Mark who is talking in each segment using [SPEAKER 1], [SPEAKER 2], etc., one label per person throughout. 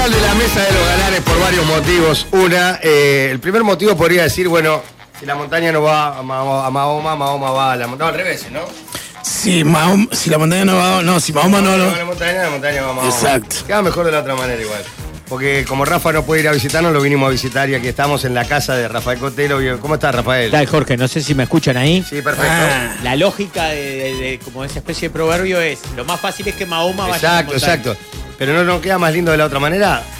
[SPEAKER 1] mal de la mesa de los galanes por varios motivos. Una, eh, el primer motivo podría decir, bueno, si la montaña no va a Mahoma, a Mahoma, Mahoma va a la montaña. No, al revés, ¿no?
[SPEAKER 2] Si, Mahom- si la montaña no va, no, si Mahoma no,
[SPEAKER 1] a la
[SPEAKER 2] no.
[SPEAKER 1] montaña, la montaña va a Mahoma.
[SPEAKER 2] Exacto.
[SPEAKER 1] Queda mejor de la otra manera igual. Porque como Rafa no puede ir a visitarnos, lo vinimos a visitar y aquí estamos en la casa de Rafael Cotelo. Bien, ¿Cómo estás, Rafael?
[SPEAKER 3] Tal, Jorge, no sé si me escuchan ahí.
[SPEAKER 1] Sí, perfecto.
[SPEAKER 2] Ah.
[SPEAKER 3] La lógica de, de- de- como esa especie de proverbio es, lo más fácil es que Mahoma vaya a la
[SPEAKER 1] exacto, exacto. Pero no, no queda más lindo de la otra manera.
[SPEAKER 3] montaña.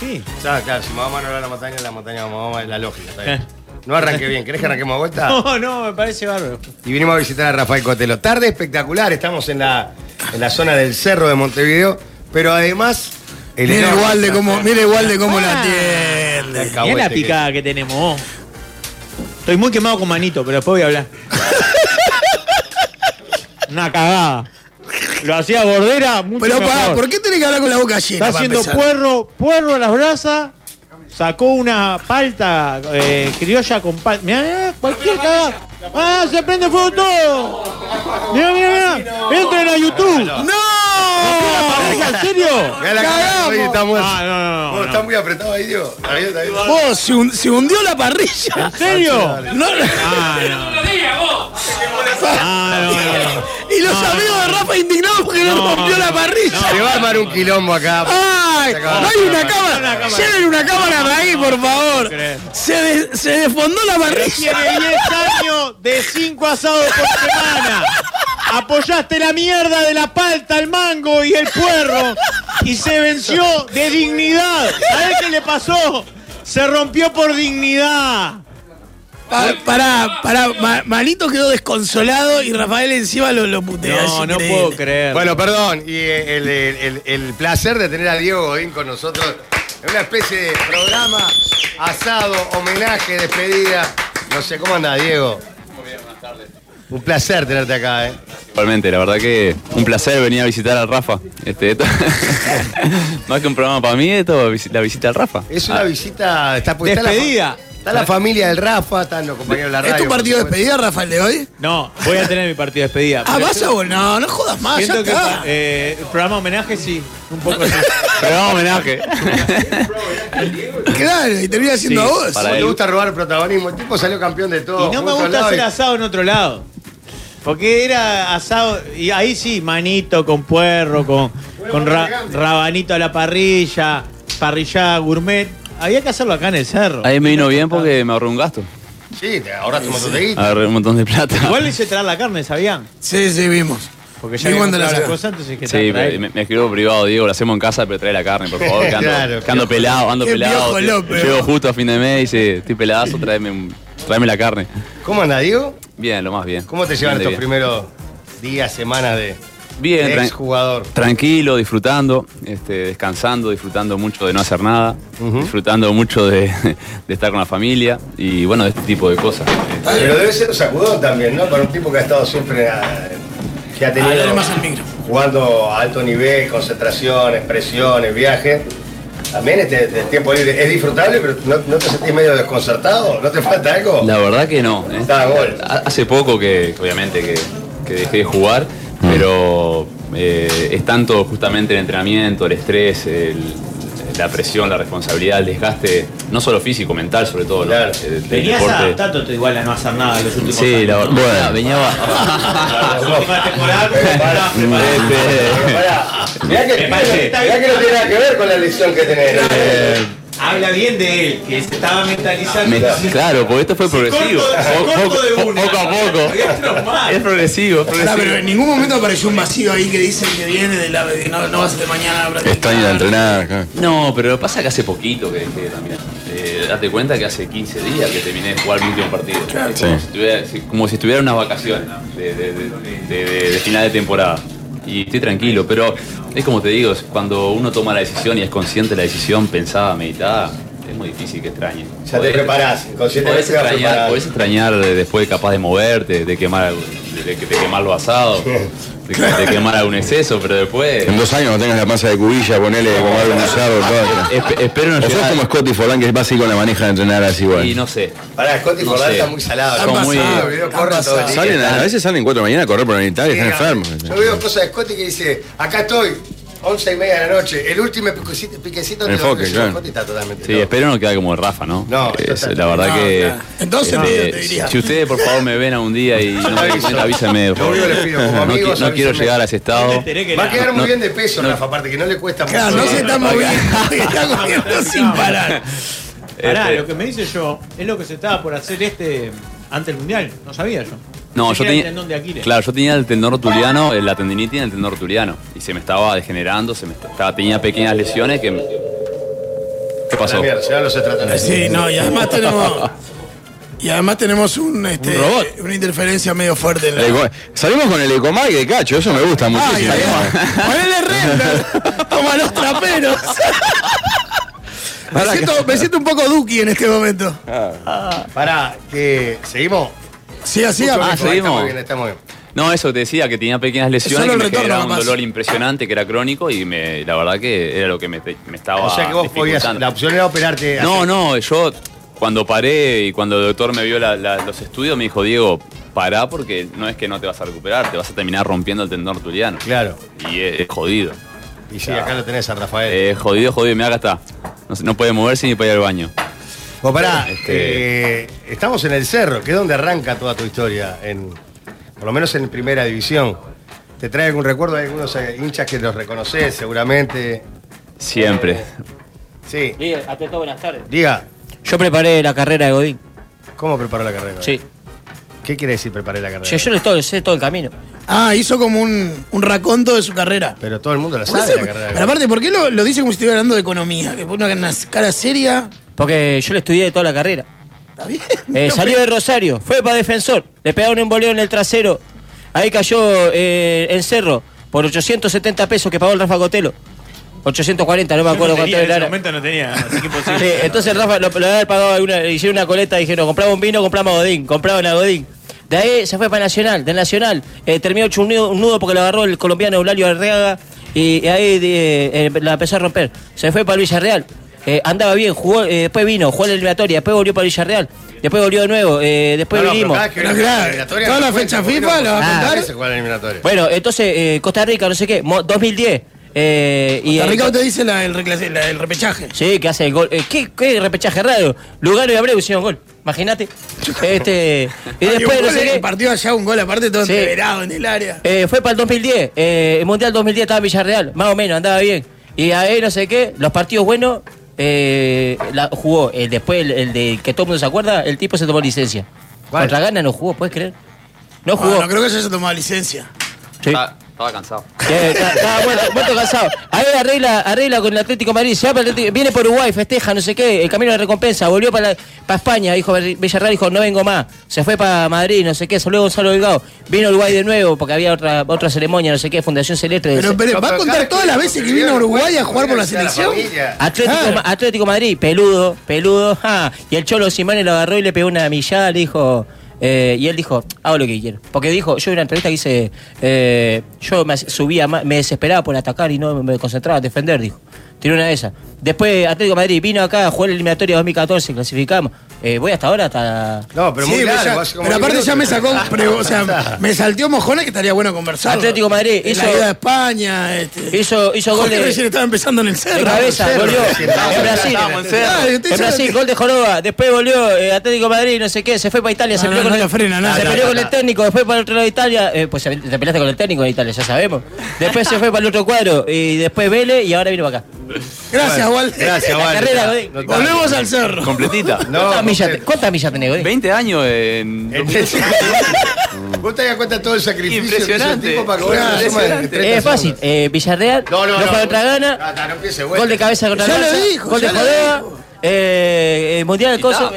[SPEAKER 3] Sí.
[SPEAKER 1] Claro, claro, si Mahoma no va a la montaña, la montaña va a Mahoma, es la lógica. Está bien. No arranqué bien, ¿querés que arranquemos a vuelta?
[SPEAKER 3] No, no, me parece bárbaro.
[SPEAKER 1] Y vinimos a visitar a Rafael Cotelo. Tarde espectacular, estamos en la, en la zona del cerro de Montevideo, pero además. El
[SPEAKER 2] Mira
[SPEAKER 1] enorme-
[SPEAKER 2] igual de cómo, mira igual de cómo la
[SPEAKER 3] Ah.
[SPEAKER 2] atiende.
[SPEAKER 3] Mirá
[SPEAKER 1] Acá,
[SPEAKER 3] la
[SPEAKER 1] Cahuete que-
[SPEAKER 3] picada que, tenemos. oh. Estoy muy quemado con manito, pero después voy a hablar. Una cagada. Lo hacía Bordera mucho
[SPEAKER 2] Pero pará,
[SPEAKER 3] mejor.
[SPEAKER 2] ¿por qué tenés que hablar con la boca llena?
[SPEAKER 3] Está
[SPEAKER 2] para
[SPEAKER 3] haciendo
[SPEAKER 2] empezar?
[SPEAKER 3] puerro, puerro a las brasas. Sacó una palta eh, criolla con palta. Mirá, eh, cualquier cagada. ¡Ah, se prende fuego todo! Mirá, mirá, mirá. Entren a YouTube.
[SPEAKER 2] ¡No!
[SPEAKER 3] ¿En serio?
[SPEAKER 1] Mirá la cara,
[SPEAKER 2] Cagamos.
[SPEAKER 1] oye, está muerto.
[SPEAKER 3] Ah, no, no,
[SPEAKER 1] Oh,
[SPEAKER 3] no,
[SPEAKER 1] Está
[SPEAKER 3] no.
[SPEAKER 1] muy apretado ahí, Diego. Está bien, está bien.
[SPEAKER 2] Vos, Oh, se, hun- se hundió la parrilla.
[SPEAKER 3] ¿En serio?
[SPEAKER 2] No,
[SPEAKER 3] Ah, no. Ah, no, no.
[SPEAKER 2] y los amigos de Rafa indignados porque no,
[SPEAKER 3] No,
[SPEAKER 2] rompió la parrilla.
[SPEAKER 1] Se va a armar un quilombo acá.
[SPEAKER 2] ¡Ay!
[SPEAKER 1] Se acabó.
[SPEAKER 2] No hay una
[SPEAKER 3] Una
[SPEAKER 2] cámara.
[SPEAKER 3] cámara.
[SPEAKER 2] Lleven una cámara para ahí, por favor.
[SPEAKER 3] creer.
[SPEAKER 2] Se, de- se desfondó la parrilla.
[SPEAKER 3] Tiene 10 años de 5 asados por semana. Apoyaste la mierda de la palta, el mango y el puerro. Y se venció de dignidad. ¿Sabés qué le pasó? Se rompió por dignidad.
[SPEAKER 2] Pa- Pará, pará. Ma- Manito quedó desconsolado y Rafael encima lo, lo putea. Es increíble.
[SPEAKER 3] creer.
[SPEAKER 1] Bueno, perdón. Y eh, el, el- el- el placer de tener a Diego Godín con nosotros en una especie de programa asado, homenaje, despedida. No sé, ¿cómo anda, Diego? Un placer tenerte acá, ¿eh?
[SPEAKER 4] Igualmente, la verdad que un placer venir a visitar al Rafa. Este, esto- más que un programa para mí, esto visi- la visita al Rafa.
[SPEAKER 1] Es una
[SPEAKER 4] Ah,
[SPEAKER 1] visita. Está, está
[SPEAKER 3] Despedida.
[SPEAKER 1] la fa- Está la, familia del Rafa, están los compañeros de la radio.
[SPEAKER 2] ¿Es tu
[SPEAKER 1] por
[SPEAKER 2] partido de
[SPEAKER 1] supuesto.
[SPEAKER 2] despedida, Rafael, de hoy?
[SPEAKER 3] no, voy a tener mi partido de despedida.
[SPEAKER 2] Ah,
[SPEAKER 3] Pero
[SPEAKER 2] vas a vol- No, no jodas más. Ya
[SPEAKER 3] Siento que
[SPEAKER 2] está.
[SPEAKER 3] eh, el programa homenaje sí, un poco sí.
[SPEAKER 4] Pero homenaje.
[SPEAKER 2] Claro, y termina siendo
[SPEAKER 3] Sí,
[SPEAKER 2] a vos.
[SPEAKER 4] para
[SPEAKER 1] ¿Cómo
[SPEAKER 4] él.
[SPEAKER 1] le gusta robar protagonismo? El tipo salió campeón de todo.
[SPEAKER 3] Y no me
[SPEAKER 1] junto al
[SPEAKER 3] gusta
[SPEAKER 1] lado
[SPEAKER 3] hacer
[SPEAKER 1] y-
[SPEAKER 3] asado en otro lado. Porque era asado, y ahí sí, manito con puerro, con, con ra- rabanito a la parrilla, parrillada gourmet. Había que hacerlo acá en el cerro.
[SPEAKER 4] Ahí me vino bien porque me ahorró un gasto. Ah,
[SPEAKER 1] Sí, te ahorraste un montón de guita.
[SPEAKER 4] Agarré Ah. un montón de plata.
[SPEAKER 3] Igual le hice traer la carne, ¿sabían?
[SPEAKER 2] Sí, sí, vimos.
[SPEAKER 3] Porque ya
[SPEAKER 2] ¿Y
[SPEAKER 3] había
[SPEAKER 2] cuándo la
[SPEAKER 3] comprado las
[SPEAKER 2] sacás?
[SPEAKER 3] cosas, entonces que
[SPEAKER 4] Sí, me, me escribo privado, Diego, lo hacemos en casa, pero trae la carne, por favor. Que ando,
[SPEAKER 1] Claro,
[SPEAKER 4] que ando pelado, ando
[SPEAKER 2] Qué
[SPEAKER 4] pelado.
[SPEAKER 2] piojo
[SPEAKER 4] tío.
[SPEAKER 2] López,
[SPEAKER 4] Llego
[SPEAKER 2] vos.
[SPEAKER 4] justo a fin de mes y dice, estoy peladazo, tráeme, un- tráeme la carne.
[SPEAKER 1] ¿Cómo anda, Diego?
[SPEAKER 4] Bien, lo más bien.
[SPEAKER 1] ¿Cómo te llevan
[SPEAKER 4] Bien de bien.
[SPEAKER 1] estos primeros días, semanas de,
[SPEAKER 4] Bien,
[SPEAKER 1] de
[SPEAKER 4] tran-
[SPEAKER 1] exjugador?
[SPEAKER 4] Tranquilo, disfrutando, este, descansando, disfrutando mucho de no hacer nada,
[SPEAKER 1] Ujú.
[SPEAKER 4] disfrutando mucho de, de estar con la familia y bueno, de este tipo de cosas.
[SPEAKER 1] Pero debe ser un sacudón también, ¿no? Para un tipo que ha estado siempre. a- que ha tenido.
[SPEAKER 2] dale más al micro.
[SPEAKER 1] Jugando a alto nivel, concentraciones, presiones, viajes. También este, este tiempo libre es disfrutable, pero ¿no, no te sentís medio desconcertado? ¿No te falta algo?
[SPEAKER 4] La verdad que no. ¿eh?
[SPEAKER 1] Está, gol.
[SPEAKER 4] Ha- Hace poco que, que obviamente, que, que dejé de jugar,
[SPEAKER 1] Mm.
[SPEAKER 4] pero eh, es tanto justamente el entrenamiento, el estrés, el- la presión, la responsabilidad, el desgaste, no solo físico, mental sobre todo, ¿no?
[SPEAKER 1] Claro.
[SPEAKER 4] El- del
[SPEAKER 3] Venías
[SPEAKER 4] deporte.
[SPEAKER 3] adaptándote igual a no hacer nada los últimos
[SPEAKER 4] Sí,
[SPEAKER 3] años.
[SPEAKER 4] la verdad. Bueno, venía
[SPEAKER 3] Las últimas temporadas,
[SPEAKER 1] Pero pará,
[SPEAKER 3] me parece.
[SPEAKER 1] pero pará. Mirá que,
[SPEAKER 3] Me parece-
[SPEAKER 1] mirá que no tiene nada que ver con la lesión que tenés.
[SPEAKER 3] eh, Habla bien de él, que se estaba mentalizando.
[SPEAKER 4] Me- claro, porque esto fue progresivo.
[SPEAKER 3] corto- se
[SPEAKER 4] Po-
[SPEAKER 3] corto de
[SPEAKER 4] po-
[SPEAKER 3] una.
[SPEAKER 4] Poco a
[SPEAKER 3] Había
[SPEAKER 4] poco.
[SPEAKER 3] traumado.
[SPEAKER 4] Es progresivo, es
[SPEAKER 2] Pará, pero
[SPEAKER 4] progresivo.
[SPEAKER 2] en ningún momento apareció un vacío ahí que dicen que viene de la de no, no vas a de mañana a practicar.
[SPEAKER 5] entrenar.
[SPEAKER 4] No, pero lo que pasa es que hace poquito que dejé también. Eh, date cuenta que hace 15 días que terminé de jugar mi último partido. Es como, si tuviera, si- como si estuviera en unas vacaciones de, de- de- de- de- de final de temporada. Y estoy tranquilo, pero es como te digo, es cuando uno toma la decisión y es consciente de la decisión, pensada, meditada, es muy difícil que extrañe.
[SPEAKER 1] Ya te
[SPEAKER 4] Podés-
[SPEAKER 1] preparás, conscientemente
[SPEAKER 4] Podés
[SPEAKER 1] te vas
[SPEAKER 4] extrañar,
[SPEAKER 1] preparando.
[SPEAKER 4] podés extrañar de- después capaz de moverte, de quemar, de, de- de quemar lo asado, de, de quemar algún exceso, pero después...
[SPEAKER 5] En dos años no tengas la masa de cubilla, ponele como algo usado. todo.
[SPEAKER 4] Espe- espero no
[SPEAKER 5] O sos
[SPEAKER 4] llegar-
[SPEAKER 5] como Scotty Forlán que vas así con la maneja de entrenar así
[SPEAKER 4] Y
[SPEAKER 5] igual.
[SPEAKER 4] no sé.
[SPEAKER 1] Pará, Scotty
[SPEAKER 4] No
[SPEAKER 1] Forlán
[SPEAKER 4] sé.
[SPEAKER 1] está muy salado.
[SPEAKER 4] Son
[SPEAKER 1] Yo
[SPEAKER 4] muy-
[SPEAKER 1] veo videos,
[SPEAKER 2] está
[SPEAKER 1] corren todo el
[SPEAKER 2] pasado.
[SPEAKER 1] día.
[SPEAKER 5] Salen, a a veces salen 4 de la mañana a correr por la militar y están enfermos.
[SPEAKER 1] Yo veo cosas de Scotty que dice, acá estoy. 11 y media de la noche. El último piquecito, piquecito de
[SPEAKER 5] Enfoque,
[SPEAKER 1] los
[SPEAKER 5] claro.
[SPEAKER 1] Enfoque está totalmente.
[SPEAKER 4] Sí,
[SPEAKER 1] no.
[SPEAKER 4] espero no quedar como Rafa, ¿no?
[SPEAKER 1] No,
[SPEAKER 4] Es-
[SPEAKER 1] totalmente.
[SPEAKER 4] la verdad
[SPEAKER 2] No,
[SPEAKER 4] que.
[SPEAKER 2] claro. Entonces,
[SPEAKER 4] este,
[SPEAKER 2] medio te diría.
[SPEAKER 4] Si ustedes por favor me ven a un día y no me
[SPEAKER 1] Aviso.
[SPEAKER 4] den cuenta, avísenme. por
[SPEAKER 1] Lo único
[SPEAKER 4] favor.
[SPEAKER 1] que les pido, como
[SPEAKER 4] No qui-
[SPEAKER 1] amigos,
[SPEAKER 4] no quiero
[SPEAKER 1] avísenme.
[SPEAKER 4] llegar a ese estado.
[SPEAKER 1] Va a quedar muy
[SPEAKER 4] No-
[SPEAKER 1] bien de peso, Rafa, aparte que no le cuesta mucho.
[SPEAKER 2] Claro, no se está
[SPEAKER 1] Rafa.
[SPEAKER 2] moviendo, se está moviendo sin parar.
[SPEAKER 3] Pará,
[SPEAKER 4] Este-
[SPEAKER 3] lo que me dice yo es lo que se estaba por hacer este antes del mundial. No sabía yo.
[SPEAKER 4] No,
[SPEAKER 3] Pensé
[SPEAKER 4] yo
[SPEAKER 3] que era el
[SPEAKER 4] tenía.
[SPEAKER 3] tendón de Aquiles.
[SPEAKER 4] Claro, yo tenía el tendón rotuliano, eh, la tendinitis en el tendón rotuliano. Y se me estaba degenerando, se me est- estaba, tenía pequeñas lesiones que. me- ¿Qué
[SPEAKER 1] La
[SPEAKER 4] pasó?
[SPEAKER 1] mierda, se van los extraterrestres.
[SPEAKER 2] Sí, no, y además tenemos. Y además tenemos un, este,
[SPEAKER 5] Un robot.
[SPEAKER 2] una interferencia medio fuerte en
[SPEAKER 5] El
[SPEAKER 2] la.
[SPEAKER 5] eco- Eh, Salimos con el Ecomag de Cacho, eso me gusta
[SPEAKER 2] ¡Ay,
[SPEAKER 5] muchísimo.
[SPEAKER 2] ay, ay! ¡Ponele render! ¡Toma los traperos! Me siento, me siento un poco Duki en este momento.
[SPEAKER 1] Pará, que seguimos.
[SPEAKER 2] Sí, así
[SPEAKER 1] Mucho
[SPEAKER 4] ah,
[SPEAKER 1] mejor,
[SPEAKER 4] seguimos.
[SPEAKER 1] Estamos bien, estamos bien.
[SPEAKER 4] No, eso te decía que tenía pequeñas lesiones
[SPEAKER 2] Solo
[SPEAKER 4] que
[SPEAKER 2] el
[SPEAKER 4] me
[SPEAKER 2] retorno,
[SPEAKER 4] generaban un
[SPEAKER 2] capaz.
[SPEAKER 4] dolor impresionante que era crónico y me, la verdad que era lo que me, te- me estaba.
[SPEAKER 1] O sea que vos podías,
[SPEAKER 4] dificultando.
[SPEAKER 1] la opción era operarte.
[SPEAKER 4] No, no, yo cuando paré y cuando el doctor me vio la- la- los estudios me dijo, Diego, pará porque no es que no te vas a recuperar, te vas a terminar rompiendo el tendón rotuliano.
[SPEAKER 1] Claro.
[SPEAKER 4] Y es, es jodido.
[SPEAKER 1] Y sí, acá lo tenés a Rafael.
[SPEAKER 4] Es jodido, jodido. Mira, acá está. No, se- no puede moverse ni puede ir al baño.
[SPEAKER 1] Vos pará,
[SPEAKER 4] Este-
[SPEAKER 1] eh, estamos en el cerro, que es donde arranca toda tu historia, en, por lo menos en primera división. ¿Te trae algún recuerdo? Hay algunos eh, hinchas que los reconoces seguramente.
[SPEAKER 4] Siempre.
[SPEAKER 1] Sí.
[SPEAKER 6] Líder, ante todo, buenas tardes.
[SPEAKER 1] Diga,
[SPEAKER 6] Yo preparé la carrera de Godín.
[SPEAKER 1] ¿cómo preparó la carrera?
[SPEAKER 6] Sí.
[SPEAKER 1] ¿Qué quiere decir preparé la carrera?
[SPEAKER 6] Yo, yo no estoy, sé todo el camino.
[SPEAKER 2] Ah, hizo como un, un raconto de su carrera.
[SPEAKER 1] Pero todo el mundo la
[SPEAKER 2] Por
[SPEAKER 1] sabe
[SPEAKER 2] eso-
[SPEAKER 1] la carrera.
[SPEAKER 2] pero aparte, ¿por qué lo, lo dice como si estuviera hablando de economía? Que pone una cara seria.
[SPEAKER 6] Porque yo le estudié de toda la carrera.
[SPEAKER 2] Está bien.
[SPEAKER 6] Eh,
[SPEAKER 2] No,
[SPEAKER 6] salió
[SPEAKER 2] pero-
[SPEAKER 6] de Rosario, fue para defensor. Le pegaron un boleo en el trasero. Ahí cayó eh, en cerro por 870 pesos que pagó el Rafa Cotelo. 840, no me acuerdo cuánto
[SPEAKER 3] en ese
[SPEAKER 6] era.
[SPEAKER 3] momento no tenía, así que imposible.
[SPEAKER 6] Sí, entonces Rafa lo, lo había pagado, alguna- le hicieron una coleta, dijeron, compraba un vino, compramos a Godín, compraban a Godín. De ahí se fue para Nacional, del Nacional, eh, terminó hecho un nudo, un nudo porque lo agarró el colombiano Eulalio Arriaga y, y ahí eh, eh, la empezó a romper. Se fue para Villarreal, eh, andaba bien, jugó, eh, después vino, jugó la eliminatoria, después volvió para Villarreal, después volvió de nuevo, eh, después
[SPEAKER 1] No, no,
[SPEAKER 6] vinimos.
[SPEAKER 1] pero cada vez que
[SPEAKER 2] Pero
[SPEAKER 1] una
[SPEAKER 2] claro,
[SPEAKER 1] eliminatoria
[SPEAKER 2] toda
[SPEAKER 1] no
[SPEAKER 2] la
[SPEAKER 1] cuenta,
[SPEAKER 2] fecha
[SPEAKER 1] ¿por qué
[SPEAKER 2] FIFA la va a
[SPEAKER 1] no,
[SPEAKER 2] contar.
[SPEAKER 1] se Ah, juega la eliminatoria.
[SPEAKER 6] Bueno, entonces eh, Costa Rica, no sé qué, mo- 2010. eh, y,
[SPEAKER 2] Costa
[SPEAKER 6] eh,
[SPEAKER 2] Rica te dice la- el, reclase- la- el repechaje.
[SPEAKER 6] Sí, que hace el gol. Eh, ¿qué, qué repechaje raro. Lugano y Abreu hicieron gol. Imagínate. Este, y después,
[SPEAKER 2] un
[SPEAKER 6] no
[SPEAKER 2] gol,
[SPEAKER 6] sé
[SPEAKER 2] el
[SPEAKER 6] qué.
[SPEAKER 2] partido allá un gol, aparte todo
[SPEAKER 6] Sí.
[SPEAKER 2] entreverado en el área.
[SPEAKER 6] eh, fue para el 2010. eh, el Mundial 2010 estaba en Villarreal. Más o menos, andaba bien. Y ahí no sé qué. Los partidos buenos. eh, la- jugó Eh, después el, el de que todo el mundo se acuerda el tipo se tomó licencia
[SPEAKER 1] ¿Cuál?
[SPEAKER 6] contra Gana no jugó puedes creer no
[SPEAKER 2] No,
[SPEAKER 6] jugó
[SPEAKER 2] no creo que se haya tomado licencia.
[SPEAKER 6] Sí.
[SPEAKER 4] Estaba, estaba cansado.
[SPEAKER 6] Eh, está- Estaba muerto, muerto cansado. Ahí arregla, arregla con el Atlético de Madrid. Se va para el Atlético- viene por Uruguay, festeja, no sé qué. El camino de la recompensa. Volvió para, la- para España. Dijo Villarreal, dijo, no vengo más. Se fue para Madrid, no sé qué. Salió Gonzalo Delgado. Vino a Uruguay de nuevo porque había otra otra ceremonia, no sé qué. Fundación Celeste.
[SPEAKER 2] Pero,
[SPEAKER 6] Se-
[SPEAKER 2] pero,
[SPEAKER 1] No,
[SPEAKER 2] ¿va a
[SPEAKER 1] pero cada
[SPEAKER 2] contar
[SPEAKER 1] vez
[SPEAKER 2] todas las veces que vino a Uruguay a jugar por la
[SPEAKER 1] Visitar
[SPEAKER 2] selección?
[SPEAKER 1] familia.
[SPEAKER 6] Atlético,
[SPEAKER 2] Claro.
[SPEAKER 6] Ma- Atlético Madrid, peludo, peludo. ja. Y el Cholo Simeone lo agarró y le pegó una millada, le dijo. eh, y él dijo, hago lo que quiero. Porque dijo, yo en una entrevista que hice, eh, yo me as- subía, ma- me desesperaba por atacar y no me concentraba en defender, dijo. Tiró una de esas. Después Atlético Madrid vino acá, jugó la eliminatoria 2014, clasificamos. Eh, voy hasta ahora, hasta...
[SPEAKER 1] No, pero
[SPEAKER 2] Sí,
[SPEAKER 1] muy largo.
[SPEAKER 2] ya-
[SPEAKER 1] hace como
[SPEAKER 2] pero
[SPEAKER 1] diez
[SPEAKER 2] aparte ya me
[SPEAKER 1] minutos.
[SPEAKER 2] sacó, pre- o sea, me salteó mojones que estaría bueno conversar.
[SPEAKER 6] Atlético Madrid
[SPEAKER 2] En la
[SPEAKER 6] hizo-
[SPEAKER 2] ida a España. Este.
[SPEAKER 6] Hizo, hizo
[SPEAKER 2] Jorge
[SPEAKER 6] gol de,
[SPEAKER 2] recién estaba empezando en el
[SPEAKER 6] de
[SPEAKER 2] cerro.
[SPEAKER 6] cabeza,
[SPEAKER 1] Cerro,
[SPEAKER 6] volvió.
[SPEAKER 1] recién estábamos
[SPEAKER 6] En
[SPEAKER 1] en
[SPEAKER 6] Brasil.
[SPEAKER 1] estábamos en
[SPEAKER 2] Cerro. Ah, usted
[SPEAKER 6] En
[SPEAKER 2] sabe
[SPEAKER 6] Brasil,
[SPEAKER 2] que-
[SPEAKER 6] gol de Joroba. Después volvió eh, Atlético de Madrid, no sé qué. Se fue para Italia.
[SPEAKER 2] No,
[SPEAKER 6] se
[SPEAKER 2] no,
[SPEAKER 6] peleó
[SPEAKER 2] no
[SPEAKER 6] con
[SPEAKER 2] lo
[SPEAKER 6] el,
[SPEAKER 2] frena, nada.
[SPEAKER 6] se
[SPEAKER 2] Está,
[SPEAKER 6] peleó
[SPEAKER 2] está,
[SPEAKER 6] con el
[SPEAKER 1] está.
[SPEAKER 6] técnico. Después para el otro lado de Italia. eh, pues se- te peleaste con el técnico de Italia, ya sabemos. Después se fue para el otro cuadro. Y después Vélez. Y ahora vino para acá.
[SPEAKER 2] Gracias, Walter.
[SPEAKER 1] Gracias,
[SPEAKER 6] La
[SPEAKER 1] Walter.
[SPEAKER 6] carrera, ¿eh? Godín.
[SPEAKER 1] No está.
[SPEAKER 2] Volvemos al cerro.
[SPEAKER 4] ¿Completita?
[SPEAKER 1] No,
[SPEAKER 6] ¿Cuántas millas
[SPEAKER 1] completo.
[SPEAKER 6] te- ¿Cuántas millas tenés, Godín?
[SPEAKER 4] 20 años en...
[SPEAKER 1] Entonces, Vos te das cuenta todo el sacrificio que hizo el
[SPEAKER 4] Impresionante.
[SPEAKER 1] tipo para cobrar una suma de
[SPEAKER 4] Impresionante.
[SPEAKER 1] 30
[SPEAKER 6] Eh, Es fácil.
[SPEAKER 1] segundos.
[SPEAKER 6] Eh, Villarreal.
[SPEAKER 1] No, no, no.
[SPEAKER 6] contra Gana.
[SPEAKER 1] No, no, no empiece, güey.
[SPEAKER 6] Gol de cabeza contra
[SPEAKER 2] Ya lo
[SPEAKER 6] Barça,
[SPEAKER 2] dijo,
[SPEAKER 6] Gol de
[SPEAKER 2] ya lo
[SPEAKER 6] Joroba.
[SPEAKER 2] dijo.
[SPEAKER 6] Eh, eh, mundial del Coso.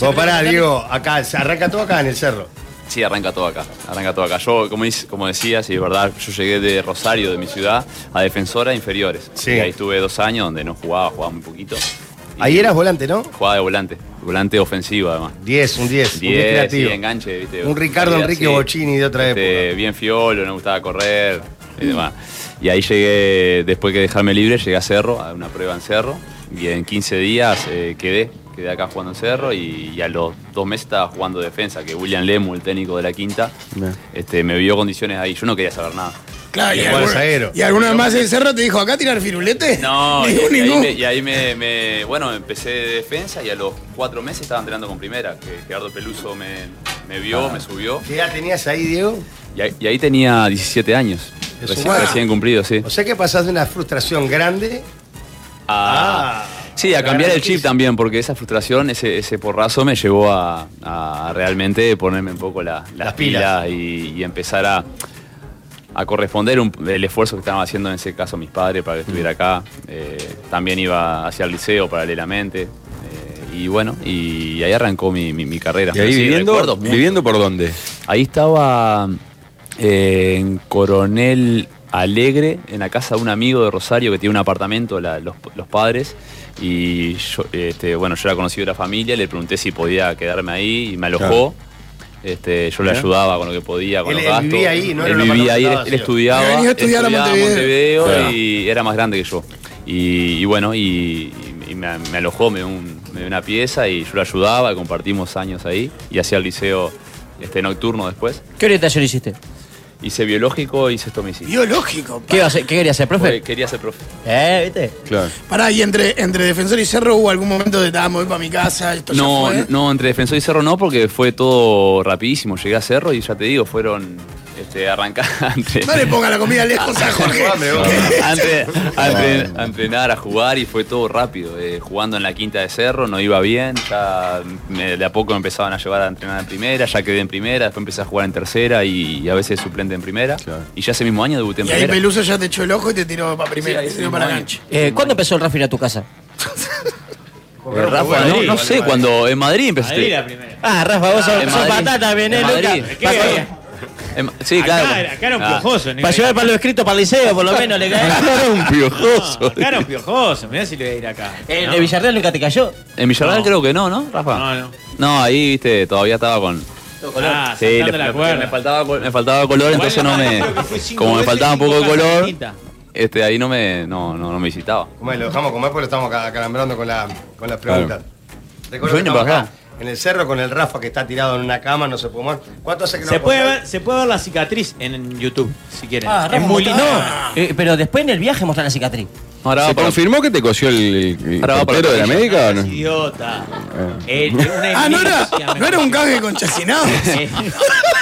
[SPEAKER 1] Vos pará, Diego, acá, se arranca todo acá en el cerro.
[SPEAKER 4] Sí, arranca todo acá, arranca todo acá. Yo, como, dice- como decía, sí, es verdad, yo llegué de Rosario, de mi ciudad, a Defensora de Inferiores.
[SPEAKER 1] Sí.
[SPEAKER 4] Y ahí estuve dos años donde no jugaba, jugaba muy poquito. Y
[SPEAKER 1] Ahí eras volante, ¿no?
[SPEAKER 4] Jugaba de volante, volante ofensivo además.
[SPEAKER 1] 10, un 10, un 10
[SPEAKER 4] 10, sí,
[SPEAKER 1] creativo.
[SPEAKER 4] enganche, ¿viste?
[SPEAKER 1] Un Ricardo
[SPEAKER 4] Sí,
[SPEAKER 1] Enrique
[SPEAKER 4] sí.
[SPEAKER 1] Bocini de otra
[SPEAKER 4] Este,
[SPEAKER 1] época.
[SPEAKER 4] Bien fiolo, no gustaba correr y demás. Y ahí llegué, después que dejarme libre, llegué a Cerro, a una prueba en Cerro. Y en 15 días eh, quedé, quedé acá jugando en Cerro. Y, y a los dos meses estaba jugando defensa, que William Lemu, el técnico de la quinta, este, me vio condiciones ahí. Yo no quería saber nada.
[SPEAKER 2] Claro, y,
[SPEAKER 1] Juan
[SPEAKER 2] alguno-
[SPEAKER 1] Saero.
[SPEAKER 2] y alguno más en Cerro te dijo, acá tirar firulete.
[SPEAKER 4] No, y,
[SPEAKER 2] Ningún,
[SPEAKER 4] y ahí,
[SPEAKER 2] ningún.
[SPEAKER 4] me, y ahí me- me- bueno, empecé de defensa y a los cuatro meses estaba entrenando con primera, que Gerardo Peluso me, me vio, me subió.
[SPEAKER 1] ¿Qué edad tenías ahí, Diego?
[SPEAKER 4] Y ahí, y ahí tenía 17 años.
[SPEAKER 1] Es
[SPEAKER 4] Recién,
[SPEAKER 1] humano.
[SPEAKER 4] recién cumplido, sí.
[SPEAKER 1] O sea que pasás de una frustración grande
[SPEAKER 4] A-
[SPEAKER 1] a.
[SPEAKER 4] Ah. sí, a cambiar el chip
[SPEAKER 1] Garantiza.
[SPEAKER 4] también, porque esa frustración, ese, ese porrazo me llevó a, a realmente ponerme un poco la- las,
[SPEAKER 1] Las pilas.
[SPEAKER 4] pilas, y, y empezar a, a corresponder un- el esfuerzo que estaban haciendo en ese caso mis padres para que estuviera
[SPEAKER 1] Mm.
[SPEAKER 4] acá. Eh, también iba hacia el liceo paralelamente. eh, y bueno, y ahí arrancó mi, mi- mi carrera.
[SPEAKER 5] ¿Y ahí
[SPEAKER 4] Sí,
[SPEAKER 5] viviendo?
[SPEAKER 4] recuerdos muchos.
[SPEAKER 5] ¿Viviendo por dónde?
[SPEAKER 4] Ahí estaba eh, en Coronel Alegre, en la casa de un amigo de Rosario que tiene un apartamento, la- los, los padres. Y yo, este, bueno, yo era conocido de la familia, le pregunté si podía quedarme ahí y me alojó. Este, yo le
[SPEAKER 5] Mirá.
[SPEAKER 4] ayudaba con lo que podía, con
[SPEAKER 1] Él-
[SPEAKER 4] los
[SPEAKER 1] él
[SPEAKER 4] gastos.
[SPEAKER 1] vivía ahí, no
[SPEAKER 4] Él
[SPEAKER 1] era un
[SPEAKER 4] vivía ahí, él,
[SPEAKER 1] apartamento
[SPEAKER 4] él estudiaba.
[SPEAKER 2] Había venido a estudiar a
[SPEAKER 4] estudiaba en
[SPEAKER 2] Montevideo.
[SPEAKER 4] Montevideo
[SPEAKER 5] Claro.
[SPEAKER 4] y era más grande que yo. Y, y bueno, y, y me, me alojó, me dio, un- me dio una pieza y yo le ayudaba, compartimos años ahí y hacía el liceo este, nocturno después.
[SPEAKER 6] ¿Qué orientación hiciste?
[SPEAKER 4] Hice biológico y hice estomicida.
[SPEAKER 2] Biológico. pa.
[SPEAKER 6] ¿Qué, iba a hacer- qué querías ser, profe?
[SPEAKER 4] Porque quería ser profe.
[SPEAKER 6] ¿Eh? ¿Viste?
[SPEAKER 5] Claro.
[SPEAKER 2] Pará, y entre, entre Defensor y Cerro hubo algún momento de, ah, me voy para mi casa, esto
[SPEAKER 4] No,
[SPEAKER 2] ya fue.
[SPEAKER 4] no, entre Defensor y Cerro no, porque fue todo rapidísimo. Llegué a Cerro y ya te digo, fueron este, arrancantes.
[SPEAKER 2] No le ponga la comida lejos a Jorge.
[SPEAKER 1] Jugame, vos.
[SPEAKER 4] Antes a entrenar, a jugar y fue todo rápido. Eh, jugando en la quinta de cerro no iba bien, ya me- de a poco me empezaban a llevar a entrenar en primera, ya quedé en primera, después empecé a jugar en tercera y, y a veces suplente en primera.
[SPEAKER 5] Claro.
[SPEAKER 4] Y ya ese mismo año debuté en
[SPEAKER 2] Y ahí
[SPEAKER 4] primera.
[SPEAKER 2] Peluso ya te echó el ojo y te tiró para primera,
[SPEAKER 4] Sí, ahí
[SPEAKER 2] te tiró
[SPEAKER 4] sí,
[SPEAKER 2] para
[SPEAKER 4] muy
[SPEAKER 2] gancho.
[SPEAKER 6] Eh, ¿Cuándo empezó el Rafa a ir a tu casa?
[SPEAKER 4] Eh, Rafa,
[SPEAKER 1] Bueno,
[SPEAKER 4] no,
[SPEAKER 1] ahí,
[SPEAKER 4] no
[SPEAKER 1] bueno,
[SPEAKER 4] sé,
[SPEAKER 1] bueno.
[SPEAKER 4] cuando en Madrid empecé.
[SPEAKER 3] Ahí la primera.
[SPEAKER 6] Ah, Rafa, vos sos,
[SPEAKER 4] en
[SPEAKER 6] sos
[SPEAKER 4] Madrid.
[SPEAKER 6] patata, bien,
[SPEAKER 4] En
[SPEAKER 6] ¿eh, Luca?
[SPEAKER 4] Madrid.
[SPEAKER 3] ¿Qué?
[SPEAKER 6] Pa-
[SPEAKER 4] Em- sí, claro.
[SPEAKER 3] Acá, era- acá era un
[SPEAKER 4] Ah,
[SPEAKER 3] piojoso. ni-
[SPEAKER 6] Para llevar para lo escrito para el liceo, por lo menos le cae.
[SPEAKER 5] Era un
[SPEAKER 3] No,
[SPEAKER 5] piojoso.
[SPEAKER 3] acá era un piojoso. Mirá si le voy a ir acá.
[SPEAKER 6] ¿El
[SPEAKER 3] No.
[SPEAKER 6] de Villarreal nunca te cayó?
[SPEAKER 4] En Villarreal
[SPEAKER 3] No.
[SPEAKER 4] creo que no, ¿no, Rafa?
[SPEAKER 3] No, no.
[SPEAKER 4] No, ahí, viste, todavía estaba con...
[SPEAKER 3] Ah,
[SPEAKER 4] Sí,
[SPEAKER 3] saltando
[SPEAKER 4] le-
[SPEAKER 3] la
[SPEAKER 4] le-
[SPEAKER 3] cuerda.
[SPEAKER 4] me, faltaba, col- me faltaba color,
[SPEAKER 3] Igual
[SPEAKER 4] entonces
[SPEAKER 3] la
[SPEAKER 4] no
[SPEAKER 3] madre
[SPEAKER 4] me.
[SPEAKER 3] creo que fue cinco
[SPEAKER 4] Como me
[SPEAKER 3] veces
[SPEAKER 4] faltaba un
[SPEAKER 3] y
[SPEAKER 4] poco de
[SPEAKER 3] nunca se
[SPEAKER 4] color,
[SPEAKER 3] quita.
[SPEAKER 4] este, ahí no me, no, no, no me visitaba.
[SPEAKER 1] Bueno, lo dejamos comer porque lo estamos ca- acalambrando con, la, con las preguntas. Recuerdo que
[SPEAKER 4] Yo vine
[SPEAKER 1] estamos
[SPEAKER 4] para
[SPEAKER 1] acá, en el cerro con el Rafa que está tirado en una cama, no se puede mover. ¿Cuánto hace que no
[SPEAKER 3] Se
[SPEAKER 1] lo
[SPEAKER 3] puede,
[SPEAKER 1] acostás?
[SPEAKER 3] ver, se puede ver la cicatriz en YouTube, si quieren.
[SPEAKER 6] Ah,
[SPEAKER 3] es
[SPEAKER 6] Rafa,
[SPEAKER 3] muy lindo.
[SPEAKER 6] mostrá- No, eh, pero después en el viaje mostrar la cicatriz.
[SPEAKER 4] Ahora
[SPEAKER 5] ¿Se
[SPEAKER 4] va para-
[SPEAKER 5] confirmó que te cosió el, el
[SPEAKER 4] Ahora va para
[SPEAKER 5] portero de la
[SPEAKER 4] la
[SPEAKER 5] médica o
[SPEAKER 3] Es
[SPEAKER 5] no?
[SPEAKER 3] idiota. Eh, es una
[SPEAKER 2] Ah, no era,
[SPEAKER 3] evidencia,
[SPEAKER 2] no era
[SPEAKER 3] mejor.
[SPEAKER 2] un canje con chacinado.
[SPEAKER 3] Eh,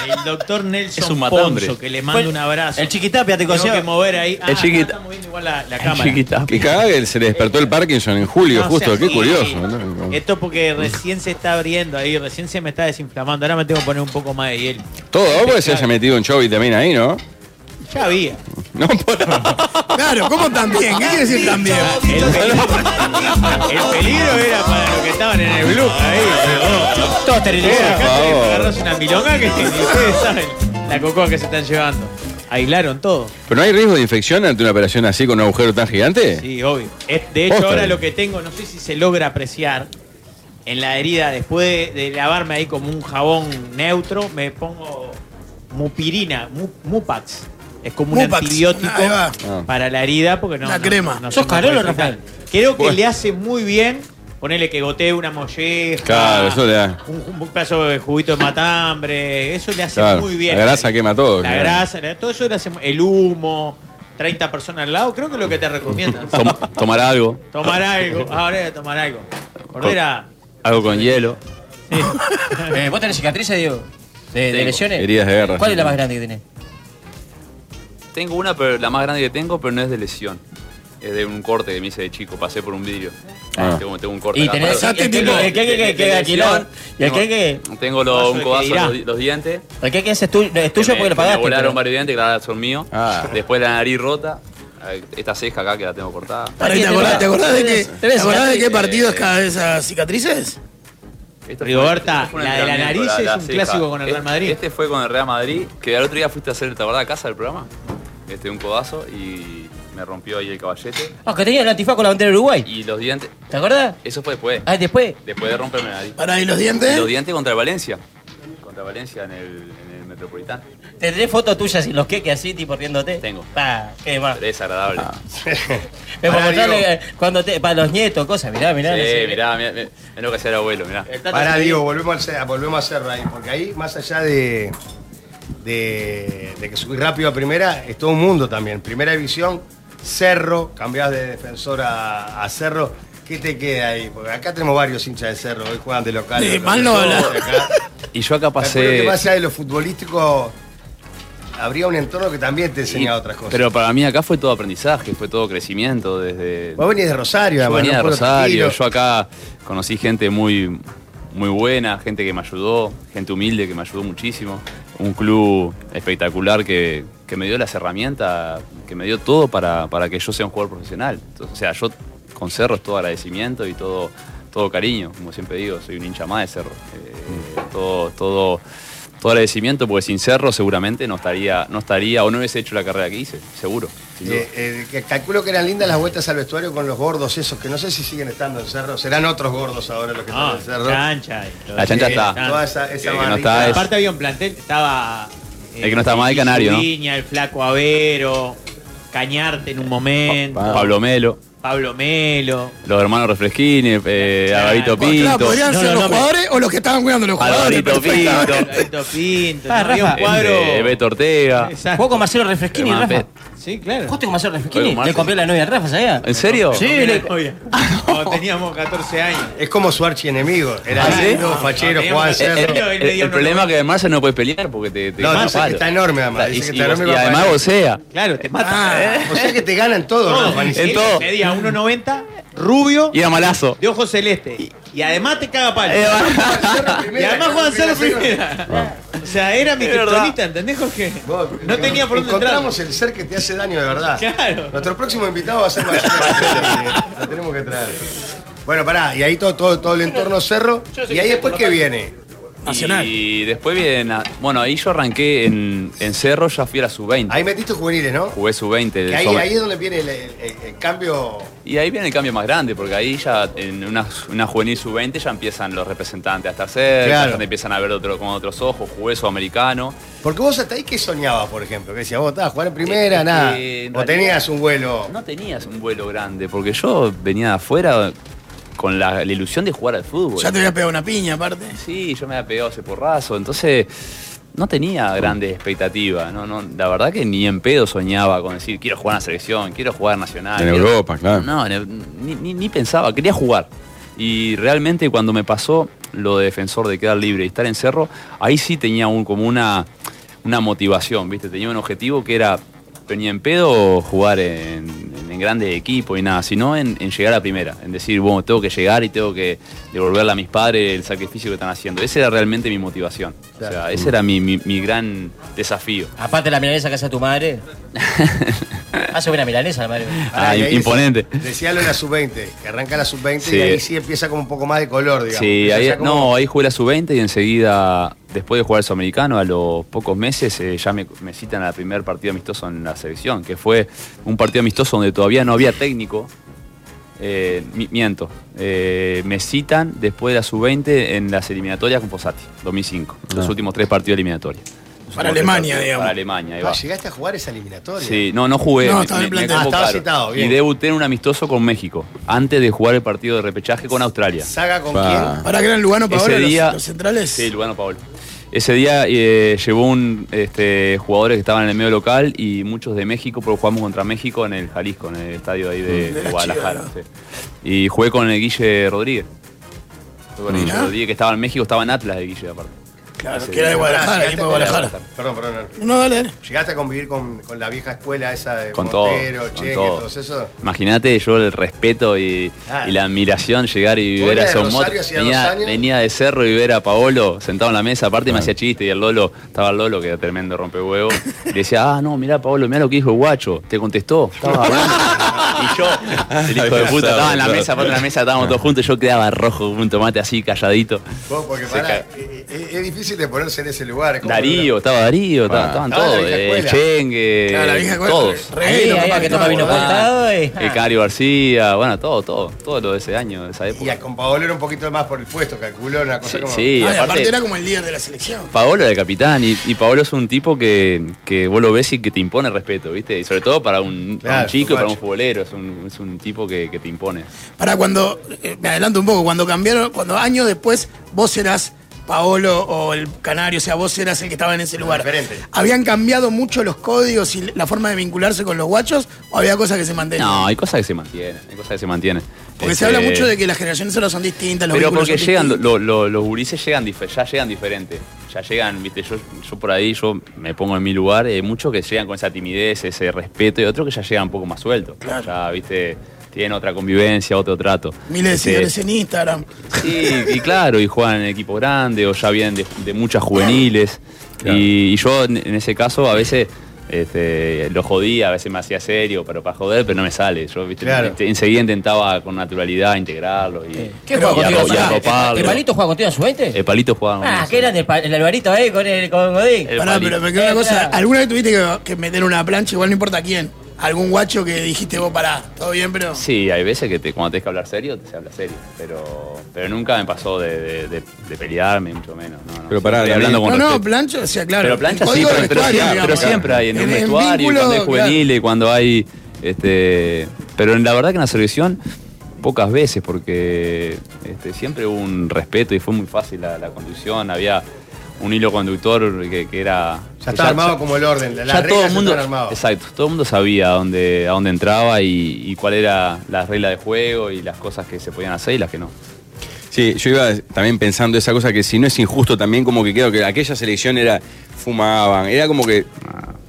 [SPEAKER 3] El doctor Nelson
[SPEAKER 4] Es un matambre.
[SPEAKER 3] Ponzo, que le mando
[SPEAKER 6] Fue-
[SPEAKER 3] un abrazo.
[SPEAKER 6] el Chiquitapia te
[SPEAKER 3] Tengo
[SPEAKER 6] cosió.
[SPEAKER 3] que mover ahí. Ah,
[SPEAKER 4] El chiquita-
[SPEAKER 3] no, está moviendo igual la, la
[SPEAKER 4] Ay,
[SPEAKER 3] cámara.
[SPEAKER 4] chiquita.
[SPEAKER 5] Y cagá que se le despertó el Parkinson en julio,
[SPEAKER 3] No,
[SPEAKER 5] justo.
[SPEAKER 3] seas
[SPEAKER 5] Qué
[SPEAKER 3] así.
[SPEAKER 5] curioso. ¿no?
[SPEAKER 3] Esto porque recién se está abriendo ahí, recién se me está desinflamando. Ahora me tengo que poner un poco más de hielo.
[SPEAKER 5] Todo, vos porque se haya metido un chovi también ahí, ¿no?
[SPEAKER 3] Ya había.
[SPEAKER 5] No, por...
[SPEAKER 2] Claro, ¿cómo también? ¿Qué quiere decir también?
[SPEAKER 3] El peligro, el peligro era para los que estaban en el blue ahí.
[SPEAKER 6] Todos
[SPEAKER 3] Acá
[SPEAKER 6] esterilizados.
[SPEAKER 3] te
[SPEAKER 5] favor.
[SPEAKER 3] agarras una milonga que ni ustedes saben la cocoa que se están llevando. Aislaron todo.
[SPEAKER 5] ¿Pero no hay riesgo de infección ante una operación así con un agujero tan gigante?
[SPEAKER 3] Sí, obvio. Es- de hecho,
[SPEAKER 5] Posta.
[SPEAKER 3] ahora lo que tengo, no sé si se logra apreciar en la herida, después de, de lavarme ahí como un jabón neutro, me pongo mupirina, mu- mupax. Es como un
[SPEAKER 2] Mupax,
[SPEAKER 3] antibiótico
[SPEAKER 2] ahí va.
[SPEAKER 5] Ah.
[SPEAKER 3] para la herida, porque no.
[SPEAKER 2] Una
[SPEAKER 3] no-
[SPEAKER 2] crema.
[SPEAKER 3] no
[SPEAKER 6] ¿Sos
[SPEAKER 3] se me
[SPEAKER 6] carolo,
[SPEAKER 3] puede quitar.
[SPEAKER 6] Rafael?
[SPEAKER 3] Creo que
[SPEAKER 5] Bueno.
[SPEAKER 3] le hace muy bien ponerle que gotee una molleja.
[SPEAKER 5] Claro, eso le da.
[SPEAKER 3] Un, un pedazo de juguito de matambre. Eso le hace
[SPEAKER 5] Claro,
[SPEAKER 3] muy bien.
[SPEAKER 5] la grasa quema todo,
[SPEAKER 3] La
[SPEAKER 5] claro.
[SPEAKER 3] grasa, la- todo eso le hace. El humo, 30 personas al lado, creo que es lo que te recomiendan.
[SPEAKER 4] Tom- tomar algo,
[SPEAKER 3] Tomar algo, ahora voy a tomar algo. Cordera,
[SPEAKER 4] algo con hielo.
[SPEAKER 6] Eh, ¿Vos tenés cicatrices, Diego? ¿De, de
[SPEAKER 4] Tengo.
[SPEAKER 6] lesiones?
[SPEAKER 5] Heridas de guerra.
[SPEAKER 6] ¿Cuál es la más grande que tenés?
[SPEAKER 4] Tengo una, pero la más grande que tengo, pero no es de lesión. Es de un corte que me hice de chico, pasé por un vidrio.
[SPEAKER 5] Ah.
[SPEAKER 4] Tengo, tengo un corte.
[SPEAKER 6] Y
[SPEAKER 4] acá.
[SPEAKER 6] tenés
[SPEAKER 4] Pero-
[SPEAKER 6] el que- el que- el que- el que- el que- el quilón, y el que- el que-
[SPEAKER 4] Tengo- Tengo los,
[SPEAKER 3] Codazo
[SPEAKER 4] un
[SPEAKER 3] de
[SPEAKER 4] codazo,
[SPEAKER 3] Pereira.
[SPEAKER 4] los, los dientes.
[SPEAKER 6] ¿El que es tuyo? No, es
[SPEAKER 4] que
[SPEAKER 6] tuyo porque
[SPEAKER 4] me-
[SPEAKER 6] lo
[SPEAKER 4] que me
[SPEAKER 6] pagaste.
[SPEAKER 4] volaron
[SPEAKER 6] pero-
[SPEAKER 4] varios dientes, que ahora son míos.
[SPEAKER 5] Ah.
[SPEAKER 4] Después la nariz rota. Esta ceja acá que la tengo cortada.
[SPEAKER 2] Pará, ¿Te acordás, te acordás de, qué,
[SPEAKER 6] Tenés
[SPEAKER 2] ¿te acordás de qué
[SPEAKER 6] cicatriz.
[SPEAKER 2] partido es cada de esas cicatrices?
[SPEAKER 4] Esto
[SPEAKER 3] Rigoberta,
[SPEAKER 4] un
[SPEAKER 3] la de la
[SPEAKER 4] entrenamiento,
[SPEAKER 3] nariz es un
[SPEAKER 4] ceja.
[SPEAKER 3] clásico con el Real Madrid.
[SPEAKER 4] Este fue con el Real Madrid, que al otro día fuiste a hacer, ¿te acordás, a casa del programa? Este, un codazo y me rompió ahí el caballete.
[SPEAKER 6] Ah, que tenía el antifaz con la bandera de Uruguay.
[SPEAKER 4] Y los dientes,
[SPEAKER 6] ¿Te acordás?
[SPEAKER 4] eso fue después,
[SPEAKER 6] Ah, después.
[SPEAKER 4] después de romperme la nariz.
[SPEAKER 2] Para ahí los
[SPEAKER 4] Y
[SPEAKER 2] dientes.
[SPEAKER 4] los dientes contra el Valencia. Contra Valencia en el, en el Metropolitano.
[SPEAKER 6] Tendré fotos tuyas y los queques así, tipo riéndote.
[SPEAKER 4] Tengo.
[SPEAKER 6] Pa, qué más.
[SPEAKER 4] Pero es agradable.
[SPEAKER 6] Es para
[SPEAKER 1] Pará,
[SPEAKER 6] mostrarle,
[SPEAKER 1] Diego.
[SPEAKER 6] eh, cuando te, para los nietos, cosas, mirá, mirá. no
[SPEAKER 4] sí,
[SPEAKER 6] sé.
[SPEAKER 4] mirá, mirá, mirá, mirá lo que hacía el abuelo, mirá.
[SPEAKER 6] El Tata
[SPEAKER 1] Pará,
[SPEAKER 6] Saavedra.
[SPEAKER 1] Diego, volvemos, al cer- volvemos a cerro ahí, porque ahí, más allá de, de, de que subí rápido a primera, es todo un mundo también. Primera división, Cerro, cambiás de defensor a, a Cerro. ¿Qué te queda ahí? Porque acá tenemos varios hinchas de Cerro, hoy juegan de local.
[SPEAKER 2] Sí,
[SPEAKER 1] de
[SPEAKER 2] mal no
[SPEAKER 1] local,
[SPEAKER 2] habla.
[SPEAKER 1] acá.
[SPEAKER 4] Y yo acá
[SPEAKER 1] Calculo que
[SPEAKER 4] pasé.
[SPEAKER 1] más allá de lo futbolístico, habría un entorno que también te
[SPEAKER 4] y-
[SPEAKER 1] enseñaba otras cosas.
[SPEAKER 4] Pero para mí acá fue todo aprendizaje, fue todo crecimiento desde.
[SPEAKER 1] Vos venís de Rosario,
[SPEAKER 4] Yo
[SPEAKER 1] además,
[SPEAKER 4] venía
[SPEAKER 1] ¿no?
[SPEAKER 4] de
[SPEAKER 1] Por los
[SPEAKER 4] Rosario,
[SPEAKER 1] tiros.
[SPEAKER 4] yo acá conocí gente muy, muy buena, gente que me ayudó, gente humilde que me ayudó muchísimo. Un club espectacular que, que me dio las herramientas, que me dio todo para, para que yo sea un jugador profesional. Entonces, o sea, yo con Cerro es todo agradecimiento y todo, todo cariño, como siempre digo, soy un hincha más de Cerro. Eh, todo, todo, todo agradecimiento, porque sin Cerro seguramente no estaría, no estaría o no hubiese hecho la carrera que hice, seguro. sin duda.
[SPEAKER 1] Eh, eh, que calculo que eran lindas las vueltas al vestuario con los gordos esos, que no sé si siguen estando en Cerro. Serán otros gordos ahora los que
[SPEAKER 3] Ah,
[SPEAKER 1] están en Cerro.
[SPEAKER 3] chancha. y todo.
[SPEAKER 4] La chancha
[SPEAKER 1] Eh,
[SPEAKER 4] está.
[SPEAKER 1] Toda esa, esa
[SPEAKER 4] Eh, que no
[SPEAKER 1] barrita.
[SPEAKER 4] está es-
[SPEAKER 3] Aparte había un plantel, estaba...
[SPEAKER 4] El que
[SPEAKER 3] eh,
[SPEAKER 4] no está más de Canario, ¿no?
[SPEAKER 3] Viña, el flaco Avero, Cañarte en un momento,
[SPEAKER 5] Pa-
[SPEAKER 4] Pablo Melo.
[SPEAKER 3] Pablo Melo.
[SPEAKER 4] Los hermanos Refresquini, eh,
[SPEAKER 3] Claro.
[SPEAKER 4] Alvarito
[SPEAKER 2] Claro,
[SPEAKER 4] Pinto,
[SPEAKER 2] Ah, podrían
[SPEAKER 3] No,
[SPEAKER 2] ser
[SPEAKER 3] no,
[SPEAKER 2] los
[SPEAKER 3] no me-
[SPEAKER 2] jugadores o los que estaban cuidando los jugadores.
[SPEAKER 4] Alvarito Pinto,
[SPEAKER 3] Alberto Pinto,
[SPEAKER 6] Ah,
[SPEAKER 3] no, había un
[SPEAKER 6] Rafa.
[SPEAKER 3] cuadro...
[SPEAKER 4] eh, Beto Ortega.
[SPEAKER 3] Exacto.
[SPEAKER 6] Jugó con Marcelo Refresquini,
[SPEAKER 4] Hermano
[SPEAKER 6] Rafa.
[SPEAKER 4] Pet.
[SPEAKER 3] Sí, claro.
[SPEAKER 6] Justo con Marcelo
[SPEAKER 4] Juego
[SPEAKER 6] Refresquini.
[SPEAKER 4] con
[SPEAKER 6] Le
[SPEAKER 4] Marcelo.
[SPEAKER 6] compré la novia a Rafa, ¿sabía?
[SPEAKER 4] ¿En serio?
[SPEAKER 6] Sí,
[SPEAKER 3] Mira,
[SPEAKER 6] le-
[SPEAKER 3] obvio. Cuando teníamos 14 años.
[SPEAKER 1] Es como su archienemigo. Era
[SPEAKER 4] ¿Ah, sí?
[SPEAKER 1] lindo, fachero,
[SPEAKER 3] no,
[SPEAKER 1] Juan
[SPEAKER 3] teníamos-
[SPEAKER 1] Cerro.
[SPEAKER 4] Eh, eh,
[SPEAKER 3] Él le
[SPEAKER 4] el,
[SPEAKER 3] dio
[SPEAKER 4] el
[SPEAKER 3] una
[SPEAKER 4] problema
[SPEAKER 3] novia.
[SPEAKER 4] es que además no puedes pelear porque te, te
[SPEAKER 1] No,
[SPEAKER 4] mata
[SPEAKER 1] dice
[SPEAKER 4] palo.
[SPEAKER 1] que está enorme, además.
[SPEAKER 4] Está- y,
[SPEAKER 1] Dice que
[SPEAKER 4] y
[SPEAKER 1] está
[SPEAKER 4] vos-
[SPEAKER 1] enorme,
[SPEAKER 4] y
[SPEAKER 1] va a
[SPEAKER 4] además
[SPEAKER 1] parar.
[SPEAKER 4] vocea.
[SPEAKER 3] Claro, te mata.
[SPEAKER 1] O sea que te ganan todos,
[SPEAKER 3] Todo.
[SPEAKER 1] ¿no, Juan?
[SPEAKER 4] En
[SPEAKER 3] Sí,
[SPEAKER 4] todo.
[SPEAKER 3] Medía 1.90, rubio,
[SPEAKER 4] Y era malazo.
[SPEAKER 3] de ojos celeste. Y, además te caga palo.
[SPEAKER 4] Eh,
[SPEAKER 3] y además Juan Cerro primera. O sea, era mi
[SPEAKER 4] Es verdad.
[SPEAKER 3] criptonita, ¿entendés, Jorge? No tenía por dónde entrar.
[SPEAKER 1] Encontramos el ser que te hace daño de verdad.
[SPEAKER 3] Claro.
[SPEAKER 1] Nuestro próximo invitado va a ser Marcelo. Lo tenemos que traer. Bueno, pará, y ahí todo, todo, todo el entorno cerro. Y ahí después que viene.
[SPEAKER 2] Nacional.
[SPEAKER 4] Y después viene. a- Bueno, ahí yo arranqué en, en Cerro, ya fui a la sub-20.
[SPEAKER 1] Ahí metiste juveniles, ¿no?
[SPEAKER 4] Jugué sub-20.
[SPEAKER 1] Que
[SPEAKER 4] del
[SPEAKER 1] ahí,
[SPEAKER 4] sobre-
[SPEAKER 1] ahí es donde viene el, el- el- el cambio.
[SPEAKER 4] Y ahí viene el cambio más grande, porque ahí ya en una, una juvenil sub-20 ya empiezan los representantes hasta hacer,
[SPEAKER 1] Claro.
[SPEAKER 4] ya te empiezan a ver de otro- con otros ojos, jugué sudamericano.
[SPEAKER 1] Porque vos hasta ahí que soñabas, por ejemplo, que decías, vos estabas jugando en primera,
[SPEAKER 4] Eh, eh,
[SPEAKER 1] nada.
[SPEAKER 4] en realidad-
[SPEAKER 1] o tenías un vuelo.
[SPEAKER 4] No tenías un vuelo grande, porque yo venía de afuera con la, la ilusión de jugar al fútbol.
[SPEAKER 2] Ya te voy a pegar una piña, aparte.
[SPEAKER 4] Sí, yo me había pegado ese porrazo, entonces no tenía grandes expectativas. No, no, la verdad que ni en pedo soñaba con decir, quiero jugar en la selección, quiero jugar nacional.
[SPEAKER 5] En
[SPEAKER 4] quiero-".
[SPEAKER 5] Europa, claro.
[SPEAKER 4] No, en el- ni, ni- ni pensaba, quería jugar. Y realmente cuando me pasó lo de defensor de quedar libre y estar en cerro, ahí sí tenía un, como una, una motivación, ¿viste? Tenía un objetivo que era, tenía en pedo jugar en, en, grandes equipos y nada, sino en, en llegar a primera, en decir, bueno, tengo que llegar y tengo que devolverle a mis padres el sacrificio que están haciendo. Esa era realmente mi motivación. O sea, ese era mi, mi- mi gran desafío.
[SPEAKER 6] Aparte la milanesa que hace tu madre. Hace buena milanesa la madre.
[SPEAKER 1] Pará,
[SPEAKER 4] Ah,
[SPEAKER 1] y ahí
[SPEAKER 4] imponente.
[SPEAKER 1] decía- Decía lo de la sub-20, que arranca la sub-20
[SPEAKER 4] Sí.
[SPEAKER 1] y ahí sí empieza como un poco más de color, digamos.
[SPEAKER 4] Sí,
[SPEAKER 1] Empieza
[SPEAKER 4] ahí-
[SPEAKER 1] ya como-
[SPEAKER 4] no, ahí jugué la sub-20 y enseguida, después de jugar el sudamericano, a los pocos meses eh, ya me, me citan al primer partido amistoso en la selección, que fue un partido amistoso donde todavía no había técnico. Eh, mi- miento, Eh, me citan después de la sub-20 en las eliminatorias con Fossati, 2005, los últimos tres partidos eliminatorios. Los
[SPEAKER 2] Para
[SPEAKER 4] últimos tres
[SPEAKER 2] Alemania,
[SPEAKER 4] partidos,
[SPEAKER 2] digamos.
[SPEAKER 4] Para Alemania, ahí
[SPEAKER 1] Ah,
[SPEAKER 4] va.
[SPEAKER 1] llegaste a jugar esa eliminatoria.
[SPEAKER 4] Sí, no, no jugué.
[SPEAKER 2] No,
[SPEAKER 4] me-
[SPEAKER 2] estaba
[SPEAKER 4] me-
[SPEAKER 2] en
[SPEAKER 4] me
[SPEAKER 2] plantel.
[SPEAKER 1] Ah, estaba
[SPEAKER 4] convocaron.
[SPEAKER 1] citado, bien.
[SPEAKER 4] Y debuté en un amistoso con México, antes de jugar el partido de repechaje con Australia.
[SPEAKER 1] ¿Saga con
[SPEAKER 5] Pa.
[SPEAKER 2] Para que eran Lugano para
[SPEAKER 4] Ah. Ese
[SPEAKER 2] ahora
[SPEAKER 4] día-
[SPEAKER 2] los, los centrales.
[SPEAKER 4] Sí, Lugano Paolo. Ese día eh, llevó un este, jugadores que estaban en el medio local y muchos de México, porque jugamos contra México en el Jalisco, en el estadio ahí de, de
[SPEAKER 2] la
[SPEAKER 4] Guadalajara.
[SPEAKER 2] Chivas.
[SPEAKER 4] sí. Y jugué con el Guille Rodríguez. Jugué con el
[SPEAKER 2] Mirá.
[SPEAKER 4] Guille Rodríguez, que estaba en México, estaba en Atlas de Guille aparte.
[SPEAKER 2] Claro,
[SPEAKER 4] Ese
[SPEAKER 2] que era de
[SPEAKER 4] día.
[SPEAKER 2] Guadalajara, equipo de Guadalajara.
[SPEAKER 1] quién? Perdón, perdón. no.
[SPEAKER 2] No, dale, dale.
[SPEAKER 1] ¿Llegaste a convivir con, con la vieja escuela esa de
[SPEAKER 4] Con todo.
[SPEAKER 1] Montero,
[SPEAKER 4] con
[SPEAKER 1] Cheque,
[SPEAKER 4] todo.
[SPEAKER 1] todos esos?
[SPEAKER 4] Imagínate yo el respeto y,
[SPEAKER 1] Claro.
[SPEAKER 4] y la admiración, llegar y
[SPEAKER 1] Vos
[SPEAKER 4] ver a
[SPEAKER 1] eras Ah. de
[SPEAKER 4] esos motos.
[SPEAKER 1] Rosario hacía dos
[SPEAKER 4] Venía,
[SPEAKER 1] años.
[SPEAKER 4] venía de cerro y ver a Paolo sentado en la mesa, aparte me hacía chiste y el Lolo, estaba el Lolo que era tremendo rompehuevo. Le decía, ah, no, mirá Paolo, mirá lo que dijo el guacho, te contestó, estaba hablando. y yo, el hijo de puta, estaba en la mesa, aparte en la mesa, estábamos todos juntos, yo quedaba rojo como un tomate así calladito.
[SPEAKER 1] Vos, porque
[SPEAKER 4] Se
[SPEAKER 1] pará,
[SPEAKER 4] cae.
[SPEAKER 1] eh, eh, es, difícil de ponerse en ese lugar. es como-
[SPEAKER 4] Darío, estaba Darío,
[SPEAKER 5] Ah.
[SPEAKER 4] estaba- estaban
[SPEAKER 1] Estaba la
[SPEAKER 4] todos,
[SPEAKER 1] vieja
[SPEAKER 4] eh,
[SPEAKER 1] escuela.
[SPEAKER 4] Chengue,
[SPEAKER 2] Claro, la vieja escuela,
[SPEAKER 4] todos.
[SPEAKER 2] re-
[SPEAKER 6] Ahí,
[SPEAKER 2] Regalo,
[SPEAKER 6] ahí,
[SPEAKER 2] capaz
[SPEAKER 6] que
[SPEAKER 2] que
[SPEAKER 6] toma
[SPEAKER 2] no,
[SPEAKER 6] vino
[SPEAKER 2] boludo.
[SPEAKER 6] cortado y-
[SPEAKER 4] El Cario García, bueno, todo, todo, todo lo de ese año, de esa
[SPEAKER 1] Y
[SPEAKER 4] época.
[SPEAKER 1] a con Paolo era un poquito más por el puesto, calculó una cosa
[SPEAKER 4] Sí,
[SPEAKER 1] como...
[SPEAKER 4] sí,
[SPEAKER 2] Ah, y aparte,
[SPEAKER 4] aparte,
[SPEAKER 2] era como el líder de la selección.
[SPEAKER 4] Paolo era el capitán y, y Paolo es un tipo que, que vos lo ves y que te impone respeto, ¿viste? Y sobre todo para un, para un
[SPEAKER 1] Claro,
[SPEAKER 4] chico y para un
[SPEAKER 1] macho.
[SPEAKER 4] futbolero, es un, es un tipo que, que te impone.
[SPEAKER 2] Para cuando, eh, me adelanto un poco, cuando cambiaron, cuando años después vos eras Paolo o el Canario, o sea, vos eras el que estaba en ese lugar.
[SPEAKER 1] Referente.
[SPEAKER 2] ¿Habían cambiado mucho los códigos y la forma de vincularse con los guachos o había cosas que se mantenían?
[SPEAKER 4] No, hay cosas que se mantienen, hay cosas que se mantienen.
[SPEAKER 2] Porque se
[SPEAKER 4] Este,
[SPEAKER 2] habla mucho de que las generaciones ahora son distintas, los
[SPEAKER 4] Pero
[SPEAKER 2] vínculos
[SPEAKER 4] porque
[SPEAKER 2] son
[SPEAKER 4] llegan,
[SPEAKER 2] distintos.
[SPEAKER 4] lo- lo- los gurises llegan, dif- ya llegan diferente. Ya llegan, viste, yo, yo por ahí, yo me pongo en mi lugar, hay muchos que llegan con esa timidez, ese respeto, y otros que ya llegan un poco más sueltos. Ya, viste, tienen otra convivencia, otro trato.
[SPEAKER 2] Miles de
[SPEAKER 4] Este,
[SPEAKER 2] seguidores en Instagram.
[SPEAKER 4] Sí, y claro, y juegan en equipo grande o ya vienen de, de muchas juveniles. Y, y yo en, en ese caso a veces este, lo jodía, a veces me hacía serio, pero para joder, pero no me sale. Yo viste,
[SPEAKER 1] Claro.
[SPEAKER 4] este, enseguida intentaba con naturalidad integrarlo y,
[SPEAKER 6] ¿Qué
[SPEAKER 4] y
[SPEAKER 6] juega
[SPEAKER 4] arro-
[SPEAKER 6] contigo?
[SPEAKER 4] y
[SPEAKER 6] Pará,
[SPEAKER 4] arroparlo.
[SPEAKER 6] ¿El palito juega contigo en su
[SPEAKER 4] El palito jugaba con
[SPEAKER 6] Ah,
[SPEAKER 4] eso.
[SPEAKER 6] qué grande el, pa- el Alvarito ahí con el con Godín.
[SPEAKER 4] El
[SPEAKER 2] Pará,
[SPEAKER 4] palito.
[SPEAKER 2] pero me queda una
[SPEAKER 6] Eh,
[SPEAKER 2] cosa.
[SPEAKER 6] claro.
[SPEAKER 2] ¿Alguna vez tuviste que, que meter una plancha, igual no importa quién? ¿Algún guacho que dijiste vos pará? ¿Todo bien, pero.?
[SPEAKER 4] Sí, hay veces que te- cuando tenés que hablar serio, te se habla serio. Pero, pero nunca me pasó de, de- de- de pelearme, mucho menos. no, no.
[SPEAKER 5] Pero pará,
[SPEAKER 4] Estoy
[SPEAKER 5] David.
[SPEAKER 4] hablando con
[SPEAKER 2] No,
[SPEAKER 4] respeto.
[SPEAKER 2] no, plancha, o sea, claro.
[SPEAKER 4] Pero plancha
[SPEAKER 2] el
[SPEAKER 4] sí,
[SPEAKER 2] código
[SPEAKER 4] pero,
[SPEAKER 2] de
[SPEAKER 4] pero-
[SPEAKER 2] vestuario,
[SPEAKER 4] pero
[SPEAKER 2] digamos.
[SPEAKER 4] siempre hay en un
[SPEAKER 2] el
[SPEAKER 4] vestuario,
[SPEAKER 2] vínculo,
[SPEAKER 4] cuando hay
[SPEAKER 2] claro.
[SPEAKER 4] juveniles, cuando hay. Este, pero en la verdad que en la selección, pocas veces, porque este, siempre hubo un respeto y fue muy fácil la, la conducción. Había un hilo conductor que, que era.
[SPEAKER 1] Ya está armado como el orden. Las
[SPEAKER 4] ya
[SPEAKER 1] reglas
[SPEAKER 4] todo el mundo,
[SPEAKER 1] están armadas.
[SPEAKER 4] exacto, todo el mundo sabía a dónde, a dónde entraba y, y cuál era la regla de juego y las cosas que se podían hacer y las que no.
[SPEAKER 5] Sí, yo iba también pensando esa cosa que si no es injusto también como que creo que aquella selección era fumaban, era como que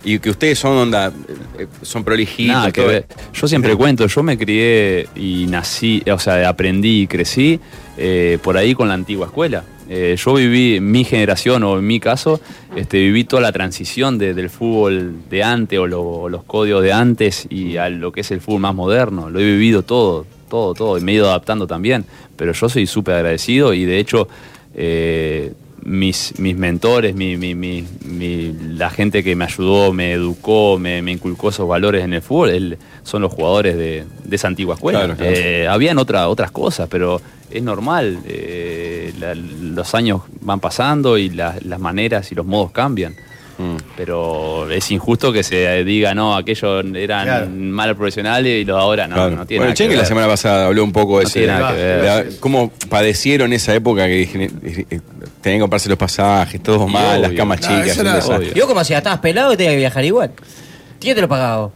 [SPEAKER 5] y que ustedes son onda eh, son prolijitos,
[SPEAKER 4] Nada que
[SPEAKER 5] todo.
[SPEAKER 4] ver. Yo siempre cuento, yo me crié y nací, o sea, aprendí y crecí eh, por ahí con la antigua escuela. Eh, yo viví, en mi generación o en mi caso, este, viví toda la transición de- del fútbol de antes o, lo- o los códigos de antes y a lo que es el fútbol más moderno. Lo he vivido todo, todo, todo y me he ido adaptando también. Pero yo soy súper agradecido y de hecho... eh, mis, mis mentores, mi, mi- mi- mi- la gente que me ayudó, me educó, me, me inculcó esos valores en el fútbol, el- son los jugadores de, de esa antigua escuela.
[SPEAKER 5] Claro, claro.
[SPEAKER 4] Eh, habían otra- otras cosas, pero es normal. eh, la- los años van pasando y la- las maneras y los modos cambian.
[SPEAKER 5] Mm.
[SPEAKER 4] Pero es injusto que se diga, no, aquellos eran
[SPEAKER 1] Claro.
[SPEAKER 4] malos profesionales y los de ahora no,
[SPEAKER 5] Claro.
[SPEAKER 4] no tiene
[SPEAKER 5] bueno,
[SPEAKER 4] nada que
[SPEAKER 5] Chen que la
[SPEAKER 4] ver.
[SPEAKER 5] semana pasada habló un poco de
[SPEAKER 4] No
[SPEAKER 5] ese-
[SPEAKER 4] tiene nada
[SPEAKER 1] que
[SPEAKER 5] de-
[SPEAKER 1] ver.
[SPEAKER 5] de- cómo padecieron esa época que dije- eh, eh, tenían que comprarse los pasajes, todos
[SPEAKER 4] Y
[SPEAKER 5] mal, las
[SPEAKER 4] obvio.
[SPEAKER 5] camas
[SPEAKER 2] No,
[SPEAKER 5] chicas,
[SPEAKER 2] eso
[SPEAKER 5] un
[SPEAKER 2] era-
[SPEAKER 5] desastre.
[SPEAKER 4] Obvio.
[SPEAKER 6] Yo como hacía, estabas pelado y tenías que viajar igual. ¿Quién te lo pagaba vos?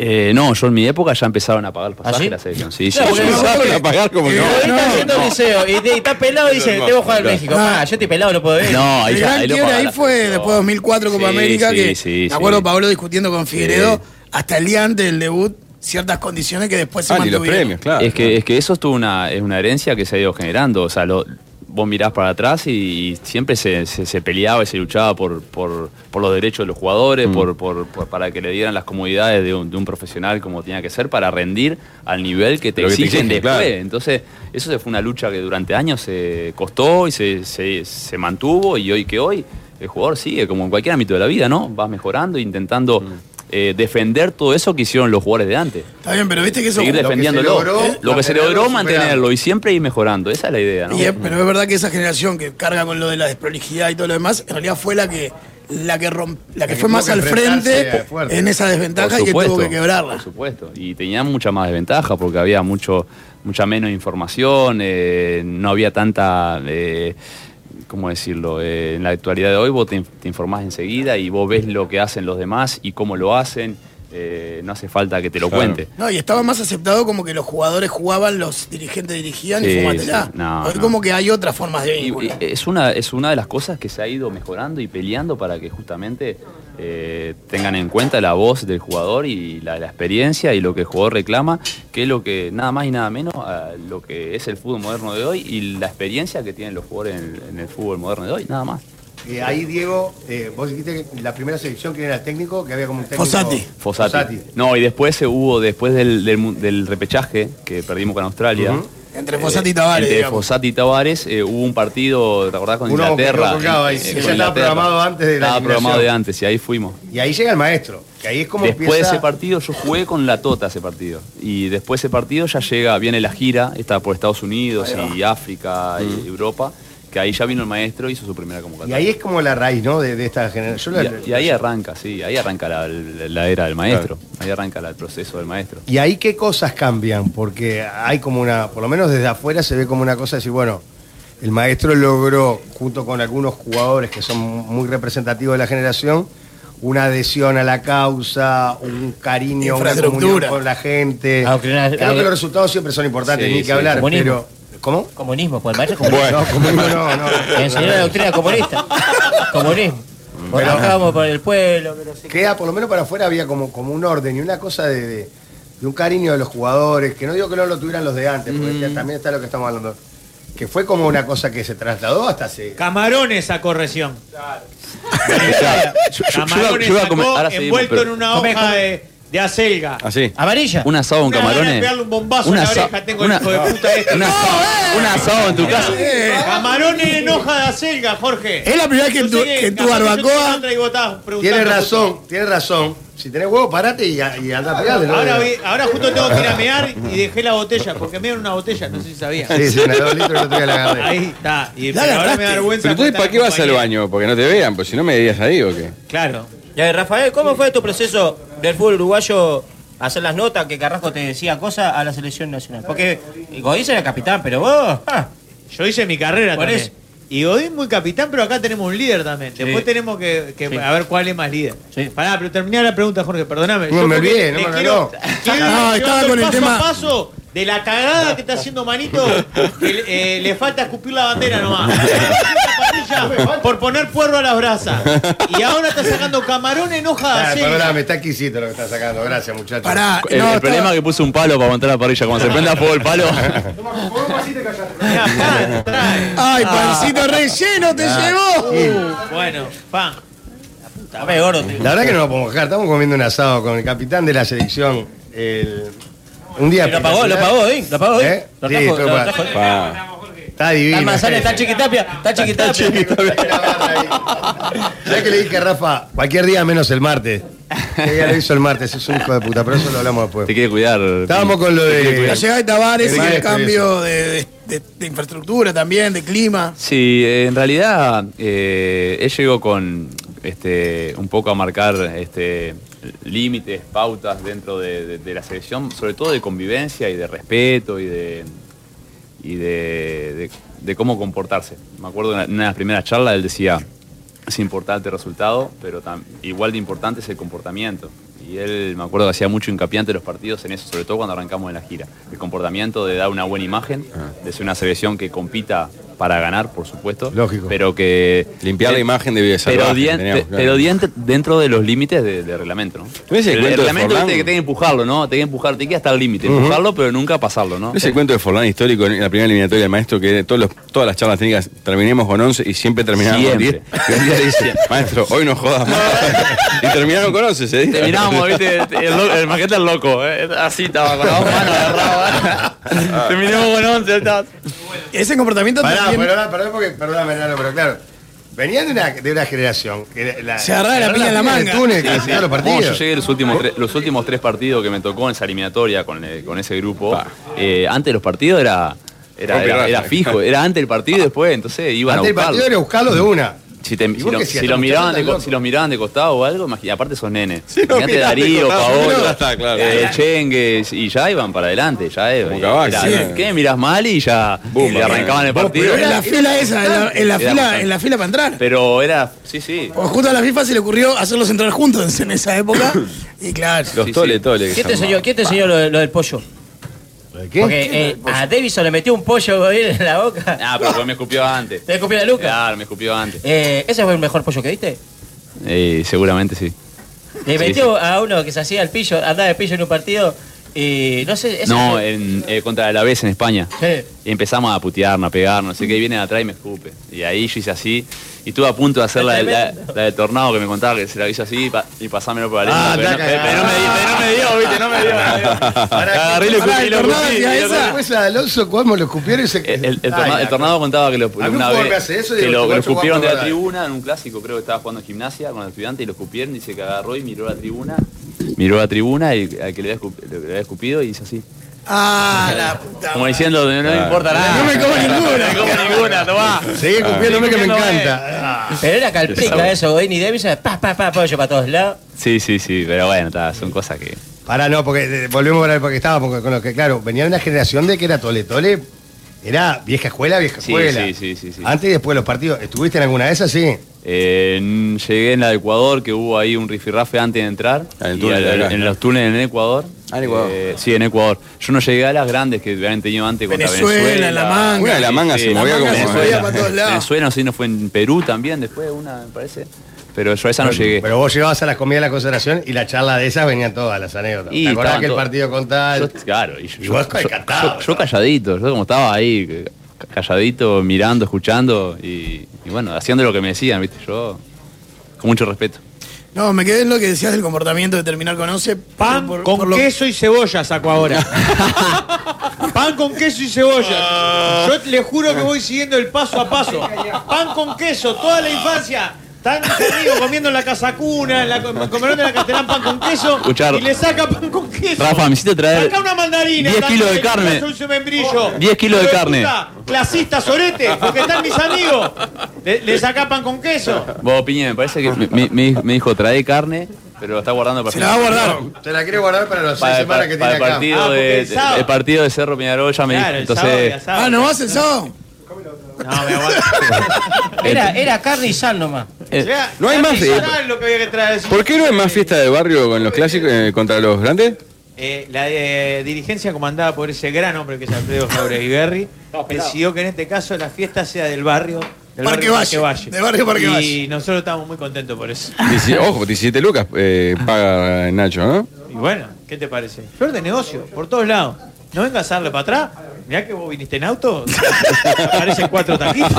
[SPEAKER 4] Eh, no, yo en mi época ya empezaron a pagar los pasajes
[SPEAKER 6] ¿Ah, sí?
[SPEAKER 4] de la selección. Sí, sí,
[SPEAKER 6] Claro,
[SPEAKER 4] sí.
[SPEAKER 6] porque-
[SPEAKER 5] Empezaron a pagar como que-
[SPEAKER 6] Ahorita está haciendo liceo y, te- y está pelado y dice,
[SPEAKER 5] hermoso,
[SPEAKER 6] tengo que jugar al
[SPEAKER 5] claro.
[SPEAKER 6] México. Ah, yo estoy pelado, no puedo ir.
[SPEAKER 4] No, ahí
[SPEAKER 2] el
[SPEAKER 4] ya-
[SPEAKER 2] gran
[SPEAKER 4] ahí lo
[SPEAKER 2] quiebre
[SPEAKER 4] pagó
[SPEAKER 2] ahí
[SPEAKER 4] la
[SPEAKER 2] fue
[SPEAKER 4] selección.
[SPEAKER 2] después de 2004 Copa
[SPEAKER 4] Sí,
[SPEAKER 2] América
[SPEAKER 4] sí,
[SPEAKER 2] que
[SPEAKER 4] sí,
[SPEAKER 2] me acuerdo
[SPEAKER 4] sí.
[SPEAKER 2] Pablo discutiendo con Figueredo hasta el día antes del debut ciertas condiciones que después se
[SPEAKER 5] Ah, ni los
[SPEAKER 2] mantuvieron.
[SPEAKER 5] premios, claro.
[SPEAKER 4] Es que, es que eso estuvo una, es una herencia que se ha ido generando. O sea, lo- vos mirás para atrás y, y siempre se, se- se peleaba y se luchaba por, por, por los derechos de los jugadores,
[SPEAKER 5] Mm.
[SPEAKER 4] por, por- por- para que le dieran las comodidades de un, de un profesional como tenía que ser, para rendir al nivel que te
[SPEAKER 5] Lo que te
[SPEAKER 4] exigen
[SPEAKER 5] exigen,
[SPEAKER 4] después.
[SPEAKER 5] claro.
[SPEAKER 4] Entonces, eso se fue una lucha que durante años se costó y se, se- se mantuvo y hoy que hoy el jugador sigue como en cualquier ámbito de la vida, ¿no? Vas mejorando, intentando
[SPEAKER 5] Mm.
[SPEAKER 4] eh, defender todo eso que hicieron los jugadores de antes
[SPEAKER 2] Está bien, pero viste que eso
[SPEAKER 4] seguir
[SPEAKER 1] lo que
[SPEAKER 4] defendiéndolo.
[SPEAKER 1] se logró,
[SPEAKER 4] lo que se
[SPEAKER 1] mantenerlo,
[SPEAKER 4] logró,
[SPEAKER 1] superarlo.
[SPEAKER 4] mantenerlo y siempre ir mejorando. Esa es la idea, ¿no?
[SPEAKER 2] Y es- pero es verdad que esa generación que carga con lo de la desprolijidad y todo lo demás, en realidad fue la que la que romp- la que
[SPEAKER 1] que
[SPEAKER 2] fue
[SPEAKER 1] tuvo
[SPEAKER 2] más
[SPEAKER 1] que
[SPEAKER 2] al
[SPEAKER 1] enfrentarse
[SPEAKER 2] frente
[SPEAKER 1] a fuerte.
[SPEAKER 2] en esa desventaja y que tuvo que
[SPEAKER 4] Por
[SPEAKER 2] quebrarla.
[SPEAKER 4] supuesto. Y tenían mucha más desventaja porque había mucho, mucha menos información, eh, no había tanta. eh, ¿Cómo decirlo? Eh, en la actualidad de hoy vos te, in- te informás enseguida y vos ves lo que hacen los demás y cómo lo hacen. eh, no hace falta que te lo
[SPEAKER 5] Claro.
[SPEAKER 4] cuente.
[SPEAKER 2] No, y estaba más aceptado como que los jugadores jugaban, los dirigentes dirigían y
[SPEAKER 4] Sí,
[SPEAKER 2] fumatela.
[SPEAKER 4] sí. No,
[SPEAKER 2] Hoy
[SPEAKER 4] no.
[SPEAKER 2] como que hay otras formas de
[SPEAKER 4] Y-
[SPEAKER 2] vínculo.
[SPEAKER 4] y es, una, es una de las cosas que se ha ido mejorando y peleando para que justamente eh, tengan en cuenta la voz del jugador y la, la experiencia y lo que el jugador reclama, que es lo que, nada más y nada menos, a lo que es el fútbol moderno de hoy y la experiencia que tienen los jugadores en el, en el fútbol moderno de hoy, nada más.
[SPEAKER 1] Eh, ahí, Diego, eh, vos dijiste que la primera selección que era el técnico, que había como un técnico.
[SPEAKER 2] Fossati.
[SPEAKER 4] Fossati. No, y después se hubo, después del, del mu- del repechaje que perdimos con Australia.
[SPEAKER 2] Entre Fossati y Tavares,
[SPEAKER 4] Entre
[SPEAKER 2] digamos.
[SPEAKER 4] Eh, Fossati y Tavares eh, hubo un partido, ¿te acordás? Con
[SPEAKER 1] Uno que
[SPEAKER 4] Inglaterra.
[SPEAKER 1] quedó colgado ahí, que ya
[SPEAKER 4] con
[SPEAKER 1] estaba
[SPEAKER 4] Inglaterra.
[SPEAKER 1] programado antes de la
[SPEAKER 4] Estaba programado
[SPEAKER 1] eliminación.
[SPEAKER 4] de antes y ahí fuimos.
[SPEAKER 1] Y ahí llega el maestro, que ahí es como
[SPEAKER 4] Después
[SPEAKER 1] empieza...
[SPEAKER 4] de ese partido yo jugué con la Tota ese partido. Y después de ese partido ya llega, viene la gira, está por Estados Unidos y África
[SPEAKER 1] Mm.
[SPEAKER 4] y Europa, que ahí ya vino el maestro y hizo su primera
[SPEAKER 1] Y
[SPEAKER 4] convocatoria.
[SPEAKER 1] ahí es como la raíz, ¿no? De, de esta generación. Yo la-
[SPEAKER 4] Y- y ahí arranca, sí, ahí arranca la, la era del maestro, ahí arranca la- el proceso del maestro.
[SPEAKER 1] ¿Y ahí qué cosas cambian? Porque hay como una, por lo menos desde afuera se ve como una cosa de decir, bueno, el maestro logró, junto con algunos jugadores que son muy representativos de la generación, una adhesión a la causa, un cariño, una comunión
[SPEAKER 2] Infraestructura.
[SPEAKER 1] con la gente.
[SPEAKER 6] Aunque Ah, una- eh,
[SPEAKER 1] Claro que los resultados siempre son importantes,
[SPEAKER 4] Sí,
[SPEAKER 1] ni que
[SPEAKER 4] sí.
[SPEAKER 1] hablar,
[SPEAKER 6] Comunismo.
[SPEAKER 1] pero... ¿Cómo?
[SPEAKER 6] Comunismo, pues el maestro es comunista.
[SPEAKER 1] No, comunismo no, no.
[SPEAKER 6] Le enseñó la doctrina comunista. Comunismo. Por
[SPEAKER 1] Pero-
[SPEAKER 6] acá vamos por el pueblo, pero sí.
[SPEAKER 1] Queda, por lo menos para afuera había como, como un orden y una cosa de, de- de un cariño de los jugadores, que no digo que no lo tuvieran los de antes, porque
[SPEAKER 6] Mm.
[SPEAKER 1] ya también está lo que estamos hablando. Que fue como una cosa que se trasladó hasta se.
[SPEAKER 3] Camarones sacó corrección.
[SPEAKER 5] Ya, yo- yo- yo iba- yo iba a
[SPEAKER 3] Camarones sacó
[SPEAKER 5] comer-
[SPEAKER 4] ahora seguimos,
[SPEAKER 3] envuelto
[SPEAKER 4] pero-
[SPEAKER 3] en una
[SPEAKER 6] Come,
[SPEAKER 3] hoja
[SPEAKER 6] come.
[SPEAKER 3] de, de acelga.
[SPEAKER 1] ¿Ah,
[SPEAKER 5] Así.
[SPEAKER 6] Amarilla.
[SPEAKER 4] Un asado con
[SPEAKER 3] Una gana de
[SPEAKER 4] camarones.
[SPEAKER 3] pegarle un bombazo en la
[SPEAKER 4] asa-
[SPEAKER 3] oreja, tengo el hijo de puta este. Eh,
[SPEAKER 5] un asado-
[SPEAKER 2] eh!
[SPEAKER 5] un asado en tu casa.
[SPEAKER 3] Camarones en hoja de acelga, Jorge.
[SPEAKER 2] Es la primera vez que en tu,
[SPEAKER 3] Yo sé
[SPEAKER 2] que en tu
[SPEAKER 3] capaz que yo te
[SPEAKER 2] barbacoa.
[SPEAKER 3] encuentro y vos estás preguntando
[SPEAKER 1] Tiene
[SPEAKER 3] justo.
[SPEAKER 1] razón, tiene razón. Si tenés huevo, parate y, y anda a pegarle, ¿no?
[SPEAKER 3] Ahora, vi- ahora justo tengo que ir a mear y dejé la botella, porque me dieron una botella, no sé si sabía.
[SPEAKER 1] Sí, sí, una de dos litros y el otro día la agarré.
[SPEAKER 3] Ahí está. Y,
[SPEAKER 2] La
[SPEAKER 3] pero ahora
[SPEAKER 2] agarraste.
[SPEAKER 3] me da vergüenza.
[SPEAKER 5] Pero entonces,
[SPEAKER 3] contar
[SPEAKER 5] ¿para qué vas al
[SPEAKER 3] compañía.
[SPEAKER 5] baño? Porque no te vean, pues si no me dirías ahí o qué.
[SPEAKER 3] Claro.
[SPEAKER 6] Ya, Rafael, ¿cómo fue tu proceso del fútbol uruguayo? Hacer las notas que Carrasco te decía cosas a la selección nacional. Porque Godín era capitán, pero vos. ah,
[SPEAKER 3] Yo hice mi carrera
[SPEAKER 6] Por
[SPEAKER 3] también.
[SPEAKER 6] eso.
[SPEAKER 3] Y Godín muy capitán, pero acá tenemos un líder también. Después tenemos que, que
[SPEAKER 6] Sí.
[SPEAKER 3] a ver cuál es más líder.
[SPEAKER 6] Sí.
[SPEAKER 3] Pará, pero terminá la pregunta, Jorge, perdóname.
[SPEAKER 1] No,
[SPEAKER 3] Yo
[SPEAKER 1] me
[SPEAKER 3] porque
[SPEAKER 1] olvidé, no
[SPEAKER 3] te
[SPEAKER 1] me
[SPEAKER 3] quiero-
[SPEAKER 1] olvidé. Ah,
[SPEAKER 3] quiero ir
[SPEAKER 2] No,
[SPEAKER 3] llevando
[SPEAKER 2] estaba con el
[SPEAKER 3] paso
[SPEAKER 2] tema-
[SPEAKER 3] a paso de la cagada que está haciendo Manito, que, eh, le falta escupir la bandera nomás. Por poner puerro a las brasas. Y ahora está sacando camarón en hoja
[SPEAKER 1] Ah,
[SPEAKER 3] de acero.
[SPEAKER 1] perdóname, está exquisito lo que está sacando. Gracias, muchachos. Eh,
[SPEAKER 2] Pará,
[SPEAKER 4] El,
[SPEAKER 2] no,
[SPEAKER 4] el problema es que puse un palo para aguantar la parrilla. Cuando se prenda fuego el palo.
[SPEAKER 3] Mirá, pan, trae.
[SPEAKER 2] Ay, pancito relleno te
[SPEAKER 4] Ah,
[SPEAKER 2] llevó.
[SPEAKER 3] Bueno, pan.
[SPEAKER 6] Dame gordo. te-
[SPEAKER 1] La verdad que no lo podemos dejar. Estamos comiendo un asado con el capitán de la selección. el- Un día.
[SPEAKER 6] Lo pagó, lo
[SPEAKER 1] espectacular.
[SPEAKER 6] pagó, ¿eh? Lo pagó, ¿eh?
[SPEAKER 1] ¿Eh?
[SPEAKER 6] Lo
[SPEAKER 1] Sí,
[SPEAKER 6] trajo,
[SPEAKER 1] estoy
[SPEAKER 6] lo
[SPEAKER 1] pa-
[SPEAKER 6] trajo.
[SPEAKER 5] Pa.
[SPEAKER 1] Está divino.
[SPEAKER 6] Está manzana, está chiquitapia, está chiquitapia.
[SPEAKER 1] Ya que le dije, Rafa, cualquier día menos el martes. Ella lo hizo el martes, es un hijo de puta, pero eso lo hablamos
[SPEAKER 4] Te
[SPEAKER 1] después.
[SPEAKER 4] quiere cuidar.
[SPEAKER 1] Estábamos con lo
[SPEAKER 4] Te quiere
[SPEAKER 1] de-
[SPEAKER 2] La
[SPEAKER 4] cuidar.
[SPEAKER 2] llegada de Tavares
[SPEAKER 1] El
[SPEAKER 2] y el
[SPEAKER 1] maestro
[SPEAKER 2] cambio de, de- de- de infraestructura también, de clima.
[SPEAKER 4] Sí, eh, en realidad eh, él llegó con este, un poco a marcar este, límites, pautas dentro de, de- de la selección, sobre todo de convivencia y de respeto y de, y de, de- de cómo comportarse. Me acuerdo en una de las primeras charlas él decía, es importante el resultado, pero tam- igual de importante es el comportamiento. Y él, me acuerdo que hacía mucho hincapié ante los partidos en eso, sobre todo cuando arrancamos en la gira. El comportamiento de dar una buena imagen, de ser una selección que compita para ganar, por supuesto.
[SPEAKER 1] Lógico.
[SPEAKER 4] Pero que...
[SPEAKER 5] Limpiar la
[SPEAKER 4] eh,
[SPEAKER 5] imagen de vida
[SPEAKER 4] Pero,
[SPEAKER 5] salvaje que
[SPEAKER 4] dien-
[SPEAKER 5] teníamos,
[SPEAKER 4] pe-
[SPEAKER 5] claro.
[SPEAKER 4] pero dien- dentro de los límites de- del reglamento, ¿no?
[SPEAKER 5] ¿No es el cuento de
[SPEAKER 4] reglamento
[SPEAKER 5] Forlán?
[SPEAKER 4] viste que tiene que empujarlo, ¿no? Tiene que empujar, tiene que ir hasta el límite, empujarlo, pero nunca pasarlo, ¿no?
[SPEAKER 5] ¿No es el cuento de Forlán histórico en la primera eliminatoria del maestro que todos los- todas las charlas técnicas terminemos con 11 y siempre terminamos con 10?
[SPEAKER 4] Siempre.
[SPEAKER 5] Y un día le dice, maestro, hoy no jodas más. y terminaron con 11, ¿se dice.
[SPEAKER 4] Terminamos, viste, el, lo- el maqueta es loco, eh, así estaba, con las dos manos agarradas. Terminamos con 11, estaba-
[SPEAKER 2] Ese comportamiento
[SPEAKER 1] Pará,
[SPEAKER 2] también.
[SPEAKER 1] pero ahora, perdón, porque, perdóname, Nano, pero claro. Venían de una, de una generación que la- la,
[SPEAKER 2] Se agarraba la
[SPEAKER 1] agarraba
[SPEAKER 2] piña en la
[SPEAKER 1] piña del
[SPEAKER 2] manga.
[SPEAKER 1] túnel, que hacía los
[SPEAKER 4] No, yo
[SPEAKER 1] partidos.
[SPEAKER 4] llegué los últimos, tres, los últimos tres partidos que me tocó en esa eliminatoria con, eh, con ese grupo. eh, antes de los partidos era, era,
[SPEAKER 5] Rompe
[SPEAKER 4] era,
[SPEAKER 5] raza.
[SPEAKER 4] era fijo, era antes del partido y después, entonces iban
[SPEAKER 1] ¿eh? Antes
[SPEAKER 4] a
[SPEAKER 1] del
[SPEAKER 4] buscarlo.
[SPEAKER 1] partido era buscarlo de una.
[SPEAKER 4] Si, te-
[SPEAKER 1] ¿Y
[SPEAKER 4] si
[SPEAKER 1] vos
[SPEAKER 4] lo,
[SPEAKER 1] qué
[SPEAKER 4] si
[SPEAKER 1] hacías?
[SPEAKER 4] lo
[SPEAKER 1] Te
[SPEAKER 4] miraban de,
[SPEAKER 1] muchacho
[SPEAKER 4] co-
[SPEAKER 1] tan
[SPEAKER 4] si los miraban de costado o algo, imagi- aparte son nenes.
[SPEAKER 5] Si lo
[SPEAKER 4] Imagínate
[SPEAKER 5] miraban de
[SPEAKER 4] Darío,
[SPEAKER 5] costado,
[SPEAKER 4] Paolo,
[SPEAKER 5] ya está, claro.
[SPEAKER 4] eh, Chengues, y ya iban para adelante. Ya, eh,
[SPEAKER 5] Como
[SPEAKER 4] eh,
[SPEAKER 5] Cavani,
[SPEAKER 4] era,
[SPEAKER 5] sí.
[SPEAKER 4] ¿no? ¿Qué? Mirás mal y ya
[SPEAKER 5] Boom,
[SPEAKER 4] y le arrancaban el partido.
[SPEAKER 2] Pero en la fila esa, en la, en la
[SPEAKER 4] Era
[SPEAKER 2] fila,
[SPEAKER 4] bastante.
[SPEAKER 2] en la fila para entrar.
[SPEAKER 4] Pero era, sí, sí.
[SPEAKER 2] Porque justo a la FIFA se le ocurrió hacerlos entrar juntos en esa época. Y claro.
[SPEAKER 5] Los
[SPEAKER 4] Sí,
[SPEAKER 5] tole,
[SPEAKER 4] sí.
[SPEAKER 5] tole. que
[SPEAKER 6] ¿Quién te
[SPEAKER 5] se
[SPEAKER 6] enseñó, quién te enseñó lo, de- lo del pollo?
[SPEAKER 1] ¿Qué?
[SPEAKER 6] Porque eh, a Davison le metió un pollo Godín en la boca.
[SPEAKER 4] Ah, pero me escupió antes.
[SPEAKER 6] ¿Te copió la Luca?
[SPEAKER 4] Claro, me escupió antes.
[SPEAKER 6] Eh, ¿Ese fue el mejor pollo que viste?
[SPEAKER 4] Eh, seguramente sí.
[SPEAKER 6] Le
[SPEAKER 4] Sí,
[SPEAKER 6] metió a uno que se hacía el pillo, andaba de pillo en un partido y no sé. ese
[SPEAKER 4] No,
[SPEAKER 6] fue-
[SPEAKER 4] en, eh, contra la vez en España.
[SPEAKER 6] Sí.
[SPEAKER 4] Y empezamos a putearnos, a pegarnos, no sé qué, y viene de atrás y me escupe. Y ahí yo hice así, y estuve a punto de hacer la, la, la de tornado que me contaba que se la hizo así pa- y pasármelo por la lengua,
[SPEAKER 1] Ah,
[SPEAKER 4] pero, no,
[SPEAKER 1] está
[SPEAKER 4] pero- pero no me di- pero no me dio, viste, no me dio. Agarré y lo
[SPEAKER 2] Pará,
[SPEAKER 4] escupí,
[SPEAKER 2] el
[SPEAKER 4] lo
[SPEAKER 2] tornado
[SPEAKER 4] escupí,
[SPEAKER 2] hacía
[SPEAKER 4] y lo-
[SPEAKER 2] esa.
[SPEAKER 1] Después a Alonso, ¿cómo lo escupieron y se
[SPEAKER 4] El, el
[SPEAKER 1] Ay,
[SPEAKER 4] tornado, el
[SPEAKER 1] la-
[SPEAKER 4] tornado contaba que lo,
[SPEAKER 1] Algún
[SPEAKER 4] una
[SPEAKER 1] jugador
[SPEAKER 4] vez
[SPEAKER 1] me hace eso y
[SPEAKER 4] que
[SPEAKER 1] digo,
[SPEAKER 4] lo, que lo
[SPEAKER 1] este guacho va a
[SPEAKER 4] escupieron de la
[SPEAKER 1] acordar.
[SPEAKER 4] tribuna en un clásico, creo que estaba jugando en gimnasia con los estudiantes y lo escupieron y se agarró y miró la tribuna. Miró la tribuna y al que le había, escup- le había escupido y hizo así.
[SPEAKER 2] Ah, la puta.
[SPEAKER 4] Como diciendo, no, me importa nada.
[SPEAKER 2] No me como ninguna.
[SPEAKER 4] No me como ninguna, tomá.
[SPEAKER 1] Seguí cumpliéndome que me
[SPEAKER 4] Cumpliéndome.
[SPEAKER 1] encanta. Ah,
[SPEAKER 6] Pero era calplica eso, Godín y Davison, pa, pa, pa, pollo para todos lados.
[SPEAKER 4] Sí, sí, sí, pero bueno, ta, son cosas que.
[SPEAKER 1] Pará, no, porque eh, volvemos para porque estábamos con, con los que, claro, venía de una generación de que era tole tole Era vieja escuela, vieja
[SPEAKER 4] Sí,
[SPEAKER 1] escuela.
[SPEAKER 4] sí, sí, sí, sí.
[SPEAKER 1] Antes y después de los partidos. ¿Estuviste en alguna de esas? Sí.
[SPEAKER 4] Eh, n- llegué en la de Ecuador, que hubo ahí un rifirrafe antes de entrar.
[SPEAKER 5] Ah, en el
[SPEAKER 4] Y
[SPEAKER 5] túnel
[SPEAKER 4] al-
[SPEAKER 5] de acá.
[SPEAKER 4] en los túneles en Ecuador.
[SPEAKER 5] Ah, en Ecuador.
[SPEAKER 4] Eh, sí, en Ecuador. Yo no llegué a las grandes que habían tenido antes contra
[SPEAKER 2] Venezuela,
[SPEAKER 4] Venezuela.
[SPEAKER 2] La Manga.
[SPEAKER 5] Una de la manga se
[SPEAKER 4] La
[SPEAKER 5] movía
[SPEAKER 2] manga
[SPEAKER 5] como.
[SPEAKER 2] se movía para todos lados.
[SPEAKER 4] Venezuela, no sé, no fue en Perú también después, una, me parece. Pero yo a esa no llegué.
[SPEAKER 1] Pero vos llegabas a las comidas de la concentración y la charla de esas venían todas las anécdotas.
[SPEAKER 4] Y
[SPEAKER 1] ¿Te acordás
[SPEAKER 4] estaban
[SPEAKER 1] aquel
[SPEAKER 4] todas.
[SPEAKER 1] partido con tal?
[SPEAKER 4] Yo- claro, y yo,
[SPEAKER 1] Y vos
[SPEAKER 4] yo- yo-
[SPEAKER 1] encantado,
[SPEAKER 4] yo- yo calladito, yo como estaba ahí, ca- calladito, mirando, escuchando y, y bueno, haciendo lo que me decían, ¿viste? Yo, con mucho respeto.
[SPEAKER 2] No, me quedé en lo que decías del comportamiento de terminar con 11.
[SPEAKER 3] Pan
[SPEAKER 2] por-
[SPEAKER 3] con
[SPEAKER 2] por lo-
[SPEAKER 3] queso y cebolla saco ahora. Pan con queso y cebolla. Yo le juro que voy siguiendo el paso a paso. Pan con queso, toda la infancia. Tan conmigo comiendo en la casacuna, en la comedor de la castelán, pan con queso.
[SPEAKER 4] Escuchar.
[SPEAKER 3] Y le saca pan con queso.
[SPEAKER 4] Rafa, me hiciste traer
[SPEAKER 3] Saca una mandarina.
[SPEAKER 4] 10 kilos de
[SPEAKER 3] dándole
[SPEAKER 4] carne.
[SPEAKER 3] un dulce membrillo.
[SPEAKER 4] 10 kilos de
[SPEAKER 3] Hijo
[SPEAKER 4] carne.
[SPEAKER 3] puta, Clasista, sorete, porque están mis amigos. Le, le saca pan con queso.
[SPEAKER 4] Vos, Piña, me parece que me, me- me dijo- me dijo, trae carne, pero lo está guardando para
[SPEAKER 2] Se la va a guardar.
[SPEAKER 1] Te la quiero guardar para las seis
[SPEAKER 4] Para,
[SPEAKER 1] semanas
[SPEAKER 4] para-
[SPEAKER 1] que
[SPEAKER 4] para
[SPEAKER 1] tiene
[SPEAKER 4] el
[SPEAKER 1] acá.
[SPEAKER 4] partido,
[SPEAKER 3] Ah, porque
[SPEAKER 4] de,
[SPEAKER 3] el sábado.
[SPEAKER 4] el partido de Cerro Peñarol ya me dijo,
[SPEAKER 3] Claro, el sábado y
[SPEAKER 4] entonces,
[SPEAKER 3] asado.
[SPEAKER 2] Ah, ¿no vas el sábado?
[SPEAKER 3] No, me aguanto.
[SPEAKER 6] Era, era carne y sal nomás.
[SPEAKER 4] Este. eh,
[SPEAKER 3] Ya,
[SPEAKER 5] No hay
[SPEAKER 3] ya
[SPEAKER 5] más
[SPEAKER 3] me
[SPEAKER 5] de-
[SPEAKER 3] llorás lo que había que traer.
[SPEAKER 5] ¿Por qué no hay más fiesta de barrio con los clásicos eh, contra los grandes?
[SPEAKER 3] Eh, la eh, dirigencia comandada por ese gran hombre que es Alfredo Jauregui Berry decidió que en este caso la fiesta sea del barrio del
[SPEAKER 2] Parque
[SPEAKER 3] barrio
[SPEAKER 2] Valle, de barrio Parque
[SPEAKER 3] y
[SPEAKER 2] Valle.
[SPEAKER 3] nosotros estamos muy contentos por eso.
[SPEAKER 5] Dieci- Ojo, 17 lucas eh, paga Nacho, ¿no?
[SPEAKER 3] Y bueno, ¿qué te parece? Flor de negocio, por todos lados. No vengas a darle para atrás. Mirá que vos viniste en auto. Parecen cuatro taquitos.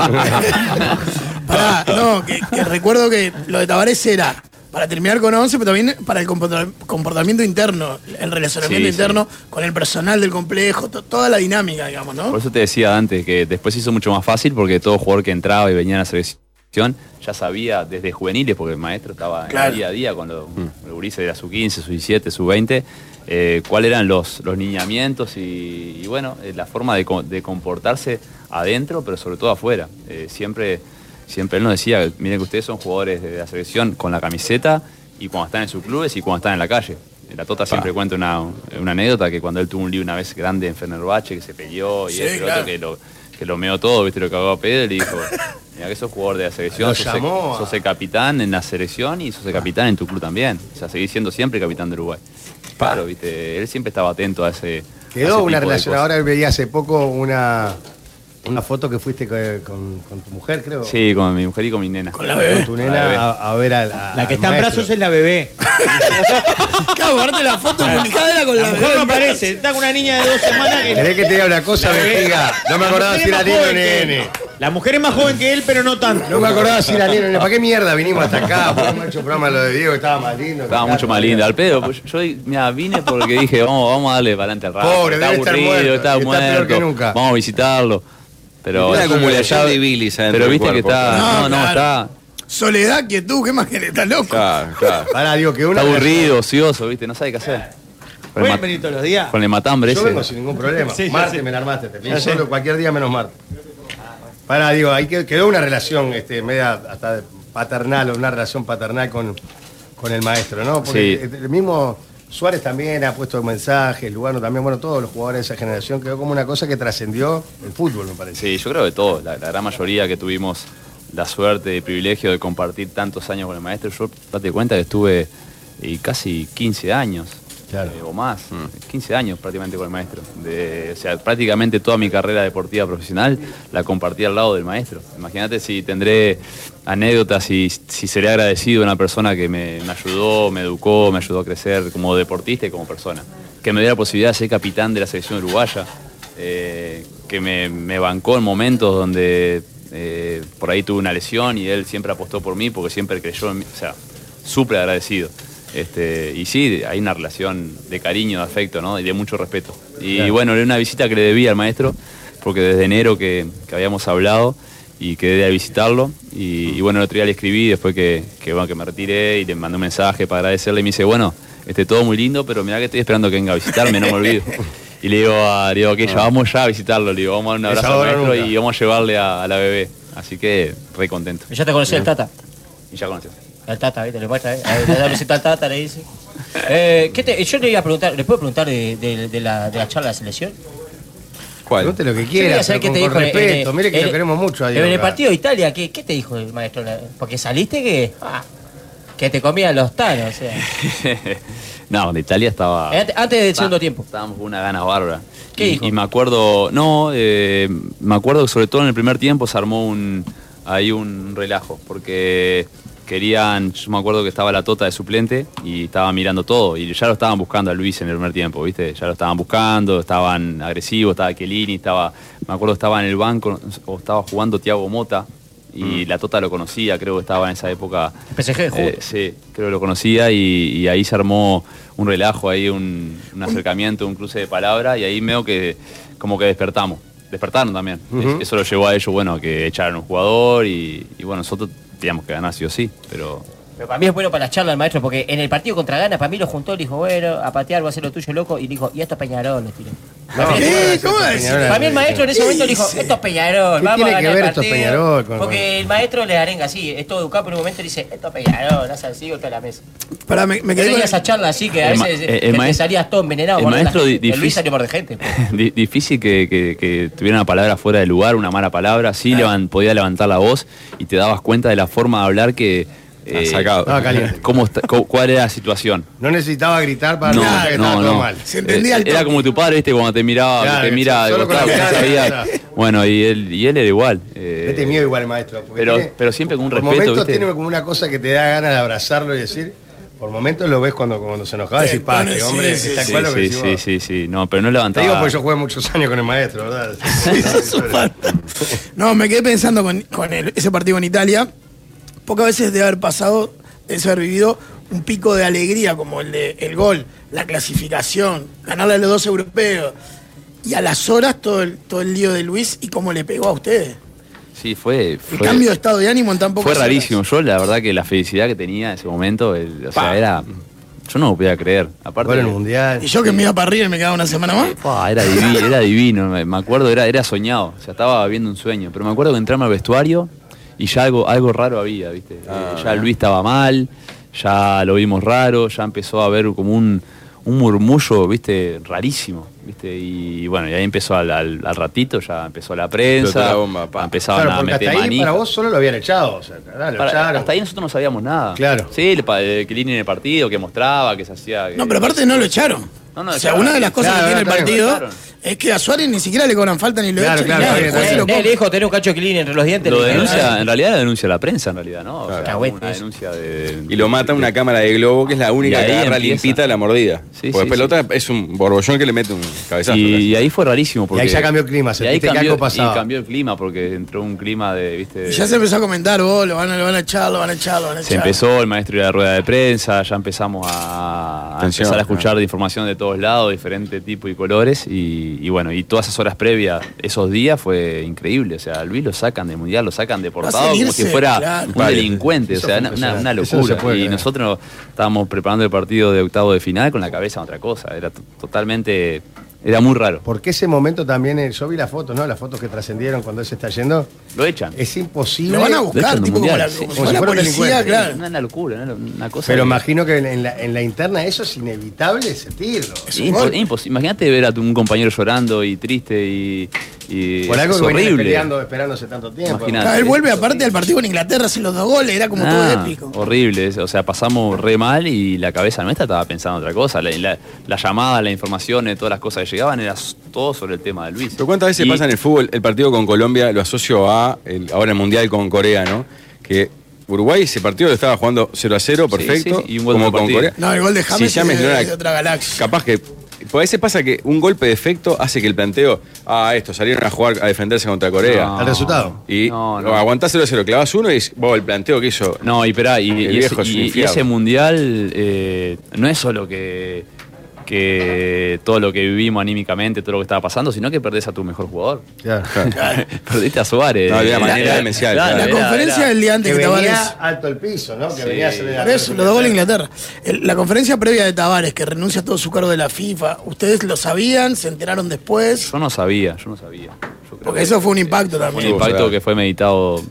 [SPEAKER 2] Pará, no, que, que recuerdo que lo de Tabarés era para terminar con 11, pero también para el comporta- comportamiento interno, el relacionamiento
[SPEAKER 4] Sí, sí.
[SPEAKER 2] interno con el personal del complejo, to- toda la dinámica, digamos,
[SPEAKER 4] por
[SPEAKER 2] ¿no?
[SPEAKER 4] eso te decía antes que después se hizo mucho más fácil porque todo jugador que entraba y venía a la selección ya sabía desde juveniles, porque el maestro estaba en el
[SPEAKER 2] Claro. Mm.
[SPEAKER 4] día a día con los, con los gurises de la sub-15, sub-17, sub-20, eh, cuáles eran los, los lineamientos y, y bueno, eh, la forma de, co- de comportarse adentro, pero sobre todo afuera. Eh, siempre, siempre él nos decía, miren que ustedes son jugadores de la selección con la camiseta y cuando están en sus clubes y cuando están en la calle. La Tota siempre cuenta una, una anécdota que cuando él tuvo un lío una vez grande en Fenerbahce, que se peleó y
[SPEAKER 2] Sí,
[SPEAKER 4] esto y lo
[SPEAKER 2] claro.
[SPEAKER 4] otro, que lo, que lo meó todo, viste, lo cagó a pedo y le dijo, mira que sos jugador de la
[SPEAKER 1] Lo
[SPEAKER 4] selección, sos, el-
[SPEAKER 1] llamó a-
[SPEAKER 4] sos el capitán en la selección y sos el capitán en tu club también. O sea, seguís siendo siempre capitán de Uruguay. Claro, viste, él siempre estaba atento a ese. a
[SPEAKER 1] Quedó
[SPEAKER 4] ese
[SPEAKER 1] una
[SPEAKER 4] tipo de
[SPEAKER 1] relación.
[SPEAKER 4] cosas.
[SPEAKER 1] Ahora veía hace poco una, una foto que fuiste con, con- con tu mujer, creo.
[SPEAKER 4] Sí, con mi mujer y con mi nena.
[SPEAKER 2] Con la bebé.
[SPEAKER 1] Con tu nena a, a ver a la.
[SPEAKER 3] La que está en brazos es la bebé.
[SPEAKER 2] Claro, guardarte la foto publicada era con la,
[SPEAKER 3] La mujer no aparece. Está con una niña de dos semanas que
[SPEAKER 1] ¿Querés que te diga una cosa,
[SPEAKER 3] La bebé.
[SPEAKER 1] me diga? No me
[SPEAKER 3] La
[SPEAKER 1] acordaba
[SPEAKER 3] mujer
[SPEAKER 1] si
[SPEAKER 3] es
[SPEAKER 1] era
[SPEAKER 3] más
[SPEAKER 1] niño o
[SPEAKER 3] joven que él.
[SPEAKER 1] nene.
[SPEAKER 3] La mujer es más joven que él, pero no tanto.
[SPEAKER 1] No me acordaba si era niño o nene. ¿Para qué mierda vinimos hasta acá? Podemos hecho un programa lo de Diego, estaba más lindo.
[SPEAKER 4] Estaba mucho más linda. Al pedo, pues, yo mira, vine porque dije, vamos, vamos a darle para adelante al rato.
[SPEAKER 1] Pobre,
[SPEAKER 4] está
[SPEAKER 1] debe estar
[SPEAKER 4] aburrido,
[SPEAKER 1] muerto,
[SPEAKER 4] está
[SPEAKER 1] y está
[SPEAKER 4] muerto.
[SPEAKER 1] peor que nunca.
[SPEAKER 4] Vamos a visitarlo. Pero,
[SPEAKER 5] Una acumulación de bilis adentro
[SPEAKER 4] pero
[SPEAKER 5] del
[SPEAKER 4] viste que
[SPEAKER 5] cuerpo.
[SPEAKER 4] está.
[SPEAKER 2] No,
[SPEAKER 4] No, no,
[SPEAKER 2] claro.
[SPEAKER 4] está.
[SPEAKER 2] Soledad, quietud, ¿qué más que estás loco?
[SPEAKER 5] Claro, claro.
[SPEAKER 1] Ahora digo que una.
[SPEAKER 4] Está aburrido, ocioso, viste, no sabe qué hacer. Con el,
[SPEAKER 3] ¿Pueden
[SPEAKER 4] mat-
[SPEAKER 3] venir todos los días?
[SPEAKER 4] con el matambre
[SPEAKER 1] Yo vengo
[SPEAKER 4] ese.
[SPEAKER 1] sin ningún problema.
[SPEAKER 3] Sí, ya
[SPEAKER 1] Marte
[SPEAKER 3] sé.
[SPEAKER 1] me la armaste. Te
[SPEAKER 3] Ya
[SPEAKER 1] pido
[SPEAKER 3] sé.
[SPEAKER 1] solo cualquier día menos Marte. Para, digo, ahí que- quedó una relación este, media hasta de- paternal o una relación paternal con, con el maestro, ¿no? Porque
[SPEAKER 4] Sí.
[SPEAKER 1] el- el mismo Suárez también ha puesto mensajes, Lugano también, bueno, todos los jugadores de esa generación quedó como una cosa que trascendió el fútbol, me parece.
[SPEAKER 4] Sí, yo creo de todo. La, la gran mayoría que tuvimos la suerte y el privilegio de compartir tantos años con el maestro, yo date cuenta que estuve eh, casi 15 años.
[SPEAKER 1] Claro.
[SPEAKER 4] eh, o más, 15 años prácticamente con el maestro. De- o sea, prácticamente toda mi carrera deportiva profesional la compartí al lado del maestro. Imagínate si tendré anécdotas y si seré agradecido a una persona que me, me ayudó, me educó, me ayudó a crecer como deportista y como persona. Que me dio la posibilidad de ser capitán de la selección uruguaya, eh, que me, me bancó en momentos donde eh, por ahí tuve una lesión y él siempre apostó por mí porque siempre creyó en mí. O sea, súper agradecido. Este, y sí, hay una relación de cariño, de afecto, ¿no? Y de mucho respeto. Y bueno, era una visita que le debí al maestro, porque desde enero que, que habíamos hablado y quedé de visitarlo. Y, y bueno, el otro día le escribí después que, que, bueno, que me retiré y le mandé un mensaje para agradecerle. Y me dice, bueno, este todo muy lindo, pero mirá que estoy esperando que venga a visitarme, no me olvido. Y le digo, a, le digo, ok, ya vamos ya a visitarlo, le digo, vamos a dar un
[SPEAKER 1] Es
[SPEAKER 4] abrazo al
[SPEAKER 1] ahora o
[SPEAKER 4] maestro
[SPEAKER 1] nunca.
[SPEAKER 4] y vamos a llevarle a, a la bebé. Así que re contento.
[SPEAKER 6] Ya te conoció el Tata.
[SPEAKER 4] Y ya conoces.
[SPEAKER 6] Al Tata, ¿viste? Le muestra, ¿eh? Ahí, Le da besito al Tata, le dice. Eh, ¿qué te- yo le iba a preguntar, ¿le puedo preguntar de, de- de la, de la charla de la selección?
[SPEAKER 5] cual.
[SPEAKER 1] Pregunte lo que
[SPEAKER 6] Yo quería
[SPEAKER 1] quiera,
[SPEAKER 6] saber
[SPEAKER 1] pero con,
[SPEAKER 6] qué te dijo
[SPEAKER 1] con
[SPEAKER 6] eh, en-
[SPEAKER 1] respeto.
[SPEAKER 6] en-
[SPEAKER 1] Mire que
[SPEAKER 6] en-
[SPEAKER 1] lo queremos mucho a Diego.
[SPEAKER 6] En el
[SPEAKER 1] acá.
[SPEAKER 6] partido de Italia, ¿qué, qué te dijo el maestro? Porque saliste que. ah, que te comían los tanos. O sea.
[SPEAKER 4] no, de Italia estaba.
[SPEAKER 6] Antes- antes del segundo
[SPEAKER 4] Ah,
[SPEAKER 6] tiempo.
[SPEAKER 4] Estábamos con una gana bárbara.
[SPEAKER 6] ¿Qué
[SPEAKER 4] y,
[SPEAKER 6] dijo?
[SPEAKER 4] y me acuerdo, no, eh, me acuerdo que sobre todo en el primer tiempo se armó un ahí un relajo, porque querían, yo me acuerdo que estaba la tota de suplente y estaba mirando todo, y ya lo estaban buscando a Luis en el primer tiempo, ¿viste? Ya lo estaban buscando, estaban agresivos, estaba Chiellini, estaba, me acuerdo estaba en el banco, o estaba jugando Tiago Mota,
[SPEAKER 6] Mm.
[SPEAKER 4] y la tota lo conocía, creo que estaba en esa época.
[SPEAKER 6] PSG de
[SPEAKER 4] Eh, sí, creo que lo conocía y, y ahí se armó un relajo, ahí un, un acercamiento, un cruce de palabras y ahí medio que como que despertamos. Despertaron también. Es- Eso lo llevó a ellos, bueno, que echaran un jugador y, y bueno, nosotros teníamos que ganar sí o sí, pero
[SPEAKER 6] Pero para mí es bueno para la charla el maestro, porque en el partido contra Gana, para mí lo juntó, le dijo, bueno, a patear, va a hacer lo tuyo, loco, y le dijo, y esto es Peñarol, le tiró.
[SPEAKER 1] No,
[SPEAKER 6] Para mí-
[SPEAKER 2] ¿Qué? ¿Cómo
[SPEAKER 1] Peñarol,
[SPEAKER 2] es?
[SPEAKER 1] Peñarol.
[SPEAKER 6] para mí el maestro en ese
[SPEAKER 2] ¿Qué
[SPEAKER 6] momento le dijo,
[SPEAKER 2] dice?
[SPEAKER 6] esto es Peñarol,
[SPEAKER 1] ¿Qué
[SPEAKER 6] vamos
[SPEAKER 1] tiene
[SPEAKER 6] a
[SPEAKER 1] que
[SPEAKER 6] ganar
[SPEAKER 1] ver
[SPEAKER 6] el
[SPEAKER 1] esto es
[SPEAKER 6] partido".
[SPEAKER 1] Peñarol con-
[SPEAKER 6] Porque el maestro le arenga así, es todo educado, pero en un momento le dice, esto es Peñarol, haz así, otra la mesa.
[SPEAKER 2] Pará, me, me
[SPEAKER 6] Yo
[SPEAKER 2] quedé con
[SPEAKER 6] tenía esa charla así que a
[SPEAKER 4] El ma-
[SPEAKER 6] veces
[SPEAKER 4] el- el
[SPEAKER 6] te- te
[SPEAKER 4] maest-
[SPEAKER 6] salías todo envenenado.
[SPEAKER 4] el
[SPEAKER 6] boludo, la
[SPEAKER 4] maestro di-
[SPEAKER 6] gente. El Luis
[SPEAKER 4] difícil-
[SPEAKER 6] salió por de gente. pues.
[SPEAKER 4] Di- difícil que, que- que tuviera una palabra fuera de lugar, una mala palabra. Sí levan- podía levantar la voz y te dabas cuenta de la forma de hablar que. eh,
[SPEAKER 5] Ah, sacado.
[SPEAKER 1] Estaba caliente.
[SPEAKER 4] cómo está- cómo- ¿Cuál era la situación?
[SPEAKER 1] No necesitaba gritar para
[SPEAKER 4] No,
[SPEAKER 1] nada, que estaba
[SPEAKER 4] no,
[SPEAKER 1] Ah, todo
[SPEAKER 4] no.
[SPEAKER 1] mal.
[SPEAKER 2] Se entendía
[SPEAKER 4] Eh,
[SPEAKER 2] el
[SPEAKER 4] Era
[SPEAKER 2] toque.
[SPEAKER 4] como tu padre, viste, cuando te miraba,
[SPEAKER 1] Claro,
[SPEAKER 4] te mira de
[SPEAKER 1] solo con la
[SPEAKER 4] costado, que no
[SPEAKER 1] mirada,
[SPEAKER 4] sabía.
[SPEAKER 1] claro.
[SPEAKER 4] Bueno, y él, y él era igual. eh,
[SPEAKER 1] Mete Este miedo igual, maestro. porque
[SPEAKER 4] pero- pero siempre con un
[SPEAKER 1] Por
[SPEAKER 4] respeto,
[SPEAKER 1] momentos
[SPEAKER 4] ¿viste?
[SPEAKER 1] tiene como una cosa que te da ganas de abrazarlo y decir. Por momentos lo ves cuando, cuando se enojaba y decís,
[SPEAKER 2] Sí,
[SPEAKER 1] pa,
[SPEAKER 2] sí,
[SPEAKER 1] que hombre,
[SPEAKER 2] sí,
[SPEAKER 1] está
[SPEAKER 4] sí,
[SPEAKER 1] claro que
[SPEAKER 4] sí,
[SPEAKER 1] decís
[SPEAKER 4] sí,
[SPEAKER 1] vos.
[SPEAKER 4] sí, sí, no, pero no
[SPEAKER 1] Te
[SPEAKER 4] levantaba.
[SPEAKER 1] digo porque yo jugué muchos años con el maestro, ¿verdad?
[SPEAKER 2] No, me quedé pensando con, con el- ese partido en Italia. Pocas veces de haber pasado, de haber vivido un pico de alegría como el de el gol, la clasificación, ganarle a los dos europeos. Y a las horas todo el, todo el lío de Luis y cómo le pegó a ustedes.
[SPEAKER 4] Sí, fue.
[SPEAKER 2] El
[SPEAKER 4] fue-
[SPEAKER 2] cambio de estado de ánimo en tan pocas
[SPEAKER 4] Fue
[SPEAKER 2] horas.
[SPEAKER 4] rarísimo. Yo, la verdad, que la felicidad que tenía en ese momento, el- o sea, era. Yo no lo podía creer. Aparte.
[SPEAKER 1] Gol en el mundial.
[SPEAKER 2] Y yo que me iba para arriba y me quedaba una semana más.
[SPEAKER 4] Fua, era divino, era divino, me- me acuerdo, era, era soñado, o sea, estaba viendo un sueño, pero me acuerdo que entramos al vestuario y ya algo, algo raro había, ¿viste? Eh,
[SPEAKER 5] Ah,
[SPEAKER 4] ya Luis estaba mal, ya lo vimos raro, ya empezó a haber como un, un murmullo, ¿viste? Rarísimo, ¿viste? Y, bueno, y ahí empezó al, al- al ratito, ya empezó la prensa,
[SPEAKER 5] la bomba, pa.
[SPEAKER 4] empezaban a
[SPEAKER 1] Claro, porque hasta
[SPEAKER 4] meter
[SPEAKER 1] ahí
[SPEAKER 4] manija.
[SPEAKER 1] para vos solo lo habían echado. O sea, ¿verdad? Lo
[SPEAKER 4] Para-
[SPEAKER 1] echaron.
[SPEAKER 4] hasta ahí nosotros no sabíamos nada.
[SPEAKER 1] Claro.
[SPEAKER 4] Sí, el, pa- el Chiellini en el partido, que mostraba, que se hacía...
[SPEAKER 2] No, pero aparte no lo echaron.
[SPEAKER 4] No, no,
[SPEAKER 2] o sea,
[SPEAKER 4] echaron.
[SPEAKER 2] una de las cosas
[SPEAKER 1] Ah, Claro,
[SPEAKER 2] que tiene el
[SPEAKER 1] claro,
[SPEAKER 2] partido
[SPEAKER 4] claro.
[SPEAKER 2] es que a Suárez ni siquiera le cobran falta ni lo
[SPEAKER 1] Claro,
[SPEAKER 2] echan.
[SPEAKER 1] claro,
[SPEAKER 2] ni nada.
[SPEAKER 1] está bien,
[SPEAKER 2] El juez
[SPEAKER 1] está
[SPEAKER 2] lo
[SPEAKER 1] bien.
[SPEAKER 6] Le
[SPEAKER 2] compra.
[SPEAKER 6] dijo tener un cacho de Quilín entre los dientes.
[SPEAKER 4] Lo
[SPEAKER 6] le dijeron,
[SPEAKER 4] denuncia, en realidad lo denuncia la prensa, en realidad, ¿no? O sea,
[SPEAKER 6] Cagüetes.
[SPEAKER 4] una denuncia de...
[SPEAKER 5] Y lo mata una cámara de globo que es la
[SPEAKER 4] Y
[SPEAKER 5] única
[SPEAKER 4] ahí
[SPEAKER 5] que agarra
[SPEAKER 4] empieza.
[SPEAKER 5] limpita la mordida.
[SPEAKER 4] Sí,
[SPEAKER 5] Porque
[SPEAKER 4] sí,
[SPEAKER 5] después la
[SPEAKER 4] sí.
[SPEAKER 5] otra es un borbollón que le mete un cabezazo.
[SPEAKER 4] Y,
[SPEAKER 5] casi.
[SPEAKER 4] y ahí fue rarísimo. Porque,
[SPEAKER 1] ahí ya cambió el
[SPEAKER 4] y
[SPEAKER 1] clima,
[SPEAKER 4] ahí
[SPEAKER 1] sentiste que
[SPEAKER 4] cambió-
[SPEAKER 1] algo pasaba.
[SPEAKER 4] Y cambió el clima porque entró un clima de, viste...
[SPEAKER 2] Y ya se empezó a comentar, vos, lo van, a- lo van a echar, lo van a echar, lo van a
[SPEAKER 4] Eh, Se
[SPEAKER 2] echar.
[SPEAKER 4] empezó el maestro de la rueda de prensa, ya empezamos a, a
[SPEAKER 5] Tensión,
[SPEAKER 4] empezar a escuchar
[SPEAKER 5] claro.
[SPEAKER 4] de información de todos lados, diferentes tipos y colores, y, y bueno, y todas esas horas previas, esos días fue increíble, o sea, a Luis lo sacan del mundial, lo sacan deportado como
[SPEAKER 2] irse,
[SPEAKER 4] si fuera
[SPEAKER 2] claro.
[SPEAKER 4] un delincuente,
[SPEAKER 1] Eso
[SPEAKER 4] o sea,
[SPEAKER 1] fue
[SPEAKER 4] una, una- una
[SPEAKER 1] impresionante, eso no se
[SPEAKER 4] locura.
[SPEAKER 1] puede
[SPEAKER 4] y
[SPEAKER 1] creer.
[SPEAKER 4] nosotros estábamos preparando el partido de octavo de final con la cabeza en otra cosa, era to- totalmente, era muy raro.
[SPEAKER 1] Porque ese momento también, eh, yo vi las fotos, ¿no? Las fotos que trascendieron cuando él se está yendo.
[SPEAKER 4] Lo echan.
[SPEAKER 1] Es imposible.
[SPEAKER 2] Lo van a
[SPEAKER 4] Lo echan
[SPEAKER 2] buscar,
[SPEAKER 4] del
[SPEAKER 2] tipo como
[SPEAKER 4] mundial,
[SPEAKER 2] la,
[SPEAKER 4] sí.
[SPEAKER 2] como si
[SPEAKER 1] Como si
[SPEAKER 2] fuera
[SPEAKER 1] fuera un
[SPEAKER 2] policía,
[SPEAKER 1] delincuente.
[SPEAKER 2] claro.
[SPEAKER 4] Una, una locura, una, una cosa.
[SPEAKER 1] Pero
[SPEAKER 4] que-
[SPEAKER 1] imagino que en la, en la interna eso es inevitable sentirlo.
[SPEAKER 2] un
[SPEAKER 4] Impo-
[SPEAKER 2] golpe.
[SPEAKER 4] impos- Imagínate ver a tu, un compañero llorando y triste y. y
[SPEAKER 1] Por algo
[SPEAKER 4] es
[SPEAKER 1] que venían
[SPEAKER 4] horrible.
[SPEAKER 1] peleando, esperándose tanto tiempo.
[SPEAKER 4] Imagínate.
[SPEAKER 2] Claro, él
[SPEAKER 4] sí,
[SPEAKER 2] vuelve
[SPEAKER 4] sí,
[SPEAKER 2] aparte al partido con Inglaterra, hace los dos goles, era como todo
[SPEAKER 4] Ah,
[SPEAKER 2] épico.
[SPEAKER 4] horrible, es- o sea, pasamos re mal y la cabeza nuestra estaba pensando otra cosa. La, la, la llamada, las informaciones, todas las cosas que llegaban, era s- todo sobre el tema de Luis.
[SPEAKER 5] Pero ¿cuántas veces
[SPEAKER 4] Y-
[SPEAKER 5] pasa en el fútbol el partido con Colombia? Lo asocio a el- ahora el Mundial con Corea, ¿no? Que Uruguay ese partido lo estaba jugando 0 a 0,
[SPEAKER 4] Sí,
[SPEAKER 5] perfecto,
[SPEAKER 4] sí, sí, y un gol
[SPEAKER 5] como
[SPEAKER 4] por
[SPEAKER 5] con
[SPEAKER 4] partido.
[SPEAKER 5] Corea.
[SPEAKER 2] No, el gol de
[SPEAKER 5] si
[SPEAKER 2] James
[SPEAKER 5] James
[SPEAKER 2] es de-
[SPEAKER 5] no era-
[SPEAKER 2] de otra galaxia.
[SPEAKER 5] Capaz que. pues A veces pasa que un golpe de efecto hace que el planteo, ah, esto, salieron a jugar, a defenderse contra Corea.
[SPEAKER 4] No.
[SPEAKER 1] El resultado.
[SPEAKER 5] Y
[SPEAKER 4] No, no.
[SPEAKER 5] aguantás 0 a 0, clavas uno y vos, el planteo que hizo.
[SPEAKER 4] No, y perá, y,
[SPEAKER 5] El
[SPEAKER 4] y
[SPEAKER 5] viejo es
[SPEAKER 4] ese,
[SPEAKER 5] un
[SPEAKER 4] y- y
[SPEAKER 5] fiado.
[SPEAKER 4] ese mundial eh, no es solo que, que todo lo que vivimos anímicamente, todo lo que estaba pasando, sino que perdés a tu mejor jugador.
[SPEAKER 1] Claro.
[SPEAKER 4] Perdiste a Suárez.
[SPEAKER 5] No, de una
[SPEAKER 4] Era-
[SPEAKER 5] manera
[SPEAKER 4] era-
[SPEAKER 5] demencial,
[SPEAKER 4] claro,
[SPEAKER 5] claro.
[SPEAKER 2] La
[SPEAKER 4] era-
[SPEAKER 2] conferencia
[SPEAKER 4] era-
[SPEAKER 2] del día antes
[SPEAKER 1] Que
[SPEAKER 2] que,
[SPEAKER 1] venía
[SPEAKER 2] Tavares.
[SPEAKER 1] alto el piso, ¿no? Que venía a hacerle la-
[SPEAKER 2] Por eso, los dos goles de Inglaterra. El- la conferencia previa de Tavares, que renuncia a todo su cargo de la FIFA, ¿ustedes lo sabían? ¿Se enteraron después?
[SPEAKER 4] Yo no sabía, yo no sabía. Yo creo
[SPEAKER 2] Porque
[SPEAKER 4] que
[SPEAKER 2] eso fue un impacto
[SPEAKER 4] fue un
[SPEAKER 2] también.
[SPEAKER 5] Sí,
[SPEAKER 4] impacto
[SPEAKER 5] claro.
[SPEAKER 4] que fue meditado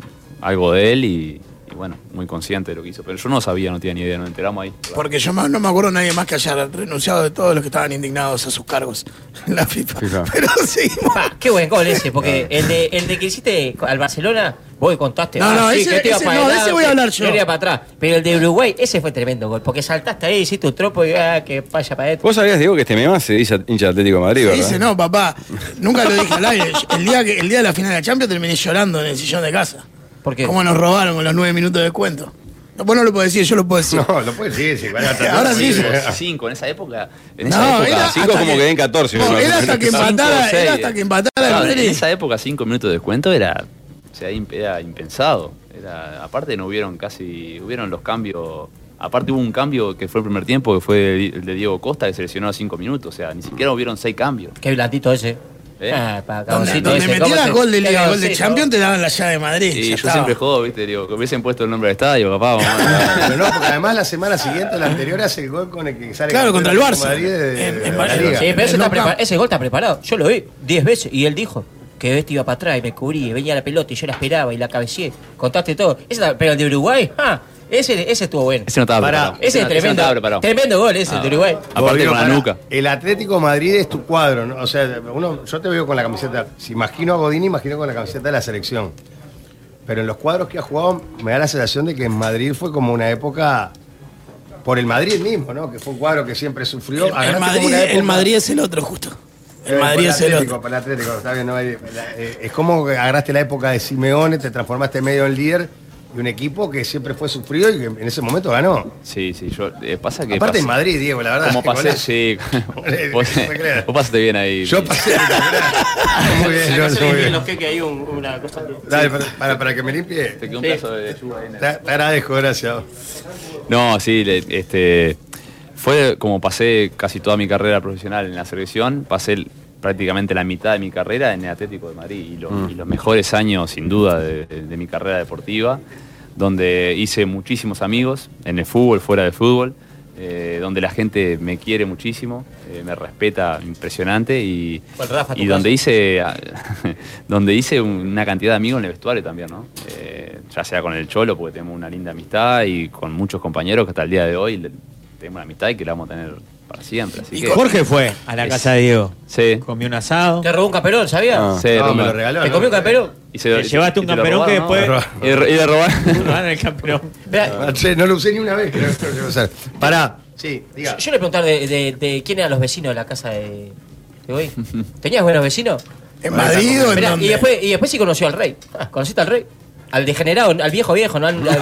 [SPEAKER 4] algo de él y, y bueno, muy consciente de lo que hizo. Pero yo no sabía, no tenía ni idea, nos enteramos ahí.
[SPEAKER 2] Porque yo más- no me acuerdo nadie más que haya renunciado de todos los que estaban indignados a sus cargos en la FIFA.
[SPEAKER 5] FIFA.
[SPEAKER 2] Pero seguimos.
[SPEAKER 6] Pa, qué buen gol ese, porque el de, el de que hiciste al Barcelona, vos contaste. Ah,
[SPEAKER 2] No, no,
[SPEAKER 6] sí,
[SPEAKER 2] ese-
[SPEAKER 6] que te iba
[SPEAKER 2] ese
[SPEAKER 6] pa'
[SPEAKER 2] no, de ese voy a hablar yo.
[SPEAKER 6] no iba para atrás. Pero el de Uruguay, ese fue tremendo gol, porque saltaste ahí, hiciste tu tropo y ah, que vaya para adentro.
[SPEAKER 5] Vos sabías, Diego, que este meme se dice hincha de Atlético de Madrid,
[SPEAKER 2] Se
[SPEAKER 5] ¿verdad?
[SPEAKER 2] dice, no, papá, nunca lo dije al aire. El día, que, el día de la final de la Champions terminé llorando en el sillón de casa.
[SPEAKER 6] ¿Por qué?
[SPEAKER 2] ¿Cómo nos robaron con los nueve minutos de cuento? No, Vos no lo podés decir, yo lo puedo decir.
[SPEAKER 1] No, lo puedes decir, sí, van a tratar-
[SPEAKER 2] Ahora sí.
[SPEAKER 4] Cinco, en esa época. En
[SPEAKER 2] No, era
[SPEAKER 4] esa época.
[SPEAKER 5] cinco
[SPEAKER 2] hasta
[SPEAKER 5] como que den 14,
[SPEAKER 2] No,
[SPEAKER 5] me
[SPEAKER 2] era
[SPEAKER 5] imagino.
[SPEAKER 2] hasta que
[SPEAKER 4] Cinco,
[SPEAKER 2] empatara,
[SPEAKER 4] seis.
[SPEAKER 2] era hasta que empatara el
[SPEAKER 4] Claro, en
[SPEAKER 2] Madrid.
[SPEAKER 4] esa época, cinco minutos de descuento era, o sea, imp- era impensado. Era, aparte no hubieron casi, hubieron los cambios. Aparte hubo un cambio que fue el primer tiempo, que fue el de Diego Costa, que seleccionó a cinco minutos. O sea, ni siquiera hubieron seis cambios.
[SPEAKER 6] Qué blandito ese.
[SPEAKER 4] ¿Eh?
[SPEAKER 6] Ah, pa,
[SPEAKER 2] Donde,
[SPEAKER 6] cagoncito
[SPEAKER 2] donde
[SPEAKER 6] ese, ¿cómo
[SPEAKER 2] metieras
[SPEAKER 6] se-
[SPEAKER 2] gol de
[SPEAKER 6] qué
[SPEAKER 2] Liga y gol de
[SPEAKER 6] cagoncito?
[SPEAKER 2] Champions, te daban la llave de Madrid.
[SPEAKER 4] Y
[SPEAKER 2] ya
[SPEAKER 4] yo
[SPEAKER 2] estaba.
[SPEAKER 4] siempre juego, viste, digo, que hubiesen puesto el nombre del estadio, papá, mamá.
[SPEAKER 1] Pero no, porque además la semana siguiente, la anterior, hace el gol con el que sale.
[SPEAKER 2] Claro, contra
[SPEAKER 1] campeón
[SPEAKER 2] el Barça.
[SPEAKER 1] Madrid de- de-
[SPEAKER 2] En- en
[SPEAKER 1] de la
[SPEAKER 2] Madrid.
[SPEAKER 1] Liga.
[SPEAKER 6] Sí,
[SPEAKER 2] El
[SPEAKER 6] pero ese, está
[SPEAKER 2] Camp Nou.
[SPEAKER 6] prepar- ese gol está preparado. Yo lo vi 10 veces y él dijo que este iba para atrás y me cubrí, y venía la pelota y yo la esperaba y la cabeceé. Contaste todo. Ese está- pero el de Uruguay, ah, ese, ese estuvo bueno.
[SPEAKER 4] Ese no estaba
[SPEAKER 1] Pará.
[SPEAKER 4] preparado.
[SPEAKER 6] Ese es
[SPEAKER 4] no- no
[SPEAKER 6] tremendo.
[SPEAKER 4] estaba preparado.
[SPEAKER 6] tremendo gol
[SPEAKER 1] Ah.
[SPEAKER 6] ese el de Uruguay.
[SPEAKER 4] Aparte
[SPEAKER 1] Volvió
[SPEAKER 4] con la
[SPEAKER 1] para-
[SPEAKER 4] nuca.
[SPEAKER 1] El Atlético de Madrid es tu cuadro, ¿no? O sea, uno, yo te veo con la camiseta. Si imagino a Godín, imagino con la camiseta de la selección. Pero en los cuadros que ha jugado, me da la sensación de que en Madrid fue como una época. Por el Madrid mismo, ¿no? Que fue un cuadro que siempre sufrió. Agarrate
[SPEAKER 2] El
[SPEAKER 1] como
[SPEAKER 2] Madrid,
[SPEAKER 1] una época-
[SPEAKER 2] el Madrid es el otro, justo. El
[SPEAKER 1] Eh,
[SPEAKER 2] Madrid
[SPEAKER 1] por
[SPEAKER 2] es el
[SPEAKER 1] Atlético,
[SPEAKER 2] otro.
[SPEAKER 1] por Atlético, está bien, no hay- la- eh, es como que agarraste la época de Simeone, te transformaste medio en líder de un equipo que siempre fue sufrido y que en ese momento ganó.
[SPEAKER 4] Sí, sí, yo, eh, pasa que...
[SPEAKER 1] Aparte
[SPEAKER 4] pasa-
[SPEAKER 1] en Madrid, Diego, la verdad.
[SPEAKER 4] Como
[SPEAKER 1] es que con
[SPEAKER 4] pasé,
[SPEAKER 1] eso-
[SPEAKER 4] sí.
[SPEAKER 1] Ponele,
[SPEAKER 4] vos,
[SPEAKER 1] no me creas.
[SPEAKER 4] vos pasaste bien ahí.
[SPEAKER 1] Yo pasé. muy bien, yo, muy bien.
[SPEAKER 6] que hay una cosa.
[SPEAKER 1] Dale, para, para- para que me limpie.
[SPEAKER 4] Te
[SPEAKER 1] Te,
[SPEAKER 4] quedó un
[SPEAKER 6] Sí.
[SPEAKER 4] pedazo de yuga ahí en el-
[SPEAKER 1] te agradezco, gracias.
[SPEAKER 4] No, sí, le- este, fue como pasé casi toda mi carrera profesional en la selección, pasé el- prácticamente la mitad de mi carrera en el Atlético de Madrid y, lo-
[SPEAKER 2] Mm.
[SPEAKER 4] y los mejores años sin duda de, de- de mi carrera deportiva, donde hice muchísimos amigos en el fútbol, fuera del fútbol, eh, donde la gente me quiere muchísimo, eh, me respeta impresionante y,
[SPEAKER 6] Bueno, Rafa, tu
[SPEAKER 4] y donde
[SPEAKER 6] caso.
[SPEAKER 4] hice donde hice una cantidad de amigos en el vestuario también, ¿no? Eh, ya sea con el Cholo, porque tenemos una linda amistad, y con muchos compañeros que hasta el día de hoy le- tenemos una amistad y que la vamos a tener para siempre. Así
[SPEAKER 2] Y
[SPEAKER 4] que,
[SPEAKER 3] Jorge fue a la casa de Diego.
[SPEAKER 4] Sí.
[SPEAKER 3] Comió un asado.
[SPEAKER 6] Te robó un camperón, ¿sabías?
[SPEAKER 5] Ah.
[SPEAKER 4] Sí,
[SPEAKER 1] No, me
[SPEAKER 4] Roma.
[SPEAKER 1] lo regaló.
[SPEAKER 6] ¿Te
[SPEAKER 1] ¿no?
[SPEAKER 6] comió un camperón?
[SPEAKER 4] Y se-
[SPEAKER 3] Te llevaste
[SPEAKER 4] y
[SPEAKER 3] un
[SPEAKER 4] te lo
[SPEAKER 3] camperón que
[SPEAKER 4] robaron, ¿no?
[SPEAKER 3] después-
[SPEAKER 4] Y de- y de robar.
[SPEAKER 3] Van el campeón.
[SPEAKER 6] Espera,
[SPEAKER 1] Ah, che, No lo usé ni una vez, creo que lo voy a usar. Pará, sí, diga.
[SPEAKER 6] Yo le preguntaba de, de- de quién eran los vecinos de la casa de, de hoy. ¿Tenías buenos vecinos?
[SPEAKER 2] ¿En Madrid o en
[SPEAKER 6] Esperá,
[SPEAKER 2] dónde?
[SPEAKER 6] y, después, y después sí conoció al rey. Ah, ¿Conociste al rey? Al degenerado, al viejo viejo, no al. al-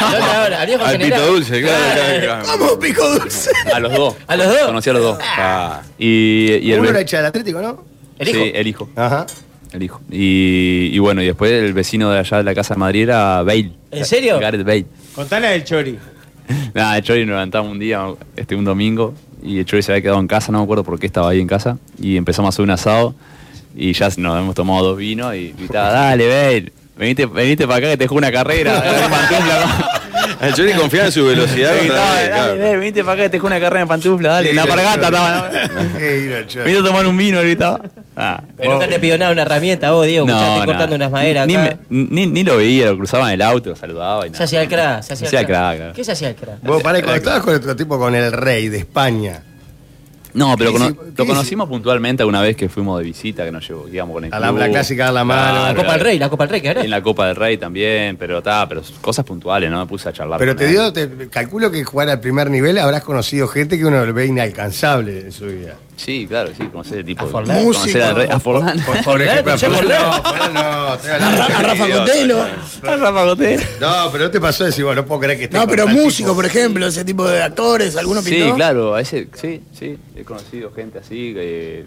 [SPEAKER 6] no, no, no, al viejo
[SPEAKER 5] Al pito
[SPEAKER 6] degenerado.
[SPEAKER 5] dulce, claro.
[SPEAKER 6] Ah,
[SPEAKER 5] claro, claro.
[SPEAKER 2] Vamos, pico dulce.
[SPEAKER 4] A los dos.
[SPEAKER 6] ¿A los dos?
[SPEAKER 4] Conocí a los dos.
[SPEAKER 5] Ah,
[SPEAKER 4] Y, y el
[SPEAKER 1] Uno
[SPEAKER 4] ve-
[SPEAKER 1] era hecha del Atlético, ¿no?
[SPEAKER 6] El hijo.
[SPEAKER 4] Sí, el hijo.
[SPEAKER 1] Ajá.
[SPEAKER 4] El hijo. Y, y bueno, y después el vecino de allá de la casa de Madrid era Bale.
[SPEAKER 6] ¿En serio?
[SPEAKER 4] Gareth Bale.
[SPEAKER 3] Contale del Chori.
[SPEAKER 4] Nada, el Chori nos levantamos un día, este, un domingo, y el Chori se había quedado en casa, no me acuerdo por qué estaba ahí en casa, y empezamos a hacer un asado, y ya nos hemos tomado dos vinos, y gritaba, dale, Bale, venite, venite para acá que te juego una carrera. en pantufla, ¿no?
[SPEAKER 5] El Chori confiaba en su velocidad.
[SPEAKER 4] Le
[SPEAKER 5] contra
[SPEAKER 4] gritaba,
[SPEAKER 5] la-
[SPEAKER 4] dale,
[SPEAKER 5] claro.
[SPEAKER 4] Bale, venite para acá que te juego una carrera en pantufla, dale.
[SPEAKER 1] Sí,
[SPEAKER 4] en la
[SPEAKER 1] sí,
[SPEAKER 4] pargata
[SPEAKER 1] sí.
[SPEAKER 4] estaba, ¿no?
[SPEAKER 1] Qué ira, che.
[SPEAKER 4] Venite a tomar un vino, gritaba. Ah,
[SPEAKER 6] Pero nunca te pidió nada, una herramienta, vos, Diego, que ya esté
[SPEAKER 4] no.
[SPEAKER 6] cortando unas maderas.
[SPEAKER 4] Ni,
[SPEAKER 6] acá.
[SPEAKER 4] me- ni- ni lo veía, lo cruzaba en el auto, lo saludaba y
[SPEAKER 6] Se
[SPEAKER 4] nada.
[SPEAKER 6] hacía el crack. Se hacía,
[SPEAKER 4] Se hacía
[SPEAKER 6] el crack.
[SPEAKER 4] crack, claro.
[SPEAKER 6] ¿Qué se hacía el crack?
[SPEAKER 1] Vos, pará, y cuando estabas con otro tipo, con el rey de España,
[SPEAKER 4] No, pero
[SPEAKER 1] ¿Qué
[SPEAKER 4] cono-
[SPEAKER 1] hici- qué
[SPEAKER 4] lo conocimos puntualmente alguna vez que fuimos de visita, que nos llevó, íbamos con el
[SPEAKER 1] A la-
[SPEAKER 4] club.
[SPEAKER 1] la clásica de la mano.
[SPEAKER 4] Uh, Claro,
[SPEAKER 6] La Copa del
[SPEAKER 4] claro.
[SPEAKER 6] Rey, la Copa del Rey, que
[SPEAKER 4] En
[SPEAKER 6] ahora.
[SPEAKER 4] la Copa del Rey también, pero está, pero cosas puntuales, no me puse a charlar.
[SPEAKER 1] Pero
[SPEAKER 4] con
[SPEAKER 1] te
[SPEAKER 4] nadie.
[SPEAKER 1] dio, te- calculo que jugar al primer nivel habrás conocido gente que uno ve inalcanzable en su vida.
[SPEAKER 4] Sí, claro, sí, conocer el tipo.
[SPEAKER 6] A
[SPEAKER 4] de-
[SPEAKER 6] Forlán.
[SPEAKER 4] Conocer al Rey, a Forlán.
[SPEAKER 1] Por ejemplo,
[SPEAKER 6] escuché por
[SPEAKER 1] no,
[SPEAKER 6] nada.
[SPEAKER 1] Fernán no, estoy
[SPEAKER 2] A,
[SPEAKER 1] hablando
[SPEAKER 2] Ra- a
[SPEAKER 1] de-
[SPEAKER 2] Rafa Contelo.
[SPEAKER 4] A Rafa Gote.
[SPEAKER 1] No, pero no te pasó decir, bueno, no puedo creer que esté
[SPEAKER 2] No,
[SPEAKER 1] con
[SPEAKER 2] pero
[SPEAKER 1] tal
[SPEAKER 2] músicos,
[SPEAKER 1] tipo.
[SPEAKER 2] por ejemplo, ese tipo de actores, algunos
[SPEAKER 4] Sí,
[SPEAKER 2] pintó.
[SPEAKER 4] claro, a ese, sí, sí, he conocido gente así que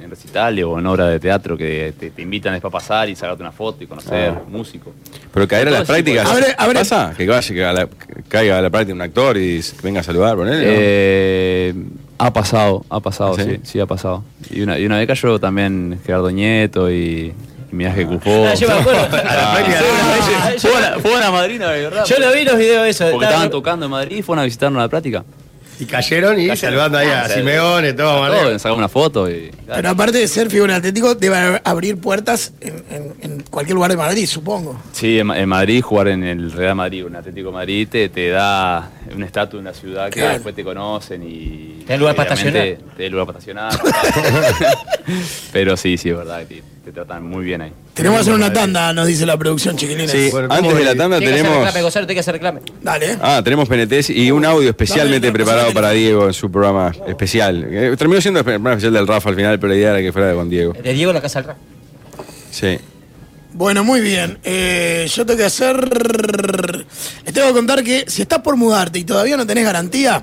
[SPEAKER 4] en recitales o en obras de teatro que te, te invitan después a pasar y sacarte una foto y conocer
[SPEAKER 5] Ah.
[SPEAKER 4] músicos.
[SPEAKER 5] Pero caer a las
[SPEAKER 4] Todo ese tipo de
[SPEAKER 5] prácticas.
[SPEAKER 2] cosas. Abre- abre-
[SPEAKER 5] ¿Pasa? Que, vaya, que a la- que caiga a la práctica un actor y s- venga a saludar, ponele. ¿no?
[SPEAKER 4] Eh, ha pasado, ha pasado,
[SPEAKER 5] ¿Sí?
[SPEAKER 4] ¿Ah, sí, sí, ha pasado. Y una, y una vez cayó también Gerardo Nieto y, y Miraje Cupó.
[SPEAKER 6] Ah, yo me acuerdo.
[SPEAKER 1] la práctica de
[SPEAKER 4] Ah,
[SPEAKER 1] Reyes.
[SPEAKER 4] sí, fue una- Fue una madrina, de verdad.
[SPEAKER 6] Yo lo vi los videos de eso.
[SPEAKER 4] Porque
[SPEAKER 6] estaba-
[SPEAKER 4] estaban tocando en Madrid y fueron a visitarnos a la práctica.
[SPEAKER 1] Y cayeron y
[SPEAKER 4] Cayeron.
[SPEAKER 1] salvando ahí a
[SPEAKER 4] Ah, sí.
[SPEAKER 1] Simeone, todo,
[SPEAKER 4] A
[SPEAKER 1] Manuel.
[SPEAKER 4] todos, sacamos una foto y.
[SPEAKER 2] Pero aparte de ser figura del Atlético, debe ab- abrir puertas en, en- en cualquier lugar de Madrid, supongo.
[SPEAKER 4] Sí, en, Ma- en Madrid, jugar en el Real Madrid, un Atlético de Madrid, te, te da un estatus en una ciudad que
[SPEAKER 2] Claro.
[SPEAKER 4] después te conocen y.
[SPEAKER 6] Te da lugar para
[SPEAKER 4] obviamente,
[SPEAKER 6] estacionar.
[SPEAKER 4] Te da lugar para estacionar. Pero sí, sí, es verdad, que te, te tratan muy bien ahí.
[SPEAKER 2] Tenemos que hacer una tanda, nos dice la producción, chiquilines.
[SPEAKER 5] Sí,
[SPEAKER 1] Bueno, ¿cómo
[SPEAKER 5] antes de la
[SPEAKER 1] voy?
[SPEAKER 5] tanda
[SPEAKER 6] Tiene que hacer reclame,
[SPEAKER 5] tenemos.
[SPEAKER 6] Gonzalo, tiene que hacer reclame.
[SPEAKER 2] Dale.
[SPEAKER 5] Ah, tenemos PNTs y un audio especialmente
[SPEAKER 2] Dame, dame,
[SPEAKER 5] preparado
[SPEAKER 2] dame.
[SPEAKER 5] para Diego en su programa especial. Eh, Terminó siendo el programa especial del Rafa al final, pero la idea era que fuera con Diego.
[SPEAKER 6] De Diego en la casa del rap.
[SPEAKER 5] Sí.
[SPEAKER 2] Bueno, muy bien. Eh, yo tengo que hacer. Les tengo que contar que si estás por mudarte y todavía no tenés garantía,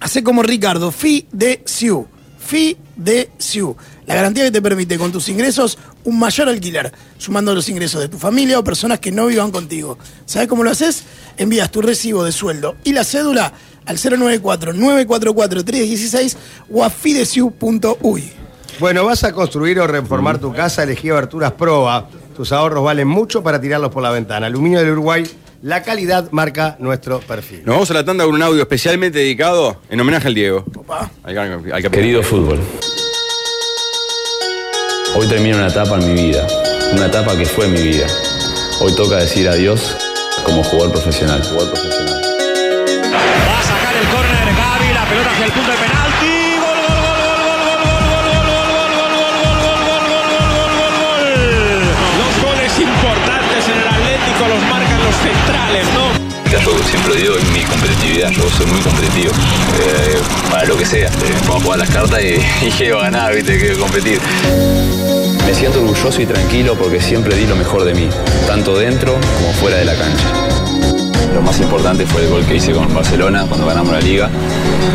[SPEAKER 2] hacé como Ricardo, FI de SIU. FI de SIU. La garantía que te permite con tus ingresos un mayor alquiler, sumando los ingresos de tu familia o personas que no vivan contigo. ¿Sabes cómo lo haces? Envías tu recibo de sueldo y la cédula al 094-944-316 o a fidesiu.uy.
[SPEAKER 1] Bueno, vas a construir o reformar tu casa, elegí Aberturas Proa. Tus ahorros valen mucho para tirarlos por la ventana. Aluminio del Uruguay, la calidad marca nuestro perfil.
[SPEAKER 5] Nos vamos a la tanda con un audio especialmente dedicado en homenaje al Diego.
[SPEAKER 2] Opa.
[SPEAKER 5] Al, al- al capitán.
[SPEAKER 4] Querido fútbol, hoy termina una etapa en mi vida, una etapa que fue mi vida. Hoy toca decir adiós como jugador profesional. Jugador profesional.
[SPEAKER 7] Va a sacar el córner Gaby, la pelota hacia el punto de penalti. Gol, gol, gol, gol, gol, gol, gol, gol, gol, gol, gol, gol, gol, gol, gol, gol, gol, gol. Los goles importantes en el Atlético los marcan los centrales, ¿no?
[SPEAKER 4] Yo siempre lo digo en mi competitividad, yo soy muy competitivo, eh, para lo que sea. Eh, Vamos a jugar las cartas y, y quiero ganar, viste, quiero competir. Me siento orgulloso y tranquilo porque siempre di lo mejor de mí, tanto dentro como fuera de la cancha. Lo más importante fue el gol que hice con Barcelona cuando ganamos la liga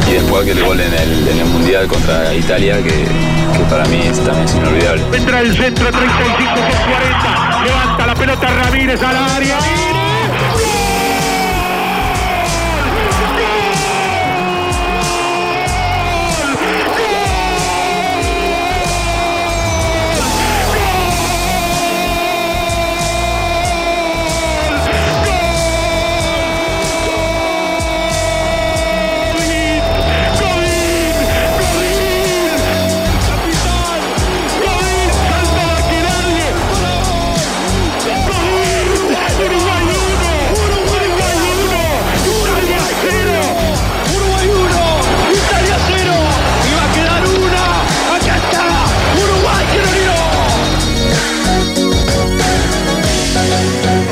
[SPEAKER 4] y después aquel gol en el, en el Mundial contra Italia que, que para mí es, también es inolvidable.
[SPEAKER 7] Entra el centro 35 con 40. Levanta la pelota Ramírez al área.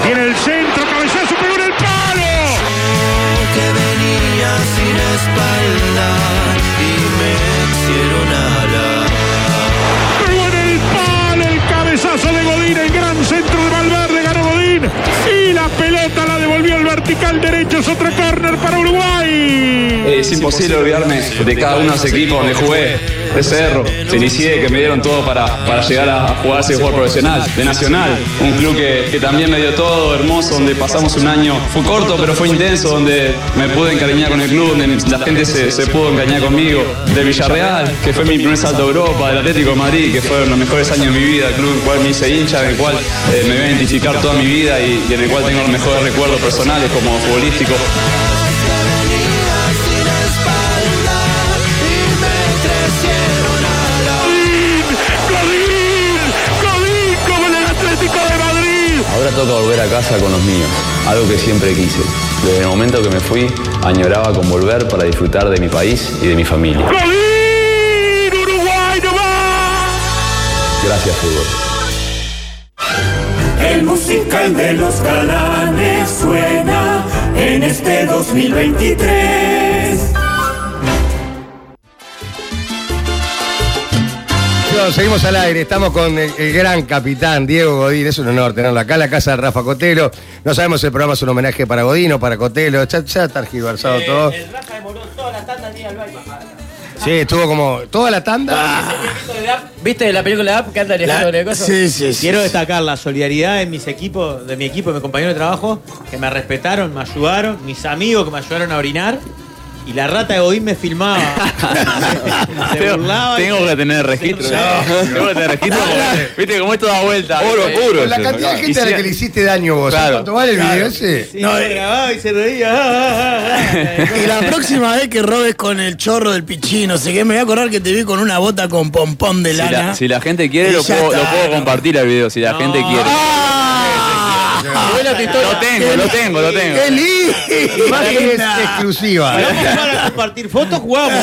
[SPEAKER 7] Tiene el centro, cabezazo, pegó en el palo. Pegó en el palo el cabezazo de Godín, el gran centro de Valverde, ganó Godín. Y la pelota la devolvió al vertical derecho, es otro córner para Uruguay.
[SPEAKER 4] Es imposible olvidarme de cada uno de los equipos donde jugué. De Cerro, de Lisieux, que me dieron todo para, para llegar a, a jugar ese jugador profesional. De Nacional, un club que, que también me dio todo, hermoso, donde pasamos un año. Fue corto, pero fue intenso, donde me pude encariñar con el club, donde la gente se, se pudo encariñar conmigo. De Villarreal, que fue mi primer salto a Europa. Del Atlético de Madrid, que fueron los mejores años de mi vida. El club en el cual me hice hincha, en el cual eh, me voy a identificar toda mi vida y, y en el cual tengo los mejores recuerdos personales como futbolístico.
[SPEAKER 7] Godín, Godín, Godín, como en el Atlético de Madrid.
[SPEAKER 4] Ahora toca volver a casa con los míos, algo que siempre quise. Desde el momento que me fui, añoraba con volver para disfrutar de mi país y de mi familia.
[SPEAKER 7] Godín, Uruguay no va.
[SPEAKER 4] Gracias, fútbol.
[SPEAKER 8] El musical de los galanes suena en este 2023.
[SPEAKER 1] Bueno, seguimos al aire, estamos con el, el gran capitán Diego Godín, es un honor tenerlo acá en la casa de Rafa Cotelo. No sabemos si el programa es un homenaje para Godín o para Cotelo, ya, ya targiversado todo.
[SPEAKER 6] Eh, El Rafa demoró toda la tanda al baile.
[SPEAKER 1] Sí, estuvo como toda la tanda.
[SPEAKER 6] ¿Viste la película de App que anda alejando con el coso?
[SPEAKER 2] Sí, sí, sí.
[SPEAKER 3] Quiero destacar la solidaridad de mis equipos, de mi equipo, de mis compañeros de trabajo, que me respetaron, me ayudaron, mis amigos que me ayudaron a orinar Y la rata de Godín me filmaba. Se burlaba. y-
[SPEAKER 4] Tengo que tener registro. Tengo que tener registro. porque, Viste cómo esto da vuelta.
[SPEAKER 5] Oro
[SPEAKER 4] ¿viste?
[SPEAKER 5] puro.
[SPEAKER 1] Con la cantidad de
[SPEAKER 5] Y
[SPEAKER 1] gente a la
[SPEAKER 4] si-
[SPEAKER 1] que le hiciste daño vos. ¿sabes
[SPEAKER 5] Claro.
[SPEAKER 1] ¿Cuánto vale el video ese?
[SPEAKER 3] Sí, lo grababa y se reía. Ah, ah, ah, ah.
[SPEAKER 2] eh. Y la próxima vez que robes con el chorro del pichín, no sé qué, me voy a acordar que te vi con una bota con pompón de
[SPEAKER 4] Si
[SPEAKER 2] lana.
[SPEAKER 4] la, si la gente quiere,
[SPEAKER 2] Y
[SPEAKER 4] lo
[SPEAKER 2] ya
[SPEAKER 4] puedo,
[SPEAKER 2] está,
[SPEAKER 4] lo puedo
[SPEAKER 2] ¿no?
[SPEAKER 4] compartir al video. Si la gente quiere. Lo tengo, lo tengo, lo tengo.
[SPEAKER 2] ¡Qué lindo!
[SPEAKER 1] Imágenes
[SPEAKER 3] Si
[SPEAKER 1] exclusivas.
[SPEAKER 3] vamos para compartir fotos, jugamos.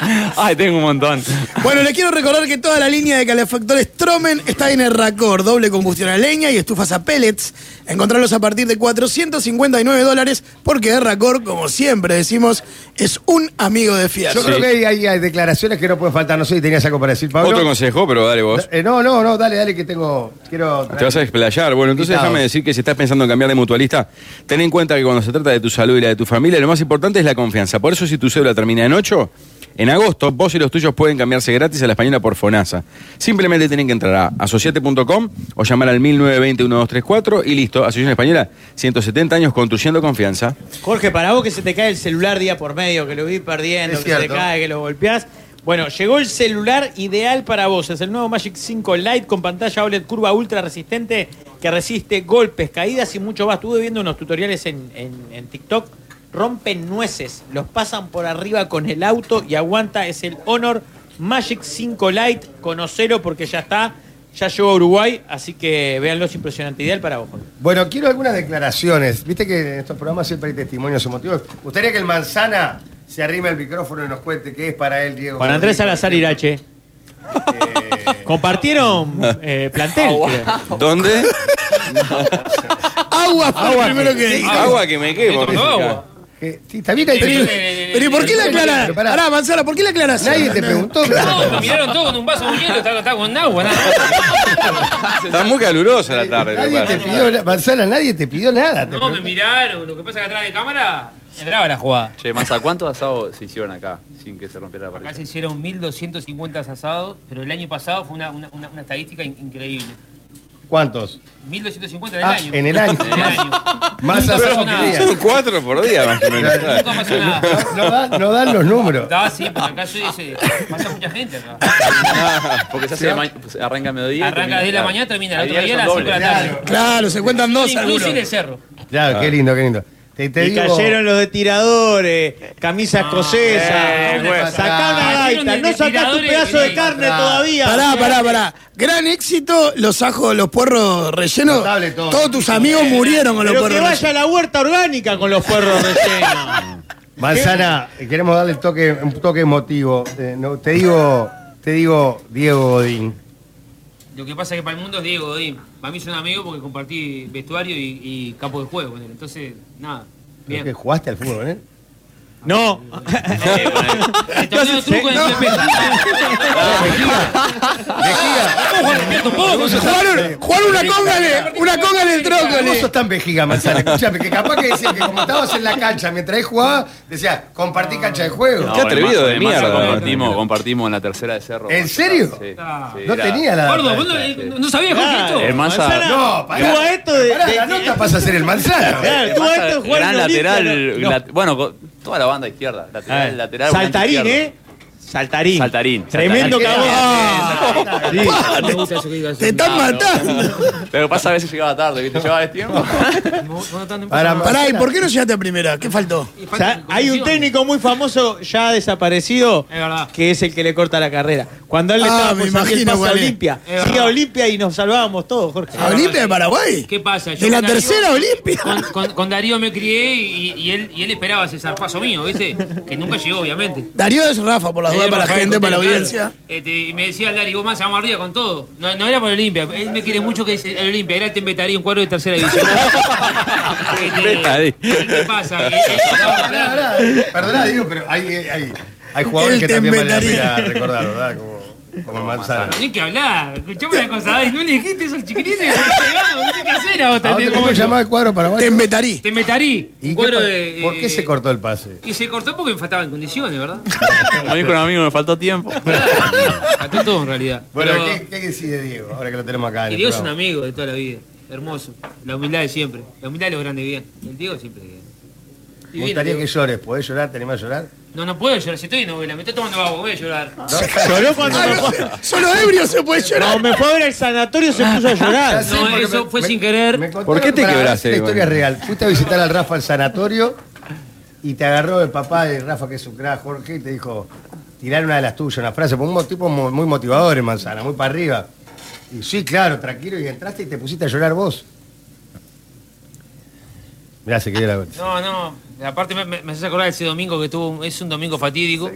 [SPEAKER 4] Ay, tengo un montón.
[SPEAKER 2] Bueno, les quiero recordar que toda la línea de calefactores Tromen está en Erracor, doble combustión a leña y estufas a pellets. Encontrarlos a partir de 459 dólares porque Erracor, como siempre decimos, es un amigo de fiar.
[SPEAKER 1] Yo creo que hay, hay- hay declaraciones que no pueden faltar. No sé si tenías algo para decir, Pablo.
[SPEAKER 5] Otro consejo, pero dale vos.
[SPEAKER 1] Eh, no, no, no, dale, dale, que tengo. Quiero.
[SPEAKER 5] Te vas a desplayar. Bueno, entonces
[SPEAKER 1] Invitados.
[SPEAKER 5] déjame decir que si estás pensando en cambiar de mutualista, ten en cuenta que cuando se trata de tu salud y la de tu familia, lo más importante es la confianza. Por eso, si tu cédula termina en 8, en agosto, vos y los tuyos pueden cambiarse gratis a la española por FONASA. Simplemente tienen que entrar a asociate.com o llamar al 1920-1234 y listo. Asociación Española, 170 años construyendo confianza.
[SPEAKER 3] Jorge, para vos que se te cae el celular día por medio, que lo vi perdiendo,
[SPEAKER 1] Es
[SPEAKER 3] que se te
[SPEAKER 1] cierto.
[SPEAKER 3] cae, que lo golpeás. Bueno, llegó el celular ideal para vos. Es el nuevo Magic 5 Lite con pantalla OLED curva ultra resistente que resiste golpes, caídas y mucho más. Estuve viendo unos tutoriales en, en- en TikTok. Rompen nueces, los pasan por arriba con el auto y aguanta. Es el Honor Magic 5 Lite. Conocelo porque ya está. Ya llegó a Uruguay, así que véanlo, es impresionante. Ideal para vos. Jorge.
[SPEAKER 1] Bueno, quiero algunas declaraciones. Viste que en estos programas siempre hay testimonios emotivos. Gustaría que el manzana se arrime al micrófono y nos cuente qué es para él, Diego.
[SPEAKER 3] Juan Andrés Salazar Irache. Eh, Compartieron eh, plantel. creo.
[SPEAKER 5] ¿Dónde?
[SPEAKER 2] Agua fue lo primero que dije.
[SPEAKER 5] agua que me quemo.
[SPEAKER 1] Que- sí, está bien, hay
[SPEAKER 2] Pero, pero ¿y por qué la
[SPEAKER 1] Pero
[SPEAKER 2] aclaración?
[SPEAKER 1] pará.
[SPEAKER 2] Pará, Manzana, ¿por qué la aclaración?
[SPEAKER 1] Nadie te preguntó.
[SPEAKER 9] No, miraron todo con un vaso de hielo, estaba, estaba con agua, nada.
[SPEAKER 5] Está muy calurosa la tarde.
[SPEAKER 1] Nadie te
[SPEAKER 5] parece.
[SPEAKER 1] pidió, na- manzana, nadie te pidió nada. te
[SPEAKER 9] No, me
[SPEAKER 1] preguntó.
[SPEAKER 9] miraron, lo que pasa que atrás de cámara entraba la jugada.
[SPEAKER 4] Che, Massa, ¿cuántos asados se hicieron acá sin que se rompiera la
[SPEAKER 9] Acá
[SPEAKER 4] parrilla?
[SPEAKER 9] se hicieron 1.250 asados, pero el año pasado fue una, una, una- una estadística in- increíble.
[SPEAKER 1] ¿Cuántos?
[SPEAKER 9] 1.250 del
[SPEAKER 1] Ah,
[SPEAKER 9] año.
[SPEAKER 1] en el año.
[SPEAKER 9] En el año. Nunca
[SPEAKER 1] Más asado
[SPEAKER 9] pasó
[SPEAKER 1] que
[SPEAKER 9] nada.
[SPEAKER 1] día.
[SPEAKER 5] Son cuatro por día, más o menos.
[SPEAKER 9] Nunca pasó nada.
[SPEAKER 1] No, no dan, no dan los números.
[SPEAKER 9] Estaba así, porque acá soy ese. Pasa mucha gente acá.
[SPEAKER 4] Porque se hace de ma- pues, arranca a mediodía. y
[SPEAKER 9] Arranca
[SPEAKER 4] termina-
[SPEAKER 9] de la mañana, termina el otro
[SPEAKER 4] Al
[SPEAKER 9] día
[SPEAKER 4] son
[SPEAKER 9] a las 5
[SPEAKER 4] dobles.
[SPEAKER 9] de la tarde.
[SPEAKER 2] Claro, se cuentan dos
[SPEAKER 9] Incluso
[SPEAKER 2] algunos.
[SPEAKER 9] en el cerro.
[SPEAKER 1] Claro, Ah, qué lindo, qué lindo. Te, te
[SPEAKER 3] Ah. Y
[SPEAKER 1] digo-
[SPEAKER 3] cayeron los de tiradores, camisas escocesas.
[SPEAKER 1] eh, pues.
[SPEAKER 3] sacá una
[SPEAKER 9] Cayeron
[SPEAKER 3] gaita,
[SPEAKER 9] Ah, de-
[SPEAKER 3] no
[SPEAKER 9] de
[SPEAKER 3] sacás tu
[SPEAKER 9] tiradores
[SPEAKER 3] pedazo de
[SPEAKER 9] y-
[SPEAKER 3] carne
[SPEAKER 1] Pará.
[SPEAKER 3] todavía.
[SPEAKER 2] Pará, pará, pará. Gran éxito, los ajos, los puerros rellenos.
[SPEAKER 1] Notable todo.
[SPEAKER 2] Todos tus amigos murieron con los
[SPEAKER 3] Pero que
[SPEAKER 2] puerros
[SPEAKER 3] vaya a
[SPEAKER 2] rellenos.
[SPEAKER 3] la huerta orgánica con los puerros rellenos.
[SPEAKER 1] Manzana, queremos darle el toque, un toque emotivo. Eh, no, te digo, te digo, Diego Godín.
[SPEAKER 9] Lo que pasa es que para el mundo es Diego Godín. Para mí es un amigo porque compartí vestuario y, y campo de juego con él. Entonces, nada.
[SPEAKER 1] Creo
[SPEAKER 9] Bien.
[SPEAKER 1] que jugaste al fútbol, ¿eh?
[SPEAKER 3] No.
[SPEAKER 9] El Este torneo de truco en Ah, el CPP. ¿Cómo jugar al pieto? ¿Puedo?
[SPEAKER 2] Jugaron, jugaron una conga, de- una conga en el
[SPEAKER 1] Vos
[SPEAKER 2] trócoli.
[SPEAKER 1] sos tan vejiga, Manzana. Escuchame, que capaz que decía que como estabas en la cancha mientras él jugaba, decía, compartí cancha de juego.
[SPEAKER 5] Qué atrevido de
[SPEAKER 4] Massa
[SPEAKER 5] mierda.
[SPEAKER 4] Compartimos, compartimos en la tercera de cerro.
[SPEAKER 1] ¿En
[SPEAKER 4] Massa.
[SPEAKER 1] serio?
[SPEAKER 4] Sí,
[SPEAKER 9] Ah.
[SPEAKER 4] sí,
[SPEAKER 1] no
[SPEAKER 4] era-
[SPEAKER 1] tenía la.
[SPEAKER 9] Gordo, ¿vos no- no, no sabías Jorge, esto?
[SPEAKER 4] El Massa-
[SPEAKER 3] Manzana,
[SPEAKER 1] No, pará.
[SPEAKER 3] tuvo esto de-
[SPEAKER 1] Pará,
[SPEAKER 3] de-
[SPEAKER 1] la nota pasa a ser el manzana.
[SPEAKER 3] Claro, tuvo esto de jugar
[SPEAKER 4] gran
[SPEAKER 3] en Olimpia,
[SPEAKER 4] lateral.
[SPEAKER 3] no.
[SPEAKER 4] lat- bueno, con- toda la banda izquierda.
[SPEAKER 3] A
[SPEAKER 4] Lateral,
[SPEAKER 3] ver,
[SPEAKER 4] lateral.
[SPEAKER 3] Saltarín,
[SPEAKER 4] volante
[SPEAKER 3] ¿eh?
[SPEAKER 4] izquierdo.
[SPEAKER 3] Saltarín.
[SPEAKER 4] Saltarín,
[SPEAKER 3] Tremendo
[SPEAKER 4] saltarín.
[SPEAKER 3] cagón. Ah, Sí.
[SPEAKER 9] No me gusta eso que digas.
[SPEAKER 2] Te están matando.
[SPEAKER 4] Lo que pasa a veces llegaba tarde, ¿viste? Llevaba de tiempo.
[SPEAKER 9] No, no, no, no,
[SPEAKER 1] Pará,
[SPEAKER 9] no.
[SPEAKER 2] Pará, ¿y por qué no llegaste a primera? ¿Qué faltó?
[SPEAKER 9] Y
[SPEAKER 3] O
[SPEAKER 9] falta
[SPEAKER 3] sea, hay un
[SPEAKER 9] confusión.
[SPEAKER 3] técnico muy famoso ya desaparecido
[SPEAKER 9] Es verdad.
[SPEAKER 3] que es el que le corta la carrera. Cuando él le
[SPEAKER 2] Ah,
[SPEAKER 3] estaba
[SPEAKER 2] me
[SPEAKER 3] por salir,
[SPEAKER 2] imagino
[SPEAKER 3] pasa a
[SPEAKER 2] cuál es.
[SPEAKER 3] Olimpia.
[SPEAKER 9] Es
[SPEAKER 3] Sigue a
[SPEAKER 9] verdad.
[SPEAKER 3] Olimpia y nos salvábamos todos, Jorge.
[SPEAKER 2] ¿A Olimpia de Paraguay?
[SPEAKER 9] ¿Qué pasa? Yo
[SPEAKER 2] De la
[SPEAKER 9] con Darío-
[SPEAKER 2] tercera Olimpia.
[SPEAKER 9] Con, con- con Darío me crié y, y él, y él esperaba ese zarpazo mío, ¿viste? Que nunca llegó, obviamente.
[SPEAKER 2] Darío es Rafa, por las dudas
[SPEAKER 9] Darío
[SPEAKER 2] para la
[SPEAKER 9] Rafael
[SPEAKER 2] gente,
[SPEAKER 9] Contero,
[SPEAKER 2] para la
[SPEAKER 9] claro.
[SPEAKER 2] audiencia.
[SPEAKER 9] Este, y me decía Darío, vos más, vamos arriba con todo. No, no era por Olimpia. Él me quiere mucho que es el Olimpia. Era el Tembetarí, un cuadro de tercera división.
[SPEAKER 5] Tembetarí.
[SPEAKER 9] Este, ¿Qué pasa? Eh, eh, no,
[SPEAKER 1] Pará,
[SPEAKER 9] claro.
[SPEAKER 1] pará, Perdona, digo, pero hay, hay, hay jugadores
[SPEAKER 2] El
[SPEAKER 1] que también vale la
[SPEAKER 2] Tembetarí.
[SPEAKER 1] pena recordar, ¿verdad? Como, como el manzana.
[SPEAKER 9] Tenés que hablar. Escuchame una cosa. Ay, no le dijiste eso al chiquitín. No sé qué hacer a vos
[SPEAKER 1] ¿A dónde-
[SPEAKER 9] también.
[SPEAKER 1] ¿Cómo se llamaba el cuadro para
[SPEAKER 2] Te embetarí.
[SPEAKER 9] Tembetarí,
[SPEAKER 1] Ah, ¿Y
[SPEAKER 9] un
[SPEAKER 1] qué
[SPEAKER 9] cuadro
[SPEAKER 1] pa-
[SPEAKER 9] de...
[SPEAKER 1] ¿Por qué
[SPEAKER 9] eh,
[SPEAKER 1] se cortó el pase?
[SPEAKER 9] Y se cortó porque me faltaban condiciones, ¿verdad?
[SPEAKER 4] Como dijo un amigo, me faltó tiempo.
[SPEAKER 9] Faltó todo en realidad.
[SPEAKER 1] Bueno,
[SPEAKER 9] Pero-
[SPEAKER 1] ¿qué, ¿qué decide Diego? Ahora que lo tenemos acá. en
[SPEAKER 9] Y
[SPEAKER 1] el
[SPEAKER 9] Diego es un
[SPEAKER 1] programa.
[SPEAKER 9] amigo de toda la vida. Hermoso. La humildad de siempre. La humildad de los grandes bien. El Diego siempre bien.
[SPEAKER 1] Me gustaría que llores. ¿Podés llorar? ¿Tenés más a llorar?
[SPEAKER 9] No, no puedo llorar. Si estoy en novela, me está tomando agua, voy a llorar.
[SPEAKER 3] Lloró cuando
[SPEAKER 2] Ah,
[SPEAKER 3] me
[SPEAKER 2] no
[SPEAKER 3] fue,
[SPEAKER 2] sé, solo ebrio se puede llorar.
[SPEAKER 3] cuando me fue a ver el sanatorio se puso a llorar.
[SPEAKER 1] Ya sé,
[SPEAKER 9] No,
[SPEAKER 1] porque
[SPEAKER 9] eso fue sin querer.
[SPEAKER 1] me contaron-
[SPEAKER 5] ¿Por qué te
[SPEAKER 1] pará,
[SPEAKER 5] quebraste,
[SPEAKER 1] Esta historia es
[SPEAKER 5] Iván?
[SPEAKER 1] real. Fuiste a visitar al Rafa al sanatorio y te agarró el papá de Rafa, que es un crack, Jorge, y te dijo, tirar una de las tuyas, una frase, porque un mo- tipo mo- muy motivador en Manzana, muy para arriba. Y sí, claro, tranquilo, y entraste y te pusiste a llorar vos. Mirá, se quedó la gota.
[SPEAKER 9] No, no. Aparte me, me, me haces acordar ese domingo que tuvo, un- es un domingo fatídico.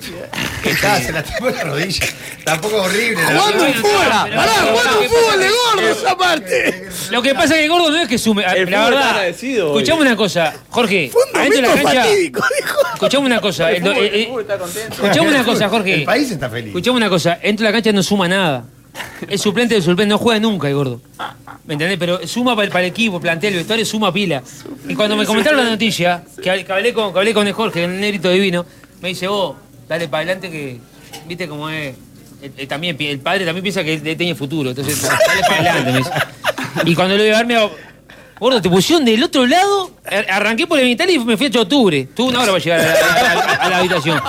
[SPEAKER 1] Estaba, se la tapó en la rodilla. Tampoco es horrible. la
[SPEAKER 2] ¿Cuándo
[SPEAKER 1] verdad.
[SPEAKER 2] un fútbol? Pará, ¿cuándo un fútbol de gordo esa parte?
[SPEAKER 9] Lo que pasa es que el gordo no es que sume.
[SPEAKER 4] El
[SPEAKER 9] la
[SPEAKER 4] fútbol está
[SPEAKER 9] verdad.
[SPEAKER 4] agradecido hoy.
[SPEAKER 9] Escuchame una cosa, Jorge.
[SPEAKER 2] Fue un
[SPEAKER 9] adentro de
[SPEAKER 2] domingo
[SPEAKER 9] la cancha.
[SPEAKER 2] fatídico, dijo.
[SPEAKER 9] Escuchame una cosa. el do- eh, eh, escuchame una cosa, Jorge.
[SPEAKER 1] El país está feliz.
[SPEAKER 9] Escuchame una cosa, dentro de la cancha no suma nada. El suplente del suplente no juega nunca, el gordo. ¿Me entendés? Pero suma para el, para el equipo, plantea el vestuario, suma pila. Y cuando me comentaron la noticia, que, que hablé con, que hablé con el Jorge, el negrito divino, me dice, vos, dale para adelante que, viste cómo es. Eh, eh, también, pi- el padre también piensa que él tiene futuro, entonces dale para adelante, me dice. Y cuando lo iba a ver, me hago, gordo, te pusieron del otro lado, Ar- arranqué por el mitad y me fui hasta octubre. Tuve una hora para llegar a la- a la- a la habitación.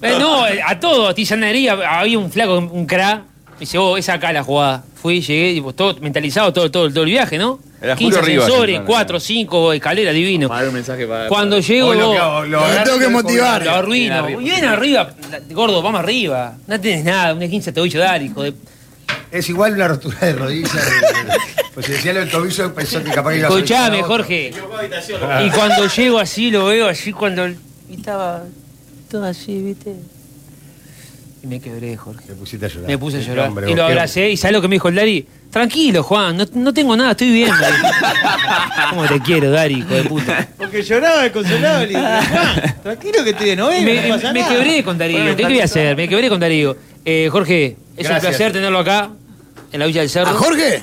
[SPEAKER 9] Eh, no, eh, a todo, tisanería, había un flaco, un cra, me dice, oh, es acá la jugada. Fui, llegué, tipo, todo mentalizado todo, todo, todo el viaje, ¿no?
[SPEAKER 5] Era Julio
[SPEAKER 9] 15
[SPEAKER 5] Rivas,
[SPEAKER 9] sensores,
[SPEAKER 5] entonces,
[SPEAKER 9] 4, 5, escalera, divino.
[SPEAKER 4] Para dar un mensaje para.
[SPEAKER 9] Cuando llego,
[SPEAKER 1] Hoy lo que
[SPEAKER 9] vos,
[SPEAKER 1] hago- lo
[SPEAKER 2] Me
[SPEAKER 1] agarro
[SPEAKER 2] tengo que
[SPEAKER 1] y lo
[SPEAKER 2] motivar.
[SPEAKER 9] lo arruino. Bien, arriba, la- gordo, vamos arriba. No tenés nada, una 15 te voy a ayudar, hijo de...
[SPEAKER 1] Es igual una rotura de rodilla. pues si decía lo del tobillo, pensó que capaz que iba a
[SPEAKER 9] Escuchame,
[SPEAKER 1] solucionar otra.
[SPEAKER 9] Jorge. Y cuando llego así, lo veo así cuando... Y estaba todo así, viste. Y me quebré, Jorge.
[SPEAKER 1] Te pusiste a llorar.
[SPEAKER 9] Me puse a
[SPEAKER 1] Qué
[SPEAKER 9] llorar.
[SPEAKER 1] hombre,
[SPEAKER 9] y
[SPEAKER 1] vos,
[SPEAKER 9] lo
[SPEAKER 1] qué
[SPEAKER 9] abracé. ¿Y sabes lo que me dijo el Dari? Tranquilo, Juan, no, no tengo nada, estoy bien. me dijo. ¿Cómo te quiero, Dari, hijo de puta?
[SPEAKER 3] Porque lloraba desconsolado. Le dije, "Juan, tranquilo que estoy de novela.
[SPEAKER 9] Me,
[SPEAKER 3] no pasa
[SPEAKER 9] me
[SPEAKER 3] nada".
[SPEAKER 9] quebré con Darío. ¿Qué, voy a hacer? Me quebré con Darío. Eh, Jorge, es
[SPEAKER 1] Gracias.
[SPEAKER 9] un placer tenerlo acá, en la Villa del Cerro.
[SPEAKER 2] ¿A Jorge?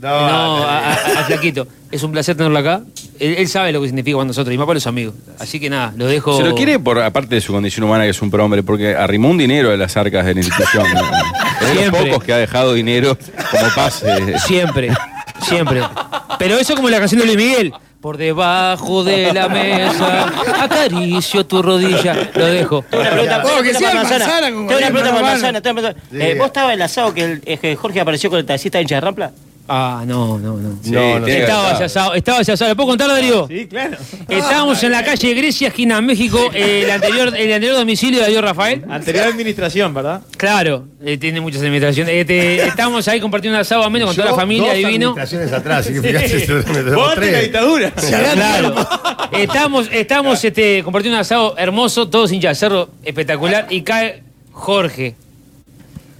[SPEAKER 1] No,
[SPEAKER 9] No,
[SPEAKER 1] no,
[SPEAKER 9] a, a- a Flaquito. Es un placer tenerlo acá. Él, él sabe lo que significa para nosotros y más para los amigos. Así que nada, lo dejo.
[SPEAKER 5] Se lo quiere por aparte de su condición humana que es un prohombre, porque arrimó un dinero de las arcas de la institución. ¿no? Es de los
[SPEAKER 9] Siempre.
[SPEAKER 5] pocos que ha dejado dinero como pase.
[SPEAKER 9] Siempre, siempre. Pero eso como la canción de Luis Miguel. Por debajo de la mesa, acaricio tu rodilla. Lo dejo.
[SPEAKER 6] Tengo una pregunta,
[SPEAKER 2] Oh, que sea
[SPEAKER 6] tengo una para
[SPEAKER 2] manzana,
[SPEAKER 6] manzana.
[SPEAKER 2] como
[SPEAKER 6] Tengo una
[SPEAKER 2] bien
[SPEAKER 6] pregunta para
[SPEAKER 2] peruano.
[SPEAKER 6] manzana. tengo una pregunta.
[SPEAKER 1] Sí.
[SPEAKER 6] Eh, ¿Vos estabas enlazado que, el- eh, que Jorge apareció con el taxista de hincha de Rampla?
[SPEAKER 9] Ah, no, no, no.
[SPEAKER 5] Sí,
[SPEAKER 1] No, no
[SPEAKER 5] tiene que
[SPEAKER 9] Estaba
[SPEAKER 5] estar.
[SPEAKER 9] asado, estaba asado. ¿Le puedo contar, Darío?
[SPEAKER 3] Sí, claro.
[SPEAKER 9] Estábamos en la calle Grecia, esquina México, eh, el anterior, el anterior domicilio de Darío Rafael.
[SPEAKER 3] Anterior administración, ¿verdad?
[SPEAKER 9] Claro, eh, tiene muchas administraciones. Este, estábamos ahí compartiendo un asado a menos con toda la
[SPEAKER 1] Yo,
[SPEAKER 9] familia,
[SPEAKER 1] dos
[SPEAKER 9] divino.
[SPEAKER 1] administraciones atrás, así que fíjate,
[SPEAKER 3] Sí.
[SPEAKER 1] yo me tengo
[SPEAKER 3] Vos antes de la
[SPEAKER 1] tres.
[SPEAKER 3] dictadura.
[SPEAKER 9] Claro. Estamos, estamos este, compartiendo un asado hermoso, todos hinchas de cerro, espectacular. Y cae Jorge.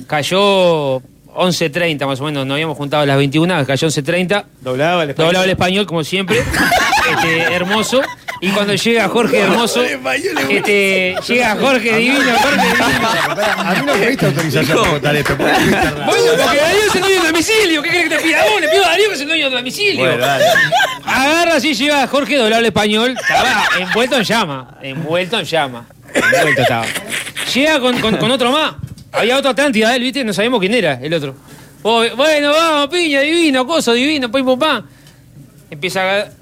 [SPEAKER 9] Cayó 11.30 más o menos, nos habíamos juntado a las 21, cayó 11.30.
[SPEAKER 3] Doblaba el español.
[SPEAKER 9] Doblaba el español como siempre. Este, hermoso. Y cuando llega Jorge Hermoso, este, llega Jorge Divino, Jorge Divino.
[SPEAKER 1] A mí no me diste autorización para contar esto. porque es verdad.
[SPEAKER 9] Bueno, porque Darío es el dueño de domicilio. ¿Qué crees que te pida? Vos le pido a Darío que es el dueño de domicilio.
[SPEAKER 1] Bueno, dale.
[SPEAKER 9] Agarra así, lleva a Jorge Doblable Español. Estaba envuelto en llama. Envuelto en llama. Envuelto estaba. Llega con, con- con otro más. Había otro Atlántida de él, ¿viste? No sabíamos quién era el otro. Vos, Bueno, vamos, piña, divino, coso, divino, pim, pum, pam. Empieza a... agar-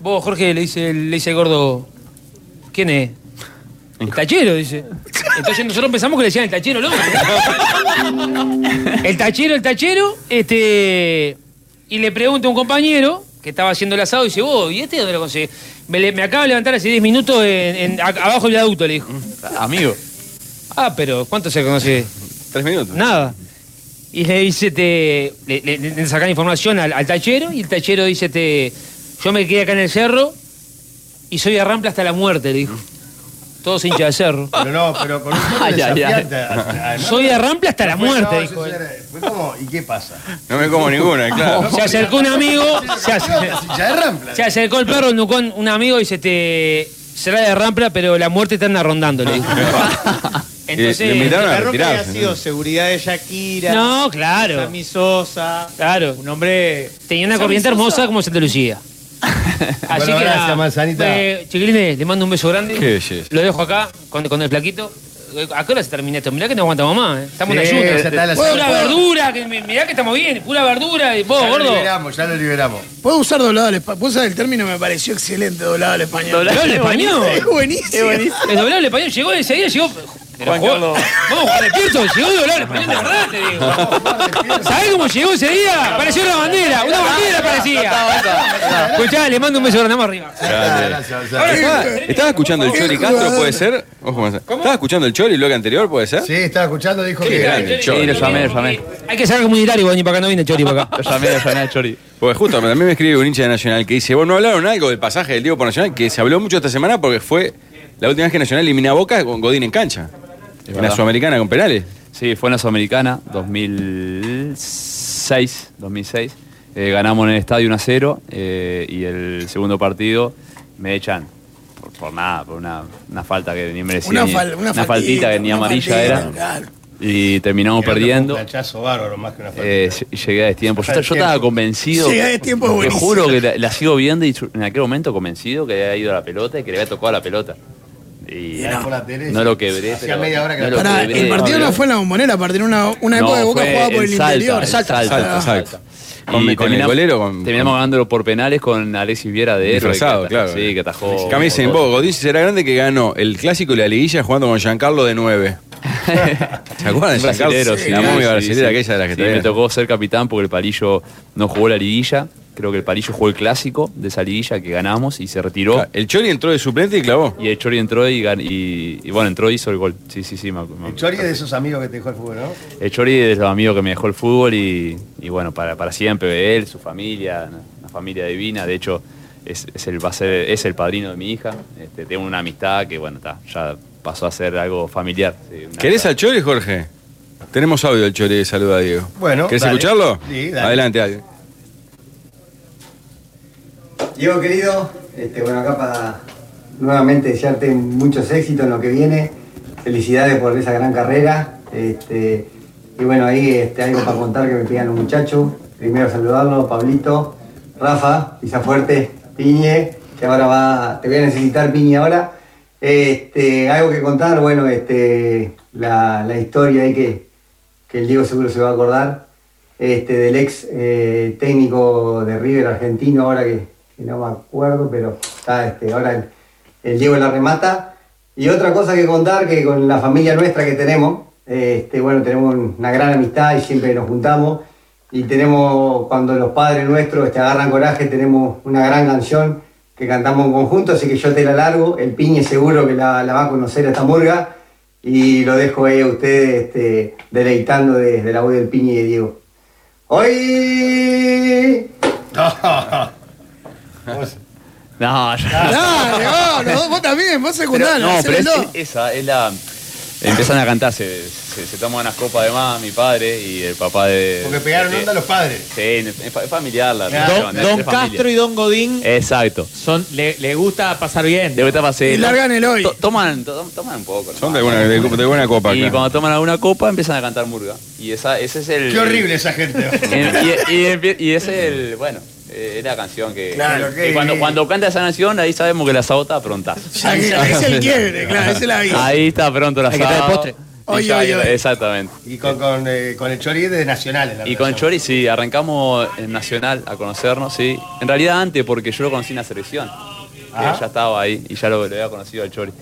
[SPEAKER 9] Vos, Jorge, le dice, le dice el gordo... ¿Quién es? El tachero, dice. Entonces nosotros pensamos que le decían el tachero, ¿no? El tachero, el tachero, este. Y le pregunto a un compañero que estaba haciendo el asado y dice, vos, ¿y este dónde lo conseguí? Me, le- me acabo de levantar hace 10 minutos en, en- a- abajo del viaducto, le dijo.
[SPEAKER 5] Amigo,
[SPEAKER 9] Ah, pero ¿cuánto se conoce?
[SPEAKER 5] tres minutos.
[SPEAKER 9] Nada. Y le dice, te, le, le- le sacan información al, al tachero y el tachero dice, te, yo me quedé acá en el cerro y soy de Rampla hasta la muerte, le dijo. Todos hinchas de cerro.
[SPEAKER 1] Pero no, pero con un tono
[SPEAKER 4] Ay, ay, ay.
[SPEAKER 1] desafiante, además-
[SPEAKER 9] Soy de Rampla hasta la
[SPEAKER 1] Fue-
[SPEAKER 9] muerte,
[SPEAKER 1] no,
[SPEAKER 9] dijo
[SPEAKER 1] eso
[SPEAKER 9] él.
[SPEAKER 1] era- Fue como, ¿y qué pasa?
[SPEAKER 5] No me como ninguna, claro.
[SPEAKER 9] Se acercó un amigo, se acercó.
[SPEAKER 1] Ya de rampla.
[SPEAKER 9] Se acercó el perro, el nucón, un amigo y dice, te... será de rampla, pero la muerte te anda rondando, le dijo.
[SPEAKER 5] Eh, le
[SPEAKER 9] Entonces...
[SPEAKER 5] invitaron a
[SPEAKER 3] La ropa había
[SPEAKER 5] retirarse,
[SPEAKER 3] sido
[SPEAKER 5] ¿no?
[SPEAKER 3] seguridad de Shakira.
[SPEAKER 9] No, claro,
[SPEAKER 3] Sammy Sosa.
[SPEAKER 9] claro.
[SPEAKER 3] Un hombre.
[SPEAKER 9] Tenía una corriente hermosa como Santa Lucía. Así
[SPEAKER 1] Bueno,
[SPEAKER 9] que nada.
[SPEAKER 1] gracias, manzanita.
[SPEAKER 9] Eh, chiquilines, le mando un beso grande.
[SPEAKER 5] Qué belleza.
[SPEAKER 9] Lo dejo acá con, con el plaquito. eh, ¿A qué hora se termina esto? Mirá que no aguantamos más. eh. Estamos en
[SPEAKER 1] Sí,
[SPEAKER 9] ayunas.
[SPEAKER 1] ya está la-
[SPEAKER 9] Pura verdura, que mi- mirá que estamos bien. Pura verdura. Y vos,
[SPEAKER 1] Ya lo
[SPEAKER 9] gordo.
[SPEAKER 1] liberamos, ya lo liberamos.
[SPEAKER 2] Puedo usar doblado al español. Puedo usar el término, me pareció excelente, doblado al español.
[SPEAKER 9] Doblado al español.
[SPEAKER 2] Es buenísimo.
[SPEAKER 9] El doblado al español llegó ese día, llegó. Pero jugó- Vamos, Juan Despierto, llegó el doblado al español de verdad, te digo. ¿Sabés cómo llegó ese día? Pareció una bandera, una bandera parecía. Escuchá, le mando un beso grande, vamos arriba.
[SPEAKER 5] Grande.
[SPEAKER 1] Gracias, Gonzalo.
[SPEAKER 5] Ahora, estaba- Estaba escuchando el
[SPEAKER 2] Qué
[SPEAKER 5] Chori Castro,
[SPEAKER 2] jugador.
[SPEAKER 5] puede ser. Ojo, con esa. Estaba escuchando el Chori el bloque anterior, puede ser.
[SPEAKER 1] Sí, estaba escuchando, dijo que.
[SPEAKER 5] grande. el Chori.
[SPEAKER 4] Sí, lo llamé, lo llamé.
[SPEAKER 9] Hay que ser comunitario, Bonnie, para acá no viene Chori para acá.
[SPEAKER 4] Lo llamé, lo llamé al Chori.
[SPEAKER 5] Porque justo también me escribe un hincha de Nacional que dice, bueno, no hablaron algo del pasaje del Diego por Nacional, que se habló mucho esta semana porque fue la última vez que Nacional eliminó a Boca con Godín en cancha. En la
[SPEAKER 4] verdad.
[SPEAKER 5] Sudamericana con penales.
[SPEAKER 4] Sí, fue en la Sudamericana, 2006. 2006. Eh, ganamos en el estadio 1 a 0 eh, y el segundo partido me echan por, por nada, por una, una falta que ni merecía.
[SPEAKER 2] Una,
[SPEAKER 4] ni-
[SPEAKER 2] fal- una
[SPEAKER 4] faltita que ni
[SPEAKER 2] una
[SPEAKER 4] amarilla
[SPEAKER 2] faltita,
[SPEAKER 4] era.
[SPEAKER 2] claro.
[SPEAKER 4] Y terminamos
[SPEAKER 1] Era
[SPEAKER 4] perdiendo.
[SPEAKER 1] Un planchazo bárbaro más que una falta.
[SPEAKER 4] Eh, ll- llegué a destiempo. Yo,
[SPEAKER 1] Llegué a
[SPEAKER 4] yo estaba
[SPEAKER 1] destiempo.
[SPEAKER 4] convencido.
[SPEAKER 2] Llegué a destiempo es
[SPEAKER 4] Te
[SPEAKER 2] buenísimo.
[SPEAKER 4] juro que la, la sigo viendo y en aquel momento convencido que había ido a la pelota y que le había tocado la pelota. Y
[SPEAKER 1] Mirá. Por la tele,
[SPEAKER 4] no lo quebré.
[SPEAKER 1] hacía
[SPEAKER 4] pero-
[SPEAKER 1] media hora que
[SPEAKER 4] no
[SPEAKER 1] la-
[SPEAKER 4] lo
[SPEAKER 2] Pará,
[SPEAKER 4] quebré,
[SPEAKER 2] el partido
[SPEAKER 4] no,
[SPEAKER 2] no fue en la bombonera, partió en una, una época de Boca
[SPEAKER 4] fue
[SPEAKER 2] jugaba por
[SPEAKER 4] en
[SPEAKER 2] el
[SPEAKER 4] Salta,
[SPEAKER 2] interior.
[SPEAKER 4] en Salta,
[SPEAKER 5] Salta, Salta.
[SPEAKER 4] Y
[SPEAKER 5] Con, con el
[SPEAKER 4] terminamos-
[SPEAKER 5] golero, con,
[SPEAKER 4] terminamos ganándolo por penales con Alexis Viera de héroe, que
[SPEAKER 5] disfrazado,
[SPEAKER 4] atajó-
[SPEAKER 5] claro.
[SPEAKER 4] Sí, que atajó.
[SPEAKER 5] Acá me dicen, vos, Godín será grande que ganó el clásico y la liguilla jugando con Giancarlo de 9. ¿Se acuerdan de
[SPEAKER 4] Un brasilero,
[SPEAKER 5] Giancarlo?
[SPEAKER 4] sí,
[SPEAKER 5] la
[SPEAKER 4] sí,
[SPEAKER 5] momia
[SPEAKER 4] sí,
[SPEAKER 5] brasilera,
[SPEAKER 4] sí.
[SPEAKER 5] aquella de la que
[SPEAKER 4] Sí,
[SPEAKER 5] te-
[SPEAKER 4] me tocó ser capitán porque el palillo no jugó la liguilla. Creo que el palillo jugó el clásico de esa liguilla que ganamos y se retiró.
[SPEAKER 5] El Chori entró de suplente y clavó.
[SPEAKER 4] Y el Chori entró y, gan- y, y bueno, entró y hizo el gol. Sí, sí, sí. me acu- me-
[SPEAKER 1] El Chori es de esos amigos que te dejó el fútbol, ¿no?
[SPEAKER 4] El Chori es los amigos que me dejó el fútbol y, y bueno, para, para siempre, él, su familia, una familia divina. De hecho, es, es el, va a ser- es el padrino de mi hija. Este, tengo una amistad que, bueno, está, ya pasó a ser algo familiar. sí, una-
[SPEAKER 5] ¿Querés al Chori, Jorge? Tenemos audio del Chori, saluda a Diego.
[SPEAKER 1] Bueno,
[SPEAKER 5] ¿Querés
[SPEAKER 1] dale.
[SPEAKER 5] escucharlo?
[SPEAKER 1] Sí, dale.
[SPEAKER 5] Adelante, dale.
[SPEAKER 10] Diego querido, este, bueno acá para nuevamente desearte muchos éxitos en lo que viene, felicidades por esa gran carrera, este, y bueno ahí este, algo para contar que me pidan los muchachos, primero saludarlo, Pablito, Rafa, Pizafuerte, Piñe, que ahora va, te voy a necesitar Piñe ahora, este, algo que contar, bueno este, la, la historia ahí que, que el Diego seguro se va a acordar, este, del ex eh, técnico de River argentino, ahora que, que no me acuerdo, pero está, este, ahora el, el Diego la remata. Y otra cosa que contar, que con la familia nuestra que tenemos, eh, este, bueno, tenemos una gran amistad y siempre nos juntamos. Y tenemos, cuando los padres nuestros te agarran coraje, tenemos una gran canción que cantamos en conjunto, así que yo te la largo, el piñe seguro que la, la va a conocer esta murga, y lo dejo ahí a ustedes este, deleitando desde la voz del piñe y de Diego. Hoy
[SPEAKER 4] No, ya.
[SPEAKER 2] Dale, vos, los dos, vos también, vos secundás,
[SPEAKER 4] no, pero es,
[SPEAKER 2] hacelo.
[SPEAKER 4] es- esa es la. Empiezan a cantar, se, se, se toman unas copas de más, mi padre y el papá de.
[SPEAKER 1] Porque pegaron
[SPEAKER 4] de-
[SPEAKER 1] onda los padres.
[SPEAKER 4] Sí, es fa- es familiar la
[SPEAKER 1] Claro.
[SPEAKER 4] relación,
[SPEAKER 3] Don,
[SPEAKER 4] es
[SPEAKER 3] Don
[SPEAKER 4] de familia.
[SPEAKER 3] Castro y Don Godín
[SPEAKER 4] Exacto.
[SPEAKER 3] son, le, le gusta pasar bien.
[SPEAKER 4] De vuelta pasé.
[SPEAKER 2] Y largan el hoy.
[SPEAKER 4] To- Toman, to- toman un poco. nomás.
[SPEAKER 5] Son de buena, de- de buena copa.
[SPEAKER 4] Y
[SPEAKER 5] acá.
[SPEAKER 4] cuando toman alguna copa empiezan a cantar murga. Y esa, ese es el.
[SPEAKER 1] Qué horrible esa gente.
[SPEAKER 4] el- y, y- y empie- y es el. Bueno, eh, es la canción que.
[SPEAKER 1] Claro,
[SPEAKER 4] que
[SPEAKER 1] qué
[SPEAKER 4] cuando,
[SPEAKER 1] bien.
[SPEAKER 4] cuando canta esa canción, ahí sabemos que la sabota apronta.
[SPEAKER 2] Ya que- es el quiebre, claro, esa es la vida.
[SPEAKER 4] Ahí está pronto la
[SPEAKER 6] Hay que traer
[SPEAKER 4] asado.
[SPEAKER 6] postre.
[SPEAKER 4] Y
[SPEAKER 2] Oye,
[SPEAKER 4] ya-
[SPEAKER 2] oye, oye.
[SPEAKER 4] Exactamente.
[SPEAKER 1] Y con, con, eh, con el Chori es de Nacional. en la
[SPEAKER 4] Y con
[SPEAKER 1] relación.
[SPEAKER 4] Chori sí, arrancamos en Nacional a conocernos, sí. En realidad antes, porque yo lo conocí en la selección.
[SPEAKER 1] Ah.
[SPEAKER 4] Él ya estaba ahí y ya lo, lo había conocido al Chori.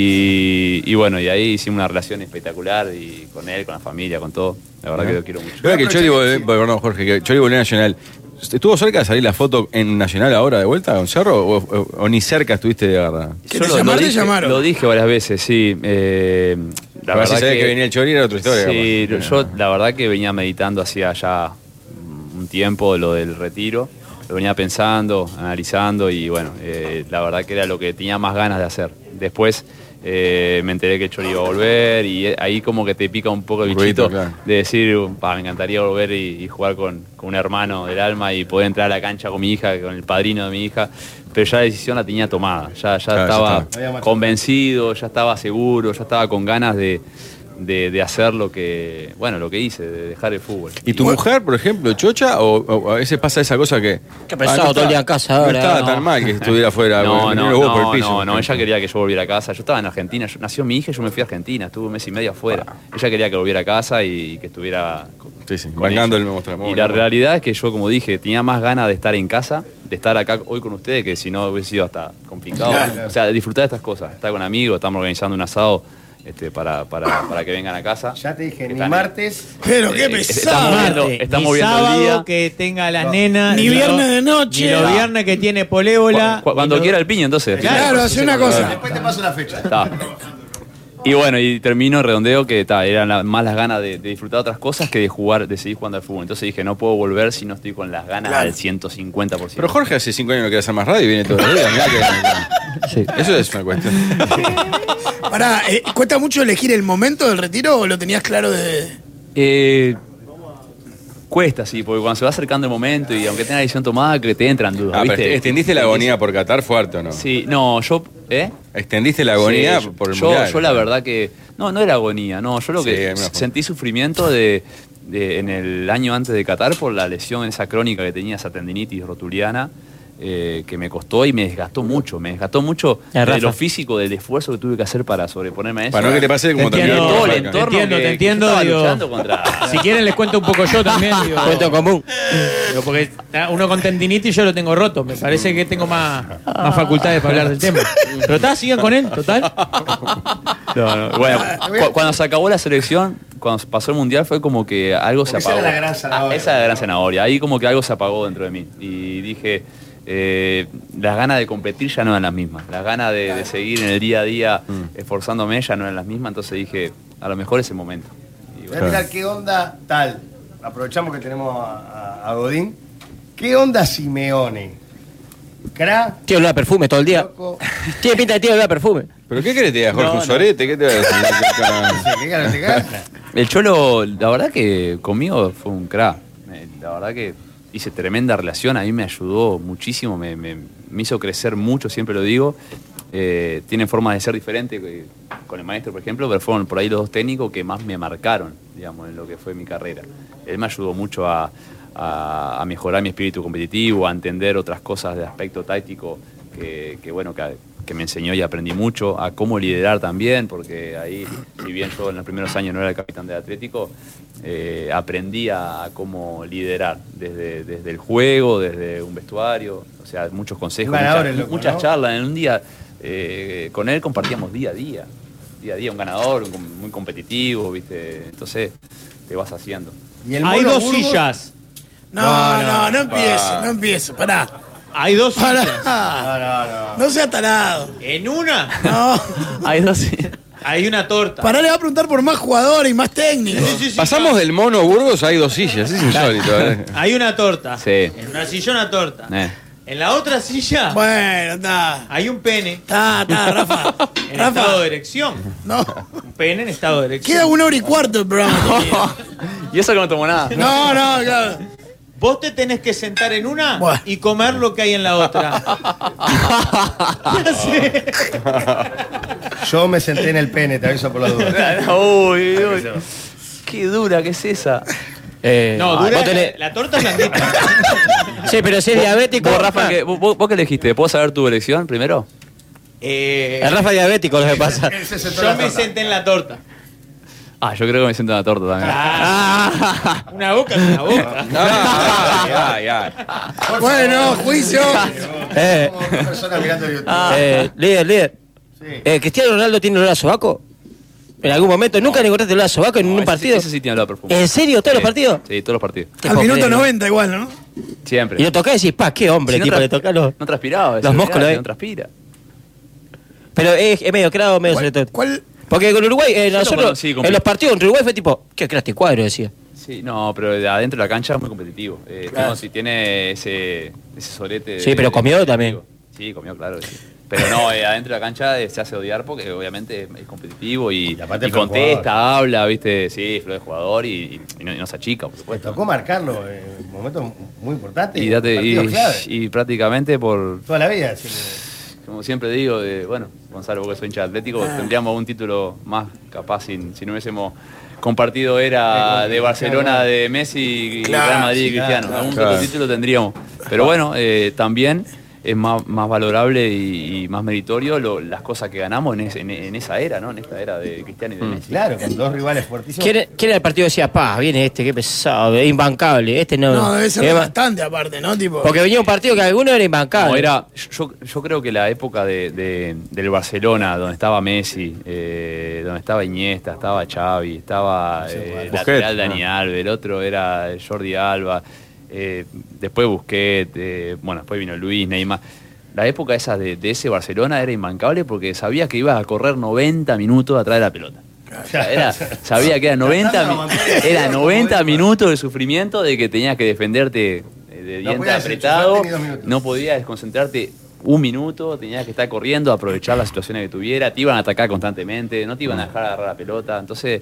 [SPEAKER 4] Y, y bueno, y ahí hicimos una relación espectacular y con él, con la familia, con todo. La verdad que lo quiero mucho.
[SPEAKER 5] Creo que el Chori, vol- perdón, Jorge, que el Chori volvió a Nacional. ¿Estuvo cerca de salir la foto en Nacional ahora de vuelta, Gonzalo? ¿O, o, o ni cerca estuviste de verdad?
[SPEAKER 2] Que
[SPEAKER 4] Yo
[SPEAKER 2] te llamaron, te
[SPEAKER 4] dije,
[SPEAKER 2] llamaron.
[SPEAKER 4] lo dije varias veces, sí. Eh, la
[SPEAKER 5] A ver si
[SPEAKER 4] verdad
[SPEAKER 5] sabés que venía el Chori, era otra historia,
[SPEAKER 4] Sí,
[SPEAKER 5] capaz.
[SPEAKER 4] yo la verdad que venía meditando hacía ya un tiempo lo del retiro. Lo venía pensando, analizando y bueno, eh, la verdad que era lo que tenía más ganas de hacer. Después eh, me enteré que el Chori iba a volver y eh, ahí como que te pica un poco el
[SPEAKER 5] Ruidito,
[SPEAKER 4] bichito
[SPEAKER 5] claro.
[SPEAKER 4] de decir, "Pa, me encantaría volver y, y jugar con, con un hermano del alma y poder entrar a la cancha con mi hija, con el padrino de mi hija. Pero ya la decisión la tenía tomada, ya, ya
[SPEAKER 5] Claro,
[SPEAKER 4] estaba
[SPEAKER 5] ya estaba.
[SPEAKER 1] Había marchado.
[SPEAKER 4] convencido, ya estaba seguro, ya estaba con ganas de, de, de hacer lo que, bueno, lo que hice, de dejar el fútbol.
[SPEAKER 5] ¿Y tu mujer, por ejemplo, chocha? O, o a veces pasa esa cosa Ah, que.
[SPEAKER 6] Qué pesado, todo el día en casa
[SPEAKER 5] No
[SPEAKER 6] ahora,
[SPEAKER 5] estaba
[SPEAKER 6] no.
[SPEAKER 5] tan mal que estuviera afuera.
[SPEAKER 4] No,
[SPEAKER 5] porque
[SPEAKER 4] no,
[SPEAKER 5] tenía los huevos por
[SPEAKER 4] no,
[SPEAKER 5] el piso.
[SPEAKER 4] no, no, ella quería que yo volviera a casa. Yo estaba en Argentina, yo- nació mi hija y yo me fui a Argentina, estuve un mes y medio afuera. Ella quería que volviera a casa y que estuviera con-
[SPEAKER 5] Sí, sí,
[SPEAKER 4] con
[SPEAKER 5] bancando
[SPEAKER 4] ella.
[SPEAKER 5] el mostrador.
[SPEAKER 4] Y la realidad es que yo, como dije, tenía más ganas de estar en casa, de estar acá hoy con ustedes, que si no hubiese sido hasta complicado. O sea, disfrutar de estas cosas, estar con amigos, estamos organizando un asado este, para, para, para que vengan a casa.
[SPEAKER 1] Ya te dije, ni
[SPEAKER 4] Están-
[SPEAKER 1] martes.
[SPEAKER 2] Pero
[SPEAKER 4] Eh,
[SPEAKER 2] qué
[SPEAKER 4] estamos
[SPEAKER 2] pesado.
[SPEAKER 4] viendo, estamos
[SPEAKER 3] ni
[SPEAKER 4] viendo
[SPEAKER 3] sábado
[SPEAKER 4] el día.
[SPEAKER 3] que tenga las nenas.
[SPEAKER 2] Ni viernes de
[SPEAKER 3] Ni
[SPEAKER 2] noche.
[SPEAKER 3] los viernes que tiene polébola.
[SPEAKER 4] Cu- cu- cuando
[SPEAKER 3] ni lo-
[SPEAKER 4] quiera el piño, entonces.
[SPEAKER 2] Claro, hace una cosa.
[SPEAKER 1] Después te paso la fecha.
[SPEAKER 4] Ta. Y bueno, y termino el redondeo que ta, eran la- más las ganas de, de disfrutar otras cosas que de jugar, de seguir jugando al fútbol. Entonces dije, no puedo volver si no estoy con las ganas al 150%.
[SPEAKER 5] Pero Jorge hace cinco años no quiere hacer más radio y viene todos los días. mirá que- Eso es una cuestión.
[SPEAKER 2] Pará, eh, ¿cuesta mucho elegir el momento del retiro o lo tenías claro de.?
[SPEAKER 4] Eh, cuesta, sí, porque cuando se va acercando el momento y aunque tenga la decisión tomada, que te entran dudas.
[SPEAKER 5] Ah, pero
[SPEAKER 4] ¿viste?
[SPEAKER 5] extendiste la agonía por Qatar fuerte o no.
[SPEAKER 4] Sí, no, yo. ¿Eh?
[SPEAKER 5] Extendiste la agonía
[SPEAKER 4] Sí, yo-
[SPEAKER 5] por el
[SPEAKER 4] yo,
[SPEAKER 5] mundial.
[SPEAKER 4] yo la verdad que. No, no era agonía, no. Yo lo
[SPEAKER 5] Sí,
[SPEAKER 4] que
[SPEAKER 5] hay una forma.
[SPEAKER 4] sentí sufrimiento de, de- en el año antes de Qatar por la lesión, esa crónica que tenía, esa tendinitis rotuliana, eh, que me costó y me desgastó mucho. Me desgastó mucho
[SPEAKER 6] Ya,
[SPEAKER 4] de
[SPEAKER 6] Rafa.
[SPEAKER 4] lo físico, del esfuerzo que tuve que hacer para sobreponerme a eso.
[SPEAKER 5] Para no que te pase
[SPEAKER 3] Te
[SPEAKER 5] como
[SPEAKER 3] entiendo,
[SPEAKER 5] terminó
[SPEAKER 4] todo el
[SPEAKER 5] el
[SPEAKER 4] entorno.
[SPEAKER 5] Mundial.
[SPEAKER 3] entiendo, te
[SPEAKER 4] que- que yo
[SPEAKER 3] entiendo,
[SPEAKER 4] estaba
[SPEAKER 3] digo.
[SPEAKER 4] luchando contra-
[SPEAKER 3] Si quieren les cuento un poco yo también. digo.
[SPEAKER 6] Cuento común.
[SPEAKER 3] Digo, porque ah, uno con tendinitis yo lo tengo roto. Me parece que tengo más, más facultades para hablar del tema. Pero está, sigan con él, total.
[SPEAKER 4] Bueno, cu- cuando se acabó la selección, cuando pasó el mundial, fue como que algo se
[SPEAKER 1] Porque esa
[SPEAKER 4] apagó.
[SPEAKER 1] era la gran zanahoria.
[SPEAKER 4] Ah, esa era la gran zanahoria. Ahí como que algo se apagó dentro de mí. Y dije, eh, las ganas de competir ya no eran las mismas. Las ganas de, de seguir en el día a día esforzándome ya no eran las mismas. Entonces dije, a lo mejor es el momento. Y
[SPEAKER 1] Voy
[SPEAKER 4] bueno,
[SPEAKER 1] a
[SPEAKER 6] Ah.
[SPEAKER 1] mirar qué onda tal. Aprovechamos que tenemos a, a- a Godín. ¿Qué onda Simeone? Cra,
[SPEAKER 6] Tío, olor a perfume todo el día.
[SPEAKER 1] loco.
[SPEAKER 6] Tiene pinta de tío, olor a perfume.
[SPEAKER 5] ¿Pero qué querés que te diga, Jorge?
[SPEAKER 6] No,
[SPEAKER 5] ¿Un
[SPEAKER 6] no.
[SPEAKER 5] sorete? ¿Qué te va a decir?
[SPEAKER 1] ¿Qué ganas te gana?
[SPEAKER 4] el Cholo, la verdad que conmigo fue un crack. Eh, La verdad que hice tremenda relación, a mí me ayudó muchísimo, me, me- me hizo crecer mucho, siempre lo digo. Eh, tienen formas de ser diferentes eh, con el maestro, por ejemplo, pero fueron por ahí los dos técnicos que más me marcaron, digamos, en lo que fue mi carrera. Él me ayudó mucho a, a- a mejorar mi espíritu competitivo, a entender otras cosas de aspecto táctico que, que, bueno, que, que me enseñó y aprendí mucho, a cómo liderar también, porque ahí, si bien yo en los primeros años no era el capitán del Atlético, eh, aprendí a, a cómo liderar desde, desde el juego, desde un vestuario, o sea, muchos consejos,
[SPEAKER 1] Un ganador
[SPEAKER 4] muchas,
[SPEAKER 1] el loco,
[SPEAKER 4] muchas
[SPEAKER 1] ¿no?
[SPEAKER 4] charlas. En un día eh, con él compartíamos día a día, día a día, un ganador, un com- muy competitivo, ¿viste? Entonces te vas haciendo.
[SPEAKER 1] Y el
[SPEAKER 3] Hay
[SPEAKER 1] mono
[SPEAKER 3] dos
[SPEAKER 1] Burgos-
[SPEAKER 3] sillas.
[SPEAKER 2] No, no, no, empieces,
[SPEAKER 4] Ah.
[SPEAKER 2] no empieces. Pará.
[SPEAKER 3] Hay dos sillas.
[SPEAKER 2] Pará.
[SPEAKER 1] No, no, no.
[SPEAKER 2] No seas tarado.
[SPEAKER 3] En una
[SPEAKER 2] No.
[SPEAKER 4] Hay dos.
[SPEAKER 3] hay una torta.
[SPEAKER 2] Pará, le va a preguntar por más jugadores y más técnicos.
[SPEAKER 5] Pasamos del mono Burgos a hay dos sillas, es insólito. ¿eh?
[SPEAKER 3] Hay una torta.
[SPEAKER 4] Sí.
[SPEAKER 3] En una silla una torta.
[SPEAKER 4] Eh.
[SPEAKER 3] En la otra silla
[SPEAKER 2] Bueno, está.
[SPEAKER 3] hay un pene
[SPEAKER 2] Está, está, Rafa.
[SPEAKER 3] en estado de
[SPEAKER 2] Rafa.
[SPEAKER 3] erección.
[SPEAKER 2] No.
[SPEAKER 3] Un pene en estado de erección.
[SPEAKER 2] Queda una hora y cuarto el programa. todavía.
[SPEAKER 4] y eso que no tomó nada.
[SPEAKER 2] No, no, claro.
[SPEAKER 3] Vos te tenés que sentar en una
[SPEAKER 2] Bueno.
[SPEAKER 3] y comer lo que hay en la otra. Ya sé.
[SPEAKER 1] Yo me senté en el pene, te aviso por la duda.
[SPEAKER 4] Uy, uy. Qué dura que es esa.
[SPEAKER 6] Eh,
[SPEAKER 3] No,
[SPEAKER 6] ah,
[SPEAKER 3] dura
[SPEAKER 6] vos tenés-
[SPEAKER 3] la torta es blandita.
[SPEAKER 6] Sí, pero si es diabético. ah.
[SPEAKER 4] Vos, Rafa, ¿qué, vos, vos qué elegiste? ¿Puedo saber tu elección primero?
[SPEAKER 3] Eh,
[SPEAKER 6] El Rafa es diabético, lo que pasa.
[SPEAKER 1] Él se sentó en
[SPEAKER 3] yo
[SPEAKER 1] la
[SPEAKER 3] me
[SPEAKER 1] torta.
[SPEAKER 3] senté en la torta.
[SPEAKER 4] Ah, yo creo que me siento en la torta también. Ah.
[SPEAKER 3] Una boca es una boca.
[SPEAKER 5] Ay, ay, ay.
[SPEAKER 2] Bueno, juicio.
[SPEAKER 6] Ah, Eh,
[SPEAKER 1] Ah, Como una persona mirando YouTube.
[SPEAKER 6] eh, líder, líder.
[SPEAKER 1] Sí.
[SPEAKER 6] Eh, ¿Cristiano Ronaldo tiene olor a sobaco? ¿En algún momento? ¿Nunca le encontraste olor a sobaco en
[SPEAKER 4] No,
[SPEAKER 6] un
[SPEAKER 4] ese-
[SPEAKER 6] partido?
[SPEAKER 4] Ese sí tiene olor a perfume.
[SPEAKER 6] ¿En serio? ¿Todos los
[SPEAKER 4] Sí,
[SPEAKER 6] partidos?
[SPEAKER 4] Sí, todos los partidos.
[SPEAKER 6] Te
[SPEAKER 2] Al
[SPEAKER 6] puedo
[SPEAKER 2] minuto
[SPEAKER 6] creer, ¿no?
[SPEAKER 2] 90 igual, ¿no?
[SPEAKER 4] Siempre.
[SPEAKER 6] Y lo tocás y decís, pa, qué hombre,
[SPEAKER 4] Si no
[SPEAKER 6] tipo,
[SPEAKER 4] tra-
[SPEAKER 6] le tocás los...
[SPEAKER 4] No transpiraba.
[SPEAKER 6] los músculos, eh.
[SPEAKER 4] No transpira.
[SPEAKER 6] Pero es, es medio crado, medio sobre todo.
[SPEAKER 2] ¿Cuál?
[SPEAKER 6] Porque con Uruguay, eh,
[SPEAKER 4] Yo no
[SPEAKER 6] nosotros,
[SPEAKER 4] conocí,
[SPEAKER 6] en
[SPEAKER 4] compli-
[SPEAKER 6] los partidos con Uruguay fue tipo, qué creaste cuadro, decía.
[SPEAKER 4] Sí, no, pero de adentro de la cancha es muy competitivo. Eh, no, si tiene ese, ese sorete.
[SPEAKER 6] Sí,
[SPEAKER 4] de-
[SPEAKER 6] pero
[SPEAKER 4] de-
[SPEAKER 6] comió también.
[SPEAKER 4] Sí, comió, claro. sí. Pero no, eh, adentro de la cancha eh, se hace odiar porque obviamente es, es competitivo y,
[SPEAKER 1] Y aparte
[SPEAKER 4] y
[SPEAKER 1] fue
[SPEAKER 4] contesta, habla, ¿viste? Sí, fue de jugador y, y no, y no se achica, por
[SPEAKER 1] Pues
[SPEAKER 4] supuesto.
[SPEAKER 1] tocó marcarlo en un momento muy importante.
[SPEAKER 4] Y, date- y-
[SPEAKER 1] partido clave.
[SPEAKER 4] y prácticamente por.
[SPEAKER 1] Toda la vida. sí.
[SPEAKER 4] como siempre digo, de, bueno, Gonzalo, porque soy hincha de atlético,
[SPEAKER 2] Ah.
[SPEAKER 4] tendríamos un título más capaz sin- si no hubiésemos compartido era de Barcelona de Messi y
[SPEAKER 2] Claro,
[SPEAKER 4] Real Madrid y
[SPEAKER 2] sí,
[SPEAKER 4] Cristiano.
[SPEAKER 2] claro,
[SPEAKER 4] Algún
[SPEAKER 5] claro.
[SPEAKER 4] otro título tendríamos. Pero bueno, eh, también es más, más valorable y, y más meritorio lo- las cosas que ganamos en, ese- en- en esa era, ¿no? En esta era de Cristiano y de Messi.
[SPEAKER 1] Claro, con dos rivales fuertísimos.
[SPEAKER 6] ¿Quién, era- quién era el partido decía, pa, viene este, qué pesado, es imbancable? Este no.
[SPEAKER 2] No, debe ser
[SPEAKER 6] Es ba-
[SPEAKER 2] bastante aparte, ¿no? Tipo,
[SPEAKER 6] Porque venía un partido que alguno era
[SPEAKER 4] Como
[SPEAKER 6] imbancable.
[SPEAKER 4] era, yo, yo creo que la época de, de- del Barcelona, donde estaba Messi, eh, donde estaba Iniesta, estaba Xavi, estaba eh, el
[SPEAKER 5] Busquets,
[SPEAKER 4] lateral
[SPEAKER 5] ¿no?
[SPEAKER 4] Dani Alves, el otro era Jordi Alba, eh, después Busquets, eh, bueno, después vino Luis, Neymar. La época esa de, de ese Barcelona era imbancable porque sabía que ibas a correr 90 minutos atrás de la pelota. O sea, era- sabía que era 90, mi- era 90 minutos de sufrimiento de que tenías que defenderte eh, de
[SPEAKER 1] No
[SPEAKER 4] dientes
[SPEAKER 1] podías
[SPEAKER 4] apretados,
[SPEAKER 1] enchufarte ni dos minutos.
[SPEAKER 4] no podías desconcentrarte un minuto, tenías que estar corriendo, aprovechar las situaciones que tuviera, te iban a atacar constantemente, no te iban a dejar agarrar la pelota, entonces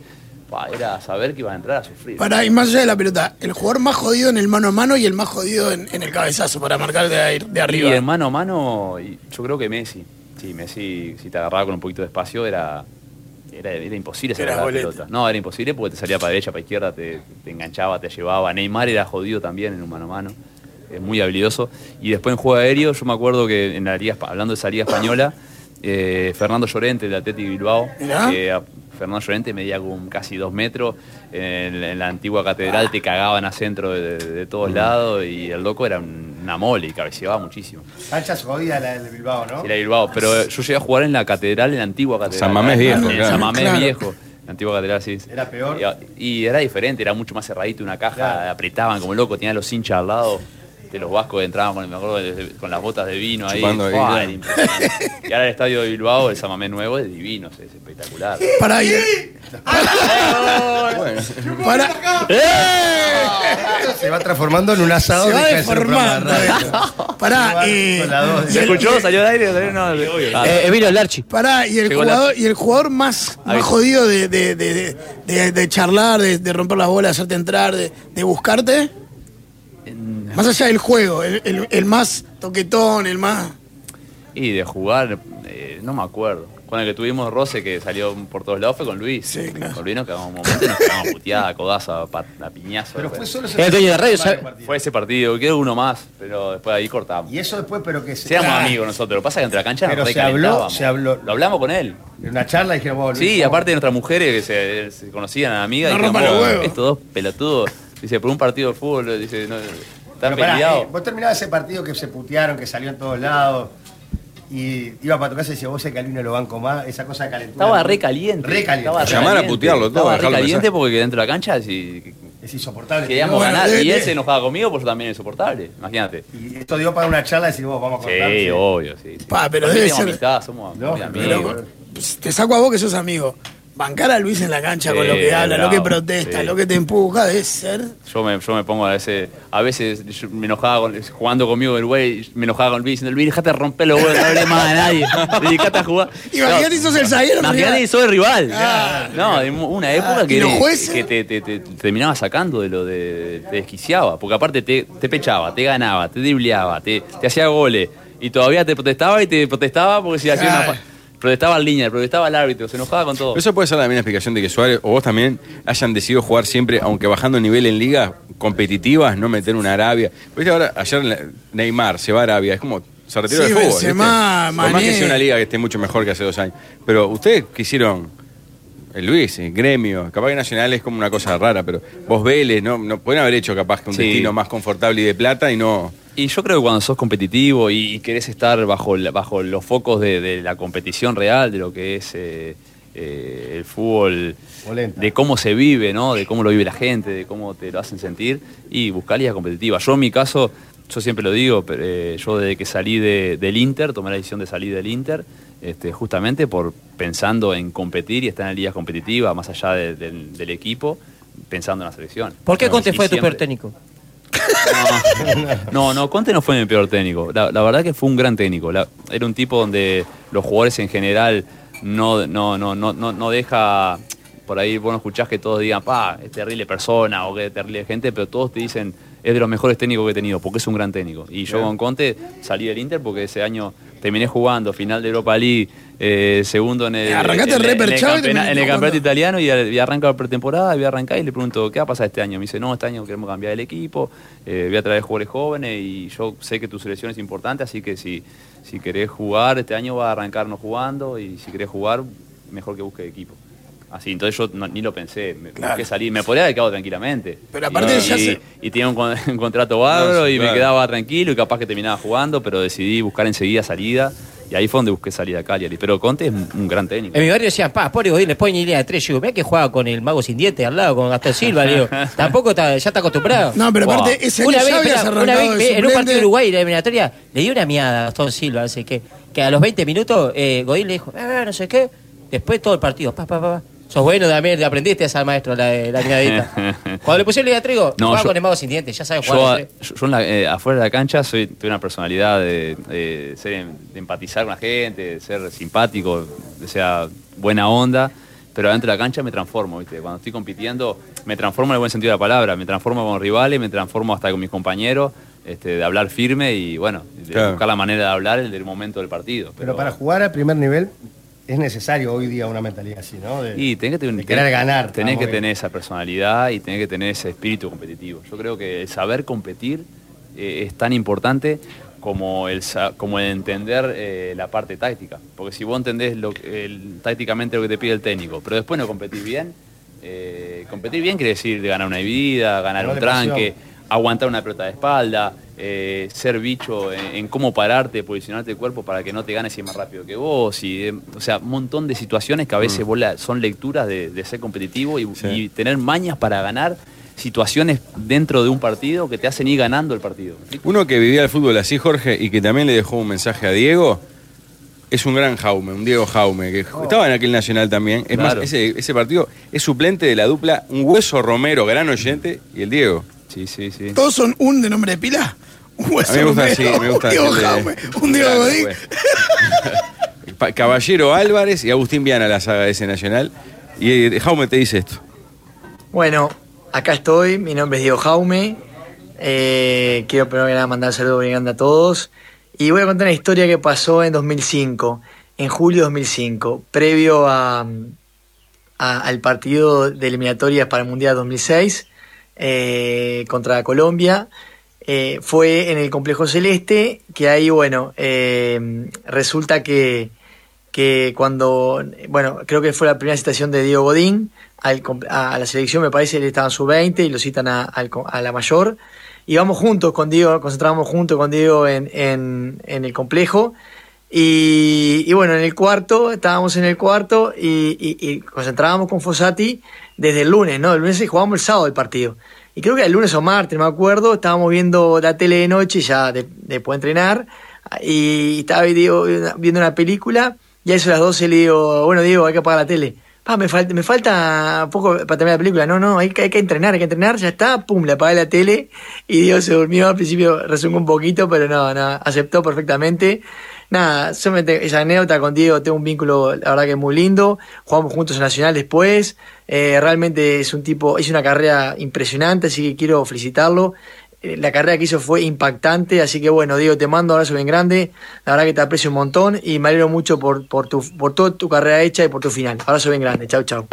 [SPEAKER 4] pa, era saber que ibas a entrar a sufrir.
[SPEAKER 2] para ir más allá de la pelota, el jugador más jodido en el mano a mano y el más jodido en, en el cabezazo para marcar de, ahí- de
[SPEAKER 4] Y
[SPEAKER 2] arriba.
[SPEAKER 4] en mano a mano, y yo creo que Messi, sí, Messi, si te agarraba con un poquito de espacio, era, era, era imposible
[SPEAKER 2] Era
[SPEAKER 4] sacar la
[SPEAKER 2] boleta.
[SPEAKER 4] pelota. No, era imposible porque te salía para derecha, para izquierda, te, te enganchaba, te llevaba. Neymar era jodido también en un mano a mano, es muy habilidoso. Y después en juego aéreo, yo me acuerdo que en la liga, espa- hablando de esa liga española, eh, Fernando Llorente, del Atleti Bilbao,
[SPEAKER 2] Mirá.
[SPEAKER 4] que a- Fernando Llorente medía como casi dos metros, en, en la antigua catedral te cagaban a centro de, de- de todos lados y el loco era un- una mole y cabeceaba muchísimo.
[SPEAKER 1] Canchas jodidas la del Bilbao, ¿no?
[SPEAKER 4] Era Bilbao, pero eh, yo llegué a jugar en la catedral, en la antigua catedral.
[SPEAKER 5] San Mamés viejo,
[SPEAKER 4] En
[SPEAKER 5] claro.
[SPEAKER 4] San Mamés
[SPEAKER 2] Claro.
[SPEAKER 4] viejo. La antigua catedral, sí.
[SPEAKER 1] Era peor.
[SPEAKER 4] Y, y era diferente, era mucho más cerradito, una caja,
[SPEAKER 1] Claro.
[SPEAKER 4] apretaban como loco, tenían los hinchas al lado. De los vascos entraban con, me acuerdo, de- de- con las botas de vino ahí.
[SPEAKER 5] Chupando ahí,
[SPEAKER 4] ¡Fua!
[SPEAKER 5] claro.
[SPEAKER 4] Era impresionante. y ahora el estadio de Bilbao, el San Mamés nuevo, es divino, es espectacular.
[SPEAKER 2] Para ir.
[SPEAKER 5] Bueno,
[SPEAKER 2] Para,
[SPEAKER 4] ¡Eh!
[SPEAKER 1] Se va transformando en un asado.
[SPEAKER 2] se va
[SPEAKER 1] deja de ser un programa
[SPEAKER 2] deformando.
[SPEAKER 1] de radio.
[SPEAKER 2] Para,
[SPEAKER 1] Igual,
[SPEAKER 2] eh,
[SPEAKER 1] con la dos,
[SPEAKER 2] y
[SPEAKER 4] ¿Se
[SPEAKER 2] el-
[SPEAKER 4] escuchó? ¿Salió al aire? ¿Salió? No, Ah,
[SPEAKER 6] Eh, eh, vino Larchi.
[SPEAKER 2] Pará, y el
[SPEAKER 4] Llegó la-
[SPEAKER 2] jugador, y el jugador más,
[SPEAKER 4] Ahí.
[SPEAKER 2] más jodido de, de- de- de- de- de charlar, de, de romper las bolas, de hacerte entrar, de, de buscarte. Más allá del juego, el, el- el más toquetón, el más.
[SPEAKER 4] Y de jugar, eh, no me acuerdo. Con el que tuvimos roce que salió por todos lados fue con Luis.
[SPEAKER 2] Sí, claro.
[SPEAKER 4] Con Luis nos cagamos un momento y nos cagamos puteada, codaza, pa- a piñazo.
[SPEAKER 1] Pero
[SPEAKER 4] Fue-
[SPEAKER 1] fue solo ese
[SPEAKER 6] Era el dueño de la radio,
[SPEAKER 1] partido.
[SPEAKER 6] ¿sabe?
[SPEAKER 4] fue ese partido, quiero uno más, pero después ahí cortamos.
[SPEAKER 1] Y eso después, pero que se.
[SPEAKER 4] Seamos
[SPEAKER 1] Ah,
[SPEAKER 4] amigos nosotros, lo que pasa es que entre la cancha
[SPEAKER 1] Pero
[SPEAKER 4] nos
[SPEAKER 1] se habló,
[SPEAKER 4] recalentábamos.
[SPEAKER 1] se habló.
[SPEAKER 4] Lo hablamos con él.
[SPEAKER 1] En una charla dijeron, vos, Luis,
[SPEAKER 4] Sí, y
[SPEAKER 1] vamos.
[SPEAKER 4] aparte de nuestras mujeres que se, se conocían a la amiga,
[SPEAKER 2] No
[SPEAKER 4] dijimos,
[SPEAKER 2] rompan los
[SPEAKER 4] "Oh,
[SPEAKER 2] huevos".
[SPEAKER 4] estos dos pelotudos, dice, por un partido de fútbol, dice, no, están
[SPEAKER 1] Pero pará, eh,
[SPEAKER 4] peleados.
[SPEAKER 1] vos terminabas ese partido que se putearon, que salió en todos lados. Y iba para tu casa y decía, vos el calino lo banco más, esa cosa de calentura.
[SPEAKER 4] Estaba re caliente.
[SPEAKER 1] Re caliente.
[SPEAKER 4] Estaba re
[SPEAKER 5] Llamar a
[SPEAKER 4] caliente.
[SPEAKER 5] putearlo todo,
[SPEAKER 4] Estaba re
[SPEAKER 5] dejarlo
[SPEAKER 4] caliente
[SPEAKER 5] pensar.
[SPEAKER 4] porque dentro de la cancha si,
[SPEAKER 1] Es insoportable. eh,
[SPEAKER 4] queríamos
[SPEAKER 2] Bueno,
[SPEAKER 4] ganar.
[SPEAKER 2] de-
[SPEAKER 4] Y
[SPEAKER 2] de-
[SPEAKER 4] él se enojaba conmigo, pues yo también era insoportable. Imagínate.
[SPEAKER 1] Y esto dio para una charla y decir, vos, vamos a cortar.
[SPEAKER 4] Sí, obvio, sí. sí.
[SPEAKER 2] Pa, pero
[SPEAKER 4] También
[SPEAKER 2] debe
[SPEAKER 4] tenemos
[SPEAKER 2] ser-
[SPEAKER 4] amistad, somos
[SPEAKER 1] No,
[SPEAKER 4] muy
[SPEAKER 1] pero-
[SPEAKER 4] amigos.
[SPEAKER 2] Pues, te saco a vos que sos amigo. Bancar a Luis en la cancha con
[SPEAKER 4] Sí,
[SPEAKER 2] lo que habla, lo
[SPEAKER 4] bravo,
[SPEAKER 2] que protesta,
[SPEAKER 4] sí.
[SPEAKER 2] lo que te empuja, debe ser.
[SPEAKER 4] Yo me, yo me pongo a veces, a veces yo me enojaba con- jugando conmigo el güey, me enojaba con Luis diciendo, Luis, dejate de romper los huevos, no hables más a nadie, dedicate a jugar.
[SPEAKER 2] Imagínate si sos el zaguero,
[SPEAKER 4] Imagínate
[SPEAKER 2] mirá.
[SPEAKER 4] que sos el rival.
[SPEAKER 2] Ah.
[SPEAKER 4] no, en una época
[SPEAKER 2] Ah,
[SPEAKER 4] que,
[SPEAKER 2] ¿y los
[SPEAKER 4] te-
[SPEAKER 2] jueces?
[SPEAKER 4] que te, te- te- te terminaba sacando de lo de, te desquiciaba, porque aparte te, te pechaba, te ganaba, te dribleaba, te, te hacía goles, y todavía te protestaba y te protestaba porque si hacía una...
[SPEAKER 2] Claro.
[SPEAKER 4] fa- Protestaba al línea, protestaba al árbitro, se enojaba con todo.
[SPEAKER 5] eso puede ser la misma explicación de que Suárez o vos también hayan decidido jugar siempre, aunque bajando nivel en ligas competitivas, no meter una Arabia. Viste, ahora, ayer la- Neymar se va a Arabia, es como se retiró
[SPEAKER 2] Sí,
[SPEAKER 5] del fútbol.
[SPEAKER 2] Benzema,
[SPEAKER 5] ¿viste? Por más
[SPEAKER 2] Mané.
[SPEAKER 5] que sea una liga que esté mucho mejor que hace dos años. Pero ustedes quisieron, eh, Luis, eh, gremio, capaz que Nacional es como una cosa rara, pero vos Vélez, no, no pueden haber hecho capaz que un
[SPEAKER 4] Sí.
[SPEAKER 5] destino más confortable y de plata y no.
[SPEAKER 4] Y yo creo que cuando sos competitivo y, y querés estar bajo, la- bajo los focos de, de la competición real, de lo que es eh, eh, el fútbol,
[SPEAKER 1] Polenta.
[SPEAKER 4] de cómo se vive, ¿no? De cómo lo vive la gente, de cómo te lo hacen sentir y buscar ligas competitivas. Yo en mi caso, yo siempre lo digo, pero, eh, yo desde que salí de- del Inter, tomé la decisión de salir del Inter, este, justamente por pensando en competir y estar en ligas competitivas, más allá de- del- del equipo, pensando en la selección.
[SPEAKER 6] ¿Por qué
[SPEAKER 4] No,
[SPEAKER 6] Conte
[SPEAKER 4] y
[SPEAKER 6] fue tu
[SPEAKER 4] siempre-
[SPEAKER 6] peor técnico?
[SPEAKER 4] no, no, Conte no fue mi peor técnico. La, la verdad que fue un gran técnico. La- era un tipo donde los jugadores en general no, no, no, no, no, no deja. Por ahí vos no escuchás que todos digan, pa, es terrible persona o que es terrible gente, pero todos te dicen, es de los mejores técnicos que he tenido, porque es un gran técnico. Y yo con Conte salí del Inter porque ese año terminé jugando final de Europa League, eh, segundo en el,
[SPEAKER 2] Arrancaste
[SPEAKER 4] en,
[SPEAKER 2] re
[SPEAKER 4] en el,
[SPEAKER 2] perchado y
[SPEAKER 4] campena-
[SPEAKER 2] terminaste
[SPEAKER 4] en el
[SPEAKER 2] jugando.
[SPEAKER 4] campeonato italiano y, al- y arranca la pretemporada y voy a arrancar y le pregunto, ¿qué va a pasar este año? Me dice, no, este año queremos cambiar el equipo, eh, voy a traer jugadores jóvenes y yo sé que tu selección es importante, así que si, si querés jugar, este año va a arrancarnos jugando y si querés jugar, mejor que busque equipo. Así, entonces yo no- ni lo pensé, me
[SPEAKER 2] Claro.
[SPEAKER 4] busqué salir, me podría haber quedado tranquilamente.
[SPEAKER 2] Pero aparte
[SPEAKER 4] y,
[SPEAKER 2] ya
[SPEAKER 4] y-
[SPEAKER 2] se-
[SPEAKER 4] y tenía un, con- un contrato bárbaro
[SPEAKER 5] No, sí,
[SPEAKER 4] y
[SPEAKER 5] claro.
[SPEAKER 4] me quedaba tranquilo y capaz que terminaba jugando, pero decidí buscar enseguida salida y ahí fue donde busqué salida a Cagliari. Pero Conte es un un gran técnico.
[SPEAKER 6] En mi barrio decían, pa, pobre Godín, después ni idea de tres. Yo digo, mirá que jugaba con el mago sin dientes al lado, con Gastón Silva. le digo, tampoco está, ya está acostumbrado.
[SPEAKER 2] No, pero aparte,
[SPEAKER 4] Wow.
[SPEAKER 2] ese año
[SPEAKER 6] una vez,
[SPEAKER 2] ya habías
[SPEAKER 6] espera, una
[SPEAKER 2] arrancado
[SPEAKER 6] vez,
[SPEAKER 2] de
[SPEAKER 6] en un partido de
[SPEAKER 2] suplente.
[SPEAKER 6] Uruguay, la eliminatoria, le dio una miada a Gastón Silva, no sé qué. Que a los 20 minutos, eh, Godín le dijo, "Ah, no sé qué. Después todo el partido, pa, pa, pa. pa. Sos bueno también, le aprendiste a esa maestro la, de- la miadita. Cuando le pusieron el trigo,
[SPEAKER 4] No,
[SPEAKER 6] jugaba
[SPEAKER 4] yo-
[SPEAKER 6] con el mago sin dientes, ya sabes
[SPEAKER 4] Yo,
[SPEAKER 6] jugar.
[SPEAKER 4] a-
[SPEAKER 6] ¿eh?
[SPEAKER 4] yo- yo en la- eh, afuera de la cancha soy tengo una personalidad de, eh, ser- de empatizar con la gente, de ser simpático, de sea buena onda, pero adentro de la cancha me transformo, ¿viste? Cuando estoy compitiendo, me transformo en el buen sentido de la palabra, me transformo con rivales, me transformo hasta con mis compañeros, este, de hablar firme y bueno, de
[SPEAKER 5] Claro.
[SPEAKER 4] buscar la manera de hablar en el momento del partido.
[SPEAKER 1] Pero para jugar al primer nivel es necesario hoy día una mentalidad así, ¿no? De-
[SPEAKER 4] Y tenés que, ten-
[SPEAKER 1] de querer ganar. eh.
[SPEAKER 4] Tenés
[SPEAKER 1] está
[SPEAKER 4] que
[SPEAKER 1] muy
[SPEAKER 4] tener esa personalidad y tenés que tener ese espíritu competitivo. Yo creo que el saber competir eh, es tan importante como el, sa- como el entender eh, la parte táctica. Porque si vos entendés lo que- el- tácticamente lo que te pide el técnico, pero después no competís bien, eh, competir bien quiere decir ganar una vida, ganar un
[SPEAKER 1] Ponerle pasión.
[SPEAKER 4] tranque, aguantar una pelota de espalda, eh, ser bicho en, en cómo pararte, posicionarte el cuerpo para que no te gane si es más rápido que vos. Y, eh, o sea, un montón de situaciones que a veces vos la- son lecturas de, de ser competitivo y,
[SPEAKER 5] Sí.
[SPEAKER 4] y tener mañas para ganar situaciones dentro de un partido que te hacen ir ganando el partido.
[SPEAKER 5] Uno que vivía el fútbol así, Jorge, y que también le dejó un mensaje a Diego, es un gran Jaume, un Diego Jaume, que estaba en aquel Nacional también. Es
[SPEAKER 4] Oh. Claro.
[SPEAKER 5] más, ese, ese partido es suplente de la dupla un hueso Romero, gran oyente, y el Diego.
[SPEAKER 4] Sí, sí, sí.
[SPEAKER 2] ¿Todos son un de nombre de pila? Un hueso
[SPEAKER 5] A mí me gusta,
[SPEAKER 2] Romero,
[SPEAKER 5] sí, me gusta.
[SPEAKER 2] un Diego
[SPEAKER 5] el de-
[SPEAKER 2] Jaume, un Diego
[SPEAKER 5] Claro,
[SPEAKER 2] Godín.
[SPEAKER 5] pues. Pa- Caballero Álvarez y Agustín Viana, la saga de ese Nacional. Y eh, Jaume te dice esto.
[SPEAKER 11] Bueno, acá estoy, mi nombre es Diego Jaume. Eh, quiero primero que nada mandar saludos bien grande a todos. Y voy a contar una historia que pasó en 2005, en julio de 2005, previo a, a- al partido de eliminatorias para el Mundial 2006 eh, contra Colombia. Eh, fue en el Complejo Celeste, que ahí, bueno, eh, resulta que, que cuando, bueno, creo que fue la primera citación de Diego Godín al com- a, a la selección, me parece, él estaba en su 20 y lo citan a, al co- a la mayor. Íbamos juntos con Diego, concentrábamos juntos con Diego en, en- en el complejo. Y, y bueno, en el cuarto, estábamos en el cuarto y, y- y concentrábamos con Fossati desde el lunes, ¿no? El lunes y jugábamos el sábado el partido. Y creo que era el lunes o martes, no me acuerdo, estábamos viendo la tele de noche ya de- después de entrenar y estaba ahí, Diego, viendo una película y a eso a las 12 le digo, bueno Diego, hay que apagar la tele. Pa, me, falta, me falta poco para terminar la película. No, no, hay que, hay que entrenar, hay que entrenar. Ya está, pum, le apagué la tele y Diego se durmió. Al principio rezongó un poquito, pero no, no, aceptó perfectamente. Nada, solamente esa anécdota con Diego, tengo un vínculo, la verdad que muy lindo. Jugamos juntos en Nacional después. Eh, realmente es un tipo, hizo una carrera impresionante, así que quiero felicitarlo. Eh, La carrera que hizo fue impactante, así que bueno, Diego, te mando un abrazo bien grande. La verdad que te aprecio un montón y me alegro mucho por, por, tu, por toda tu carrera hecha y por tu final. Abrazo bien grande, chau, chau.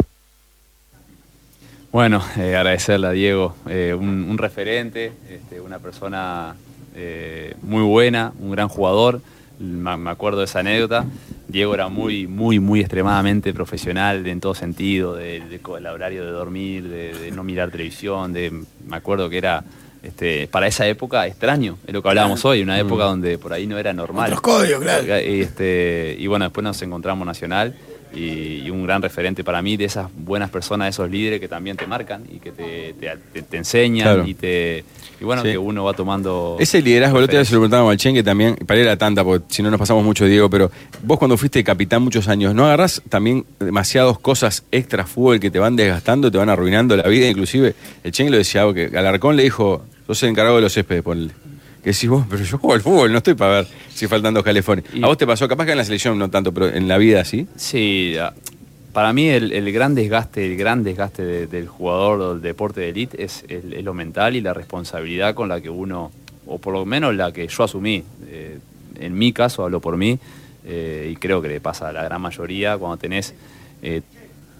[SPEAKER 4] Bueno, eh, agradecerle a Diego, eh, un, un referente, este, una persona eh, muy buena, un gran jugador. Ma- Me acuerdo de esa anécdota. Diego era muy, muy, muy extremadamente profesional en todo sentido, de- de co- el horario de dormir, de, de no mirar televisión, de, me acuerdo que era este, para esa época extraño, es lo que hablábamos hoy, una época donde por ahí no era normal.
[SPEAKER 2] Mm. Otros códigos, claro.
[SPEAKER 4] Y, este, y bueno, después nos encontramos Nacional y, y un gran referente para mí de esas buenas personas, de esos líderes que también te marcan y que te, te- te- te enseñan
[SPEAKER 5] Claro.
[SPEAKER 4] y te. Y bueno,
[SPEAKER 5] Sí.
[SPEAKER 4] que uno va tomando.
[SPEAKER 5] Ese liderazgo, el otro día se lo
[SPEAKER 4] referencias.
[SPEAKER 5] preguntaba a Malchen, que también, para ir a la tanta, porque si no nos pasamos mucho, Diego, pero vos cuando fuiste capitán muchos años, ¿no agarrás también demasiadas cosas extra fútbol que te van desgastando, te van arruinando la vida? Inclusive, el Chen lo decía, algo que Alarcón le dijo, sos el encargado de los céspedes, ponle. Que decís vos, pero yo juego al fútbol, no estoy para ver si faltan dos calefones.
[SPEAKER 4] Y-
[SPEAKER 5] ¿A vos te pasó? Capaz que en la selección no tanto, pero en la vida sí.
[SPEAKER 4] Sí, a- Para mí el, el gran desgaste, el gran desgaste de- del jugador o del deporte de élite es, el- es lo mental y la responsabilidad con la que uno, o por lo menos la que yo asumí. Eh, en mi caso, hablo por mí, eh, y creo que le pasa a la gran mayoría cuando tenés eh,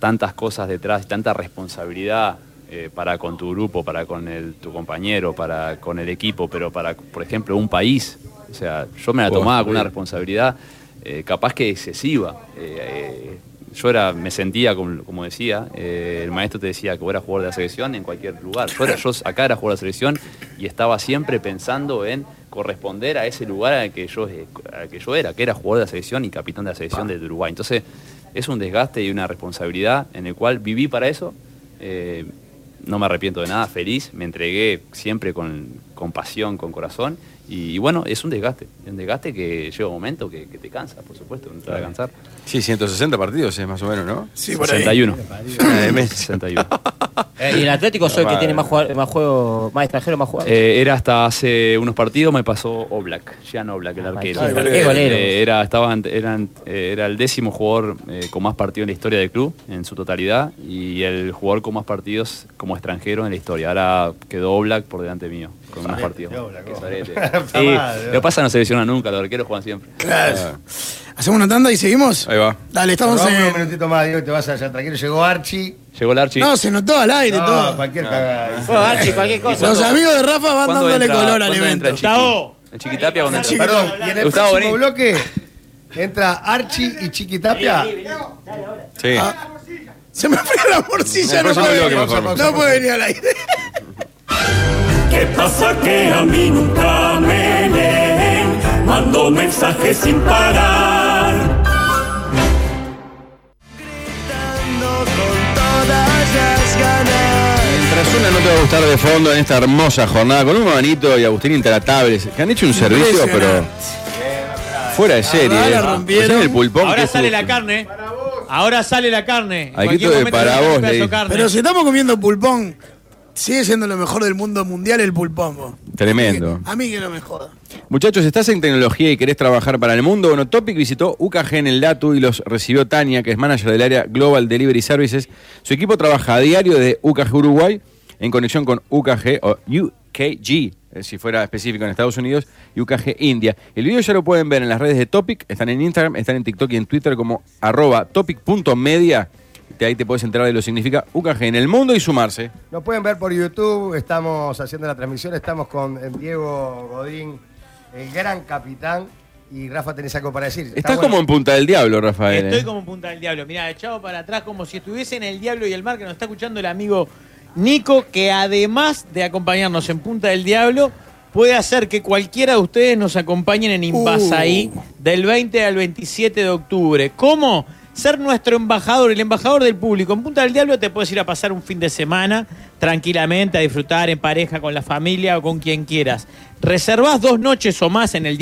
[SPEAKER 4] tantas cosas detrás y tanta responsabilidad eh, para con tu grupo, para con el- tu compañero, para con el equipo, pero para, por ejemplo, un país. O sea, yo me la
[SPEAKER 5] Buah,
[SPEAKER 4] tomaba con una
[SPEAKER 5] sí.
[SPEAKER 4] responsabilidad eh, capaz que excesiva. Eh, eh, yo era, me sentía, como, como decía, eh, el maestro te decía que vos eras jugador de la selección en cualquier lugar. Yo, era- yo acá era jugador de la selección y estaba siempre pensando en corresponder a ese lugar al que yo, eh, al que yo era, que era jugador de la selección y capitán de la selección del Uruguay. Entonces, es un desgaste y una responsabilidad en el cual viví para eso. Eh, no me arrepiento de nada, feliz, me entregué siempre con, con pasión, con corazón. Y, y bueno, es un desgaste, un desgaste que llega un momento que, que te cansa, por supuesto, no te va a cansar.
[SPEAKER 5] Sí, 160 partidos es más o menos, ¿no?
[SPEAKER 2] Sí,
[SPEAKER 4] por ahí. 61.
[SPEAKER 5] Eh, me-
[SPEAKER 4] 61.
[SPEAKER 6] Eh, y el Atlético soy el que
[SPEAKER 4] Madre.
[SPEAKER 6] tiene más, jugado- más juego, más extranjero, más jugadores.
[SPEAKER 4] Eh, era hasta hace unos partidos, me pasó Oblak, Jan Oblak, el arquero.
[SPEAKER 6] Ah, qué golero. Qué golero.
[SPEAKER 4] Eh, era, estaba ant- eran- eh, era el décimo jugador eh, con más partidos en la historia del club, en su totalidad, y el jugador con más partidos como extranjero en la historia. Ahora quedó Oblak por delante mío, con más partidos. Qué sorete.
[SPEAKER 1] Está
[SPEAKER 4] Sí,
[SPEAKER 1] mal,
[SPEAKER 4] lo que pasa es que no se lesiona nunca, los arqueros juegan siempre. Ah.
[SPEAKER 2] Claro. ¿Hacemos una tanda y seguimos?
[SPEAKER 5] Ahí va.
[SPEAKER 2] Dale, estamos
[SPEAKER 1] Vamos un
[SPEAKER 2] en.
[SPEAKER 1] minutito más, Diego, te vas allá tranquilo. Llegó Archie.
[SPEAKER 4] Llegó el Ah. Archi.
[SPEAKER 2] No, se notó al aire
[SPEAKER 1] No,
[SPEAKER 2] todo.
[SPEAKER 1] cualquier cagada.
[SPEAKER 6] Fue Archi, cualquier cosa.
[SPEAKER 2] Los amigos de Rafa van
[SPEAKER 4] ¿Cuándo
[SPEAKER 2] dándole
[SPEAKER 4] entra-
[SPEAKER 2] color al
[SPEAKER 4] cuándo
[SPEAKER 2] evento.
[SPEAKER 4] entra el Chiqui?
[SPEAKER 3] Tao.
[SPEAKER 4] El Chiquitapia cuando entra.
[SPEAKER 1] Perdón, y en el
[SPEAKER 4] Gustavo,
[SPEAKER 1] próximo
[SPEAKER 4] vení.
[SPEAKER 1] bloque entra Archie y Chiquitapia.
[SPEAKER 5] Sí.
[SPEAKER 2] Se me fría la morcilla,
[SPEAKER 5] El
[SPEAKER 2] no
[SPEAKER 5] próximo
[SPEAKER 2] puede
[SPEAKER 5] bloque
[SPEAKER 2] venir.
[SPEAKER 5] mejor.
[SPEAKER 2] No puede venir al aire.
[SPEAKER 8] ¿Qué pasa que a mí nunca me leen? Mando mensajes sin parar.
[SPEAKER 5] Mientras una no te va a gustar de fondo en esta hermosa jornada con un manito y Agustín Intratables, que han hecho un servicio, pero fuera de serie.
[SPEAKER 2] Ah, la
[SPEAKER 5] eh.
[SPEAKER 2] rompieron.
[SPEAKER 5] Recién el pulpón, que
[SPEAKER 3] Ahora
[SPEAKER 5] es
[SPEAKER 3] sale
[SPEAKER 5] su-
[SPEAKER 3] la carne. Ahora sale la carne. En
[SPEAKER 5] Aquí
[SPEAKER 3] cualquier
[SPEAKER 5] todo de
[SPEAKER 3] momento
[SPEAKER 5] para
[SPEAKER 3] sale un
[SPEAKER 5] vos,
[SPEAKER 3] pedazo de
[SPEAKER 5] leí.
[SPEAKER 3] carne.
[SPEAKER 2] Pero si estamos comiendo pulpón, sigue siendo lo mejor del mundo mundial el pulpón. vos.
[SPEAKER 5] Tremendo.
[SPEAKER 2] A mí que no me joda.
[SPEAKER 5] Muchachos, ¿estás en tecnología y querés trabajar para el mundo? Bueno, Topic visitó UKG en el Latu y los recibió Tania, que es manager del área Global Delivery Services. Su equipo trabaja a diario de UKG Uruguay en conexión con UKG o UKG, eh, si fuera específico en Estados Unidos, y UKG India. El video ya lo pueden ver en las redes de Topic, están en Instagram, están en TikTok y en Twitter como arroba topic.media. De ahí te puedes enterar de lo que significa UKG en el mundo y sumarse.
[SPEAKER 1] Nos pueden ver por YouTube, estamos haciendo la transmisión, estamos con eh, Diego Godín, el gran capitán, y Rafa tenés algo para decir. Está
[SPEAKER 5] Estás
[SPEAKER 1] bueno.
[SPEAKER 5] como en punta del diablo, Rafael.
[SPEAKER 3] Estoy
[SPEAKER 5] eh.
[SPEAKER 3] como punta del diablo. Mirá, echado para atrás como si estuviese en el diablo y el mar que nos está escuchando el amigo Nico, que además de acompañarnos en Punta del Diablo, puede hacer que cualquiera de ustedes nos acompañen en Invasaí
[SPEAKER 5] Uh.
[SPEAKER 3] del 20 al 27 de octubre. ¿Cómo? Ser nuestro embajador, el embajador del público. En Punta del Diablo te puedes ir a pasar un fin de semana tranquilamente, a disfrutar en pareja, con la familia o con quien quieras. Reservás dos noches o más en el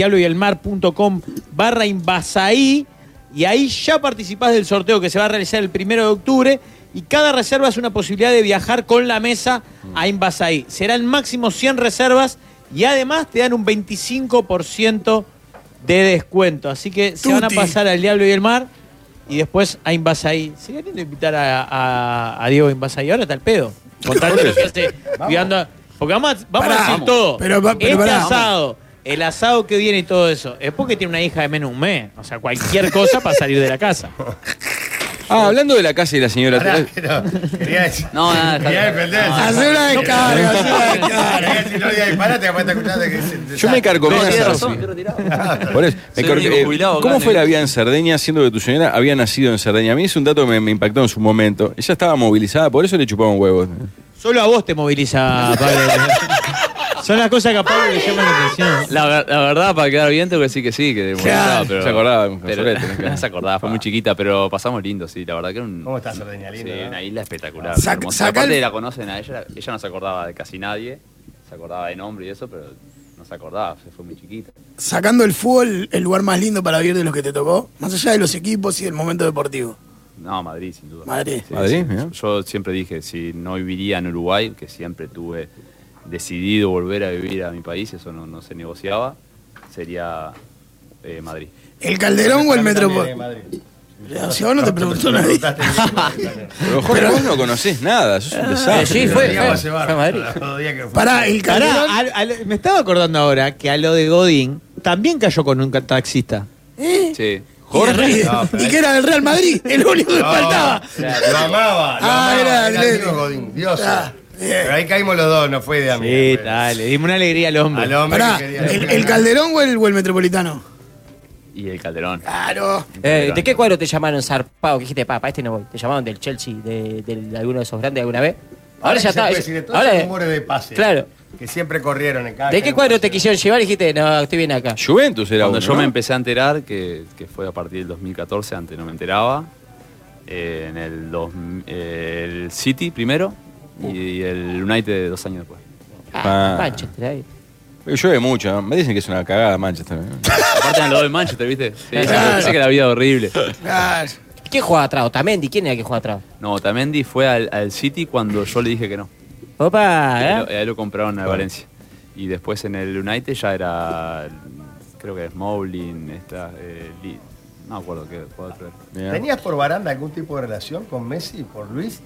[SPEAKER 3] barra Invasaí y ahí ya participás del sorteo que se va a realizar el primero de octubre y cada reserva es una posibilidad de viajar con la mesa a Invasaí. Serán máximo 100 reservas y además te dan un 25% de descuento. Así que se van a
[SPEAKER 2] Tuti.
[SPEAKER 3] pasar al Diablo y el Mar y después a Invasaí. Sería lindo invitar a, a- a Diego a Invasaí. Ahora está el pedo. Con tanto lo que hace, cuidando a- Porque vamos a, vamos a
[SPEAKER 2] Pará,
[SPEAKER 3] decir
[SPEAKER 2] vamos.
[SPEAKER 3] todo.
[SPEAKER 2] Pero va- pero
[SPEAKER 3] este
[SPEAKER 2] pará.
[SPEAKER 3] asado, el asado que viene y todo eso, es porque tiene una hija de menos un mes. O sea, cualquier cosa para salir de la casa.
[SPEAKER 5] Ah, hablando de la casa y la señora. eh,
[SPEAKER 1] Pará, pero quería decir.
[SPEAKER 4] No, nada, está
[SPEAKER 1] Quería
[SPEAKER 4] bien.
[SPEAKER 1] defender.
[SPEAKER 2] Hace una descarga, hace una descarga.
[SPEAKER 1] Quería decir, no digas disparate, capaz está escuchando que se-
[SPEAKER 5] Yo me carcomí
[SPEAKER 4] No,
[SPEAKER 5] en
[SPEAKER 4] tiene
[SPEAKER 5] Sar-
[SPEAKER 4] razón, estoy retirado.
[SPEAKER 5] Por eso, me
[SPEAKER 4] Soy
[SPEAKER 5] carcom-
[SPEAKER 4] único
[SPEAKER 5] eh,
[SPEAKER 4] jubilado acá
[SPEAKER 5] ¿Cómo
[SPEAKER 4] en
[SPEAKER 5] fue
[SPEAKER 4] el-
[SPEAKER 5] la vida en Cerdeña, siendo que tu señora había nacido en Cerdeña? A mí es un dato que me, me impactó en su momento. Ella estaba movilizada, por eso le chupaban huevos.
[SPEAKER 3] Solo a vos te moviliza, Pablo. Son las cosas que a Pablo le llaman la atención.
[SPEAKER 4] La, ver- la verdad, para quedar bien, tengo que decir que sí, que molestaba, pero.
[SPEAKER 5] Se acordaba, un
[SPEAKER 4] pero-
[SPEAKER 5] sorete, ¿no?
[SPEAKER 4] no se acordaba,
[SPEAKER 5] Ah.
[SPEAKER 4] fue muy chiquita, pero pasamos lindo, sí. La verdad que era un.
[SPEAKER 1] ¿Cómo estás, Ordeña?
[SPEAKER 4] Sí,
[SPEAKER 1] Lindo, ¿no?
[SPEAKER 4] una isla espectacular.
[SPEAKER 2] Sac-
[SPEAKER 4] hermosa.
[SPEAKER 2] saca
[SPEAKER 4] Aparte
[SPEAKER 2] el-
[SPEAKER 4] la conocen a ella, ella no se acordaba de casi nadie, se acordaba de nombre y eso, pero no se acordaba, se fue muy chiquita.
[SPEAKER 2] Sacando el fútbol, el lugar más lindo para vivir de los que te tocó, más allá de los equipos y del momento deportivo.
[SPEAKER 4] No, Madrid, sin duda.
[SPEAKER 2] Madrid.
[SPEAKER 4] Sí,
[SPEAKER 5] Madrid,
[SPEAKER 4] sí.
[SPEAKER 5] mirá.
[SPEAKER 4] Yo siempre dije, si no viviría en Uruguay, que siempre tuve decidido volver a vivir a mi país, eso no, no se negociaba, sería eh, Madrid.
[SPEAKER 2] ¿El Calderón o el
[SPEAKER 1] Para mí también,
[SPEAKER 2] Metropol?
[SPEAKER 1] eh, Madrid.
[SPEAKER 2] Si vos no te preguntó nadie.
[SPEAKER 5] Pero Jorge, vos no conocés nada, sos
[SPEAKER 2] Eh,
[SPEAKER 5] un
[SPEAKER 3] Eh,
[SPEAKER 5] desastre.
[SPEAKER 2] Pará, el Calderón-
[SPEAKER 3] Pará, al- al- me estaba acordando ahora que a lo de Godín también cayó con un ca- taxista.
[SPEAKER 2] ¿Eh?
[SPEAKER 4] Sí.
[SPEAKER 2] Y,
[SPEAKER 1] No, pero-
[SPEAKER 2] que era del Real Madrid, el único que faltaba.
[SPEAKER 1] Lo amaba, lo
[SPEAKER 2] Ah, era
[SPEAKER 1] amaba, era
[SPEAKER 2] Atlético.
[SPEAKER 1] Diego Godín, Dios.
[SPEAKER 2] Ah,
[SPEAKER 1] Pero ahí caímos los dos, no fue de amigo.
[SPEAKER 3] Sí, dale, dime una alegría al hombre.
[SPEAKER 1] Al hombre
[SPEAKER 2] Pará,
[SPEAKER 1] que quería-
[SPEAKER 2] ¿el, el Calderón o el, o el Metropolitano?
[SPEAKER 4] Y el Calderón.
[SPEAKER 5] Ah,
[SPEAKER 2] Claro.
[SPEAKER 6] Eh, ¿De qué cuadro te llamaron zarpado? Que dijiste, papá, este no voy. ¿Te llamaron del Chelsea, de, de, alguno de esos grandes alguna vez? Ahora,
[SPEAKER 1] Ahora
[SPEAKER 6] ya
[SPEAKER 1] se
[SPEAKER 6] está.
[SPEAKER 1] puede decir de todos
[SPEAKER 6] ahora,
[SPEAKER 1] esos rumores de pase.
[SPEAKER 6] claro.
[SPEAKER 1] Que siempre corrieron en cada
[SPEAKER 6] ¿De qué cuadro te quisieron llevar y dijiste, no, estoy bien acá?
[SPEAKER 5] Juventus era
[SPEAKER 4] Cuando
[SPEAKER 5] uno,
[SPEAKER 4] yo
[SPEAKER 5] ¿no?
[SPEAKER 4] me empecé a enterar, que, que fue a partir del 2014, antes no me enteraba, eh, en el, dos- eh, el City primero y el United dos años después.
[SPEAKER 6] Ah,
[SPEAKER 5] Ah.
[SPEAKER 6] Manchester, ahí.
[SPEAKER 5] Llueve mucho, ¿no? me dicen que es una cagada Manchester.
[SPEAKER 4] Aparte eran los dos de Manchester, ¿viste? Sí,
[SPEAKER 6] Claro.
[SPEAKER 4] pensé que la vida horrible.
[SPEAKER 2] Claro.
[SPEAKER 6] ¿Quién jugaba atrás? ¿Otamendi? ¿Quién era que jugaba atrás?
[SPEAKER 4] No, Tamendi fue al, al City cuando yo le dije que no. Y
[SPEAKER 6] Opa,
[SPEAKER 4] ahí lo-
[SPEAKER 6] ¿eh?
[SPEAKER 4] ahí lo compraron a Valencia. Y después en el United ya era, creo que Smalling, esta, eh, Lee- no me acuerdo qué jugador otro era.
[SPEAKER 5] Mirá.
[SPEAKER 1] ¿Tenías por baranda algún tipo de relación con Messi, por Luis?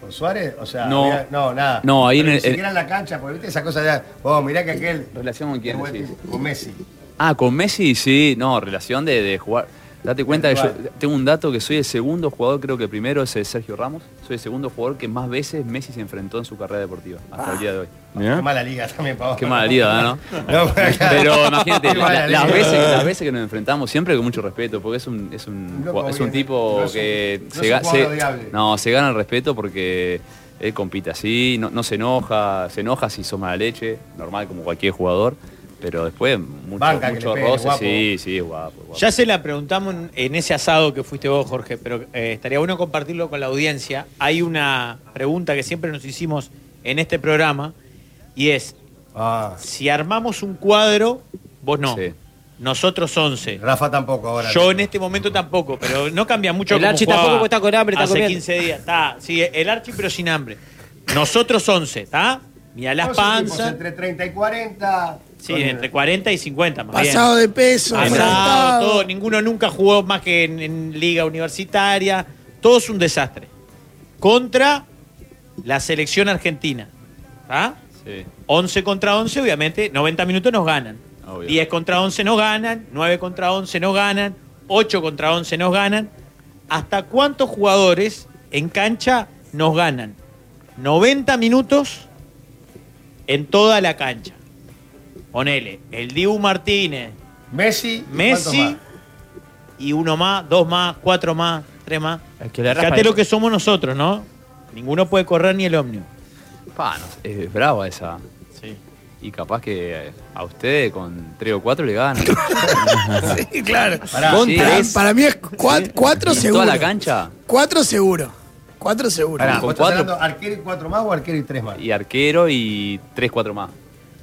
[SPEAKER 1] ¿Por Suárez? O sea,
[SPEAKER 4] No.
[SPEAKER 1] había- no, nada.
[SPEAKER 4] No, ahí
[SPEAKER 1] Pero
[SPEAKER 4] en
[SPEAKER 1] ni
[SPEAKER 4] el-
[SPEAKER 1] siquiera en la cancha, porque viste esa cosa de. Oh, mirá que aquel.
[SPEAKER 4] ¿Relación con quién? decís?
[SPEAKER 1] Con Messi.
[SPEAKER 4] Ah, con Messi sí, no, relación de, de jugar. Date cuenta que yo
[SPEAKER 1] Igual.
[SPEAKER 4] tengo un dato que soy el segundo jugador, creo que primero es eh, Sergio Ramos, soy el segundo jugador que más veces Messi se enfrentó en su carrera deportiva, hasta el día de hoy.
[SPEAKER 1] Ah. Qué
[SPEAKER 5] Mirá.
[SPEAKER 1] mala liga también, Pablo.
[SPEAKER 4] Qué mala liga, ¿no?
[SPEAKER 1] No, pero acá-
[SPEAKER 4] Pero imagínate,
[SPEAKER 1] Qué
[SPEAKER 4] la-
[SPEAKER 1] mala
[SPEAKER 4] las,
[SPEAKER 1] liga.
[SPEAKER 4] veces, las veces que nos enfrentamos, siempre con mucho respeto, porque es un, es
[SPEAKER 1] Un
[SPEAKER 4] un,
[SPEAKER 1] loco
[SPEAKER 4] es un
[SPEAKER 1] bien, eh.
[SPEAKER 4] tipo
[SPEAKER 1] no es un-
[SPEAKER 4] que
[SPEAKER 1] no es
[SPEAKER 4] se,
[SPEAKER 1] un
[SPEAKER 4] ga-
[SPEAKER 1] jugador
[SPEAKER 4] se-
[SPEAKER 1] odiable.
[SPEAKER 4] no, se gana el respeto porque él eh, compite así, no, no se enoja, se enoja si sos mala leche, normal como cualquier jugador, pero después mucho,
[SPEAKER 1] Banca que
[SPEAKER 4] mucho
[SPEAKER 1] le peguen,
[SPEAKER 4] roce,
[SPEAKER 1] guapo.
[SPEAKER 4] sí, sí, es guapo, es guapo.
[SPEAKER 3] Ya se la preguntamos en- en ese asado que fuiste vos, Jorge, pero eh, estaría bueno compartirlo con la audiencia. Hay una pregunta que siempre nos hicimos en este programa y es,
[SPEAKER 1] Ah,
[SPEAKER 3] si armamos un cuadro, vos no,
[SPEAKER 4] Sí.
[SPEAKER 3] nosotros 11.
[SPEAKER 1] Rafa tampoco ahora.
[SPEAKER 3] Yo en este momento tampoco, pero no cambia mucho.
[SPEAKER 6] El
[SPEAKER 3] como
[SPEAKER 6] Archi
[SPEAKER 3] jugaba
[SPEAKER 6] tampoco, porque está con hambre, está
[SPEAKER 3] hace
[SPEAKER 6] comiendo.
[SPEAKER 3] 15 días, está. Sí, el Archi pero sin hambre. Nosotros 11, ¿está? Mira las
[SPEAKER 1] No son tipos
[SPEAKER 3] panzas.
[SPEAKER 1] Entre 30 y 40.
[SPEAKER 3] Sí,
[SPEAKER 1] con-
[SPEAKER 3] entre 40 y 50 más bien.
[SPEAKER 2] Pasado de peso,
[SPEAKER 3] Pasado,
[SPEAKER 2] adelantado.
[SPEAKER 3] Ah, todo. Ninguno nunca jugó más que en, en liga universitaria. Todo es un desastre. Contra la selección argentina. ¿Ah?
[SPEAKER 4] Sí.
[SPEAKER 3] 11 contra 11, obviamente, 90 minutos nos ganan.
[SPEAKER 4] Obvio.
[SPEAKER 3] 10 contra 11 nos ganan, 9 contra 11 nos ganan, 8 contra 11 nos ganan. ¿Hasta cuántos jugadores en cancha nos ganan? 90 minutos en toda la cancha. Ponele, el Dibu Martínez,
[SPEAKER 1] Messi. ¿y cuántos
[SPEAKER 3] Messi
[SPEAKER 1] más?
[SPEAKER 3] y uno más, dos más, cuatro más, tres más.
[SPEAKER 6] El que le raspa
[SPEAKER 3] Fíjate
[SPEAKER 6] eso.
[SPEAKER 3] lo que somos nosotros, ¿no? Ninguno puede correr ni el ómnibus.
[SPEAKER 4] Pa, no sé, es brava esa.
[SPEAKER 3] Sí.
[SPEAKER 4] Y capaz que eh, a ustedes con 3 o 4 le ganan.
[SPEAKER 2] Sí, claro.
[SPEAKER 1] Pará,
[SPEAKER 4] Con
[SPEAKER 1] sí.
[SPEAKER 2] Para,
[SPEAKER 4] tres.
[SPEAKER 2] para mí es cua- cuatro
[SPEAKER 4] ¿En
[SPEAKER 2] seguro.
[SPEAKER 4] toda la cancha.
[SPEAKER 2] Cuatro seguro. Cuatro seguro.
[SPEAKER 1] Pará,
[SPEAKER 4] con
[SPEAKER 1] ¿vos estás
[SPEAKER 4] cuatro.
[SPEAKER 1] hablando arquero y cuatro más o arquero y tres más?
[SPEAKER 4] Y arquero y 3, 4 más.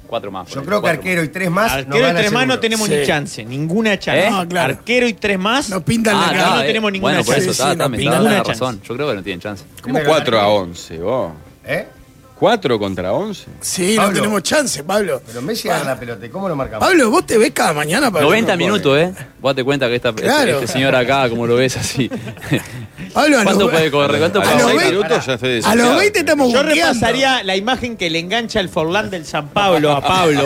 [SPEAKER 4] 4 más.
[SPEAKER 1] Yo
[SPEAKER 4] ponele,
[SPEAKER 1] creo que
[SPEAKER 4] cuatro
[SPEAKER 1] arquero y tres más. nos
[SPEAKER 3] Arquero y
[SPEAKER 1] gana
[SPEAKER 3] tres más no
[SPEAKER 1] seguro.
[SPEAKER 3] tenemos ni
[SPEAKER 2] Sí.
[SPEAKER 3] chance, ninguna chance.
[SPEAKER 2] ¿Eh? No, claro.
[SPEAKER 3] Arquero y tres más.
[SPEAKER 2] Nos pintan la
[SPEAKER 4] más. Ah,
[SPEAKER 2] cara.
[SPEAKER 3] no,
[SPEAKER 4] está,
[SPEAKER 3] no
[SPEAKER 4] eh.
[SPEAKER 3] tenemos ninguna
[SPEAKER 4] Bueno, por
[SPEAKER 3] chance.
[SPEAKER 4] eso
[SPEAKER 2] Sí,
[SPEAKER 4] está,
[SPEAKER 2] sí,
[SPEAKER 4] está,
[SPEAKER 2] no,
[SPEAKER 4] me está dando
[SPEAKER 3] ninguna
[SPEAKER 4] la
[SPEAKER 3] chance.
[SPEAKER 4] razón. Yo creo que no tienen chance.
[SPEAKER 5] ¿Cómo 4 a 11 vos?
[SPEAKER 1] ¿Eh?
[SPEAKER 5] 4 contra 11.
[SPEAKER 2] Sí, no
[SPEAKER 1] Pablo.
[SPEAKER 2] tenemos chance, Pablo.
[SPEAKER 1] Pero Messi agarra la pelota. ¿y ¿Cómo lo marcamos?
[SPEAKER 2] Pablo, vos te ves cada mañana para
[SPEAKER 4] 90
[SPEAKER 2] que no
[SPEAKER 4] minutos, ¿eh? Vos te cuenta que esta, este-
[SPEAKER 2] Claro.
[SPEAKER 4] este, señor acá, como lo ves así.
[SPEAKER 2] corre. Pablo, a
[SPEAKER 4] ¿Cuánto
[SPEAKER 2] los,
[SPEAKER 4] puede correr? ¿Cuánto
[SPEAKER 5] a
[SPEAKER 4] puede
[SPEAKER 5] los
[SPEAKER 2] correr?
[SPEAKER 5] 20
[SPEAKER 1] Pará.
[SPEAKER 5] minutos ya estoy
[SPEAKER 2] a los
[SPEAKER 5] desesperado.
[SPEAKER 2] 20 estamos
[SPEAKER 3] Yo
[SPEAKER 2] buqueando.
[SPEAKER 3] repasaría la imagen que le engancha el Forlán del San Pablo a Pablo,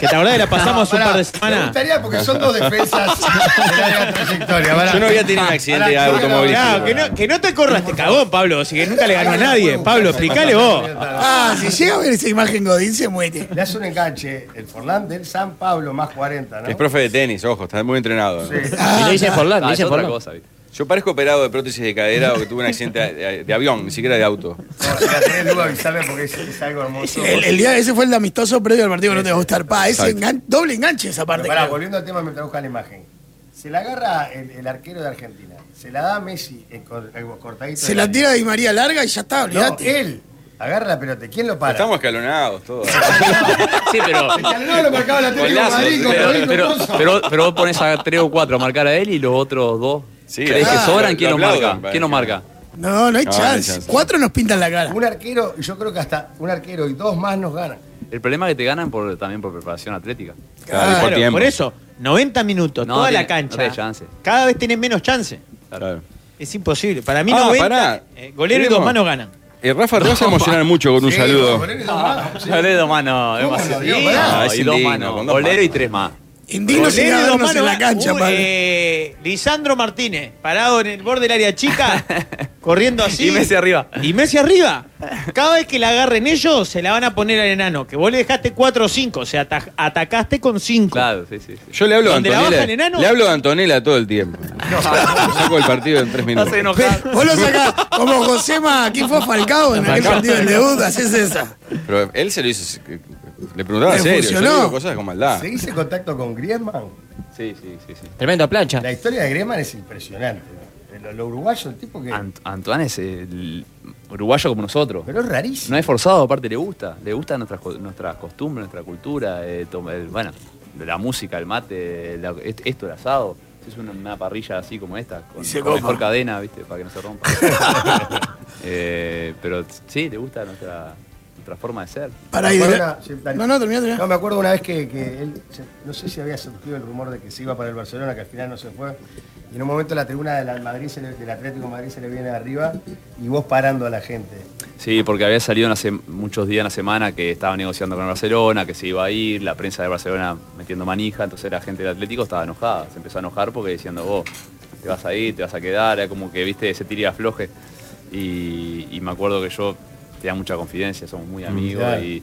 [SPEAKER 3] que la verdad que la pasamos hace un
[SPEAKER 1] Pará,
[SPEAKER 3] par de
[SPEAKER 1] Me
[SPEAKER 3] semanas.
[SPEAKER 1] gustaría porque son dos defensas de larga trayectoria. pará.
[SPEAKER 5] Yo no había tenido un accidente
[SPEAKER 1] Pará, yo
[SPEAKER 5] automovilístico.
[SPEAKER 1] creo
[SPEAKER 3] Claro, que no, que no te corras, te cagón, Pablo, así que nunca le ganó a nadie. Pablo, explícale vos.
[SPEAKER 2] Ah, si llega a ver esa imagen Godín se muere.
[SPEAKER 1] Le hace un enganche el Forlán del San Pablo más 40, ¿no?
[SPEAKER 5] Es profe de tenis, ojo, está muy entrenado. ¿no?
[SPEAKER 6] Y lo dicen por
[SPEAKER 4] Ah,
[SPEAKER 6] Land, lo
[SPEAKER 4] es
[SPEAKER 6] dicen por
[SPEAKER 4] otra
[SPEAKER 6] Land.
[SPEAKER 4] cosa, ¿viste?
[SPEAKER 5] Yo parezco operado de prótesis de cadera o que tuve un accidente de, de avión, ni siquiera de auto.
[SPEAKER 1] No, si la tenés, Lugo, avisame porque es, es algo hermoso.
[SPEAKER 2] El, el día ese fue el amistoso previo al partido que no te va a gustar. Pa, ese engan- doble enganche esa
[SPEAKER 1] Pero
[SPEAKER 2] parte.
[SPEAKER 1] pará,
[SPEAKER 2] creo.
[SPEAKER 1] volviendo al tema mientras busca la imagen. Se la agarra el, el arquero de Argentina. Se la da a Messi el, cor- el cortadito.
[SPEAKER 2] se la tira de Di María larga y ya está,
[SPEAKER 1] No,
[SPEAKER 2] olvidate.
[SPEAKER 1] él agarra la pelota. ¿Quién lo para?
[SPEAKER 5] Estamos escalonados todos.
[SPEAKER 4] Sí, pero.
[SPEAKER 1] El Calderón lo marcaba la
[SPEAKER 4] Con
[SPEAKER 1] Atlético de
[SPEAKER 4] lazos,
[SPEAKER 1] Madrid, con
[SPEAKER 4] pero,
[SPEAKER 1] Rodrigo
[SPEAKER 4] pero,
[SPEAKER 1] Pozo.
[SPEAKER 4] pero, pero vos pones a 3 o 4 a marcar a él y los otros 2,
[SPEAKER 5] Sí,
[SPEAKER 4] 3 que
[SPEAKER 5] ah,
[SPEAKER 4] sobran,
[SPEAKER 5] lo-
[SPEAKER 4] ¿quién
[SPEAKER 5] lo
[SPEAKER 4] nos
[SPEAKER 5] aplauden,
[SPEAKER 4] marca?
[SPEAKER 5] parece.
[SPEAKER 4] ¿Quién nos marca?
[SPEAKER 2] No, no hay
[SPEAKER 5] No, no hay
[SPEAKER 2] chance.
[SPEAKER 5] chance.
[SPEAKER 2] Cuatro nos pintan la cara.
[SPEAKER 1] Un arquero, yo creo que hasta un arquero y dos más nos ganan.
[SPEAKER 4] El problema es que te ganan por, también por preparación atlética.
[SPEAKER 5] Claro, y por
[SPEAKER 3] Claro,
[SPEAKER 5] tiempo.
[SPEAKER 3] por eso, 90 minutos,
[SPEAKER 4] No,
[SPEAKER 3] toda la
[SPEAKER 4] tiene- no
[SPEAKER 3] cancha.
[SPEAKER 4] tenés chance.
[SPEAKER 3] Cada vez tenés menos chance. Es imposible. Para mí,
[SPEAKER 5] Ah,
[SPEAKER 3] 90,
[SPEAKER 5] pará.
[SPEAKER 3] eh, golero y
[SPEAKER 5] Tenemos-
[SPEAKER 3] dos manos ganan.
[SPEAKER 5] Eh, Rafa, te vas a emocionar mucho con un saludo.
[SPEAKER 4] Golero y dos manos.
[SPEAKER 3] ¿Cómo lo
[SPEAKER 4] demasiado.
[SPEAKER 3] dio?
[SPEAKER 4] Sí,
[SPEAKER 3] Pará.
[SPEAKER 4] no,
[SPEAKER 5] Ah, es
[SPEAKER 4] y dos
[SPEAKER 5] indigno,
[SPEAKER 4] manos.
[SPEAKER 5] con dos
[SPEAKER 4] Golero
[SPEAKER 5] manos.
[SPEAKER 4] y tres más.
[SPEAKER 2] Indigno sin
[SPEAKER 3] Golero y dos
[SPEAKER 2] habernos en
[SPEAKER 3] manos
[SPEAKER 2] la
[SPEAKER 3] ganan.
[SPEAKER 2] cancha,
[SPEAKER 3] Uy,
[SPEAKER 2] padre.
[SPEAKER 3] eh, Lisandro Martínez, parado en el borde del área chica, corriendo así.
[SPEAKER 4] Y Messi arriba.
[SPEAKER 3] Y Messi arriba. Cada vez que la agarren ellos, se la van a poner al enano. Que vos le dejaste 4 o 5. O sea, ata- atacaste con 5.
[SPEAKER 4] Claro, sí, sí. sí.
[SPEAKER 5] Yo le hablo a
[SPEAKER 3] ¿Dónde la baja
[SPEAKER 5] Antonella.
[SPEAKER 3] el enano?
[SPEAKER 5] Le hablo a Antonella todo el tiempo. Saco el partido en tres minutos.
[SPEAKER 4] Estás enojado.
[SPEAKER 2] Vos lo sacás como Josema, aquí fue Falcao en aquel
[SPEAKER 5] Falcao.
[SPEAKER 2] partido del debut, haces esa.
[SPEAKER 5] Pero él se lo hizo. Le preguntaba en
[SPEAKER 2] Le
[SPEAKER 5] serio. Yo le digo
[SPEAKER 2] funcionó.
[SPEAKER 5] cosas con maldad.
[SPEAKER 1] ¿Seguís en contacto con Griezmann?
[SPEAKER 4] Sí, sí, sí. sí.
[SPEAKER 6] Tremenda plancha.
[SPEAKER 1] La historia de Griezmann es impresionante. ¿no? Lo, lo uruguayo, el tipo que...
[SPEAKER 4] Ant- Antoine es el uruguayo como nosotros.
[SPEAKER 1] Pero es rarísimo.
[SPEAKER 4] No es forzado, aparte le gusta. Le gusta nuestras co- nuestras costumbres, nuestra cultura. eh, toma- el- bueno, la música, el mate, la- est- esto, el asado. Es una, una parrilla así como esta, con,
[SPEAKER 2] se
[SPEAKER 4] con
[SPEAKER 2] copa.
[SPEAKER 4] mejor cadena, ¿viste? Para que no se rompa. Eh, pero sí, le gusta nuestra, nuestra forma de ser.
[SPEAKER 2] Para ahí.
[SPEAKER 1] Me
[SPEAKER 2] de
[SPEAKER 1] acuerdo
[SPEAKER 2] la-
[SPEAKER 1] una- sí, dale.
[SPEAKER 2] No, no, terminá, terminá.
[SPEAKER 1] No, me acuerdo una vez que, que él, se- no sé si había surgido el rumor de que se iba para el Barcelona, que al final no se fue. Y en un momento la tribuna de la Madrid se le- del Atlético de Madrid se le viene arriba y vos parando a la gente.
[SPEAKER 4] Sí, porque había salido en hace muchos días en la semana que estaba negociando con el Barcelona, que se iba a ir, la prensa de Barcelona metiendo manija, entonces la gente del Atlético estaba enojada, se empezó a enojar porque diciendo vos, te vas a ir, te vas a quedar, era como que viste ese tira y afloje. Y, y me acuerdo que yo tenía mucha confidencia, somos muy amigos
[SPEAKER 1] Mm, claro.
[SPEAKER 4] y,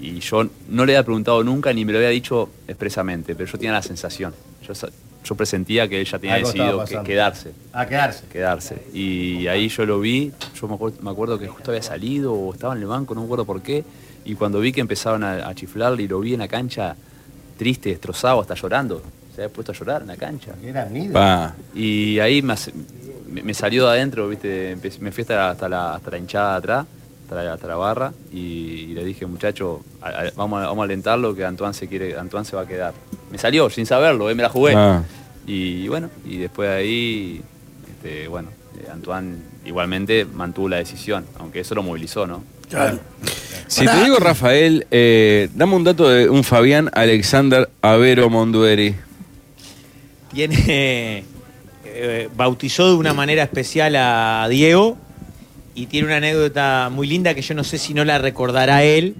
[SPEAKER 4] y yo no le había preguntado nunca ni me lo había dicho expresamente, pero yo tenía la sensación, yo, sa- yo presentía que ella tenía
[SPEAKER 1] Algo estaba
[SPEAKER 4] decidido que-
[SPEAKER 1] pasando.
[SPEAKER 4] quedarse
[SPEAKER 1] A quedarse.
[SPEAKER 4] quedarse. Y ahí yo lo vi, yo me acuerdo, me acuerdo que justo había salido o estaba en el banco, no me acuerdo por qué, y cuando vi que empezaban a, a chiflarle y lo vi en la cancha triste, destrozado, hasta llorando, se había puesto a llorar en la cancha.
[SPEAKER 1] Era mi ídolo.
[SPEAKER 5] Pa.
[SPEAKER 4] Y ahí me, hace- me- me salió de adentro, ¿viste? Empe- me fui hasta, hasta la, hasta la hinchada de atrás, hasta la, hasta la barra, y, y le dije, muchacho, a- a- vamos, a, vamos a alentarlo que Antoine se, quiere, Antoine se va a quedar. Me salió, sin saberlo, eh, me la jugué.
[SPEAKER 5] Ah.
[SPEAKER 4] Y bueno, y después de ahí, este, bueno, eh, Antoine igualmente mantuvo la decisión, aunque eso lo movilizó, ¿no?
[SPEAKER 5] Si
[SPEAKER 2] Pará.
[SPEAKER 5] te digo, Rafael, eh, dame un dato de un Fabián Alexander Avero Mondueri.
[SPEAKER 3] Tiene, eh, bautizó de una manera especial a Diego y tiene una anécdota muy linda que yo no sé si no la recordará él.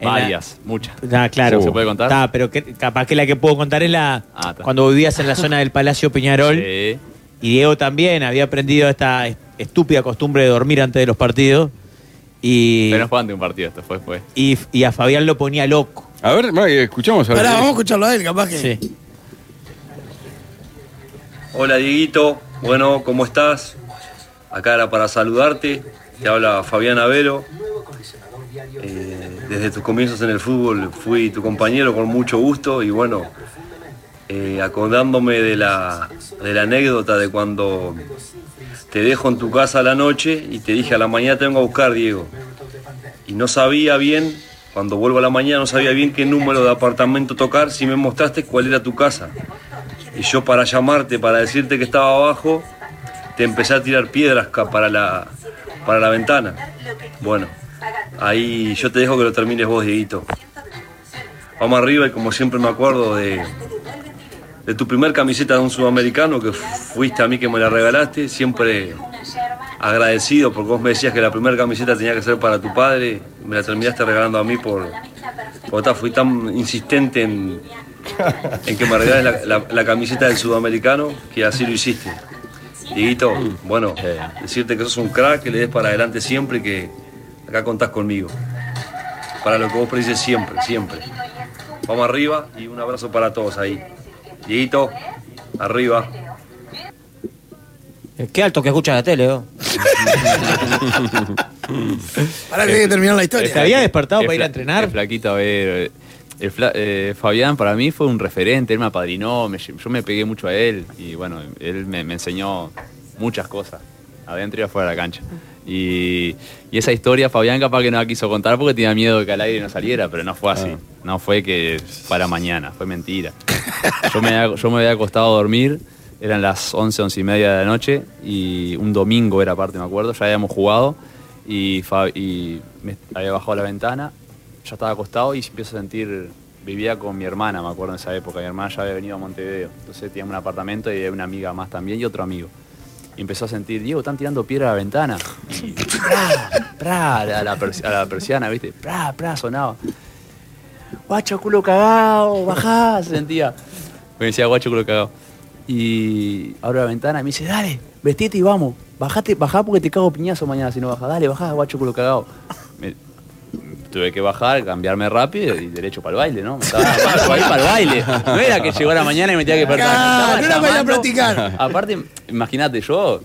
[SPEAKER 3] En la-
[SPEAKER 4] Varias, muchas.
[SPEAKER 3] Ah, claro.
[SPEAKER 4] ¿Se puede contar?
[SPEAKER 3] Está, pero que- capaz que la que puedo contar es la
[SPEAKER 4] Ah, está.
[SPEAKER 3] cuando vivías en la zona del Palacio Peñarol
[SPEAKER 4] Sí.
[SPEAKER 3] y Diego también había aprendido esta estúpida costumbre de dormir antes de los partidos y,
[SPEAKER 4] Pero no fue antes de un partido, esto fue después.
[SPEAKER 3] y, y a Fabián lo ponía loco.
[SPEAKER 5] A ver, ma, eh, escuchamos a ver.
[SPEAKER 2] Pará, vamos a escucharlo a él, capaz que.
[SPEAKER 3] Sí.
[SPEAKER 12] Hola Dieguito, bueno, ¿cómo estás? Acá era para saludarte, te habla Fabián Avero. Eh, desde tus comienzos en el fútbol fui tu compañero con mucho gusto y bueno, eh, acordándome de la, de la anécdota de cuando te dejo en tu casa a la noche y te dije a la mañana te vengo a buscar, Diego. Y no sabía bien, cuando vuelvo a la mañana, no sabía bien qué número de apartamento tocar si me mostraste cuál era tu casa. Y yo para llamarte, para decirte que estaba abajo, te empecé a tirar piedras ca- para la, para la ventana. Bueno, ahí yo te dejo que lo termines vos, Dieguito. Vamos arriba y como siempre me acuerdo de, de tu primer camiseta de un sudamericano que fuiste a mí que me la regalaste, siempre agradecido porque vos me decías que la primera camiseta tenía que ser para tu padre, me la terminaste regalando a mí por... Por tal, fui tan insistente en, en que me regales la, la- la camiseta del sudamericano, que así lo hiciste. Dieguito, bueno, decirte que sos un crack, que le des para adelante siempre y que acá contás conmigo. Para lo que vos precises siempre, siempre. Vamos arriba y un abrazo para todos ahí. Dieguito, arriba.
[SPEAKER 6] Eh, Qué alto que escuchas la tele, vos.
[SPEAKER 2] Pará que hay que terminar la
[SPEAKER 3] Se
[SPEAKER 2] historia.
[SPEAKER 3] Eh, había despertado
[SPEAKER 4] El
[SPEAKER 3] para ir a
[SPEAKER 4] fla-
[SPEAKER 3] entrenar.
[SPEAKER 4] El flaquito, a ver. El fla- eh, Fabián para mí fue un referente, él me apadrinó, me lle- yo me pegué mucho a él y bueno, él me, me enseñó muchas cosas, adentro y afuera de la cancha. Y, y esa historia Fabián capaz que no la quiso contar porque tenía miedo de que al aire no saliera, pero no fue así,
[SPEAKER 3] Ah.
[SPEAKER 4] no fue que para mañana, fue mentira. Yo me, había- yo me había acostado a dormir, eran las 11, 11 y media de la noche y un domingo era aparte, me acuerdo, ya habíamos jugado y, Fa- y me había bajado la ventana, ya estaba acostado y empiezo a sentir, vivía con mi hermana, me acuerdo en esa época, mi hermana ya había venido a Montevideo, entonces teníamos un apartamento y había una amiga más también y otro amigo. Y y empezó a sentir, Diego, están tirando piedra a la ventana. Y, pra, pra, a la, persi- a la persiana, ¿viste? Pra, pra, sonaba. Guacho, culo cagado, bajá, Ah, se sentía. Me decía, guacho, culo cagado. Y abro la ventana y me dice, dale, vestite y vamos. Bajate, bajá porque te cago piñazo mañana si no bajás. Dale, bajá, guacho, culo cagado. Me- tuve que bajar, cambiarme rápido y derecho para el baile, ¿no? Me estaba llamando ahí para el baile. No era que llegó la mañana y me tenía que perder.
[SPEAKER 2] Claro, Ah, no era para ir a practicar.
[SPEAKER 4] Aparte, imagínate, yo,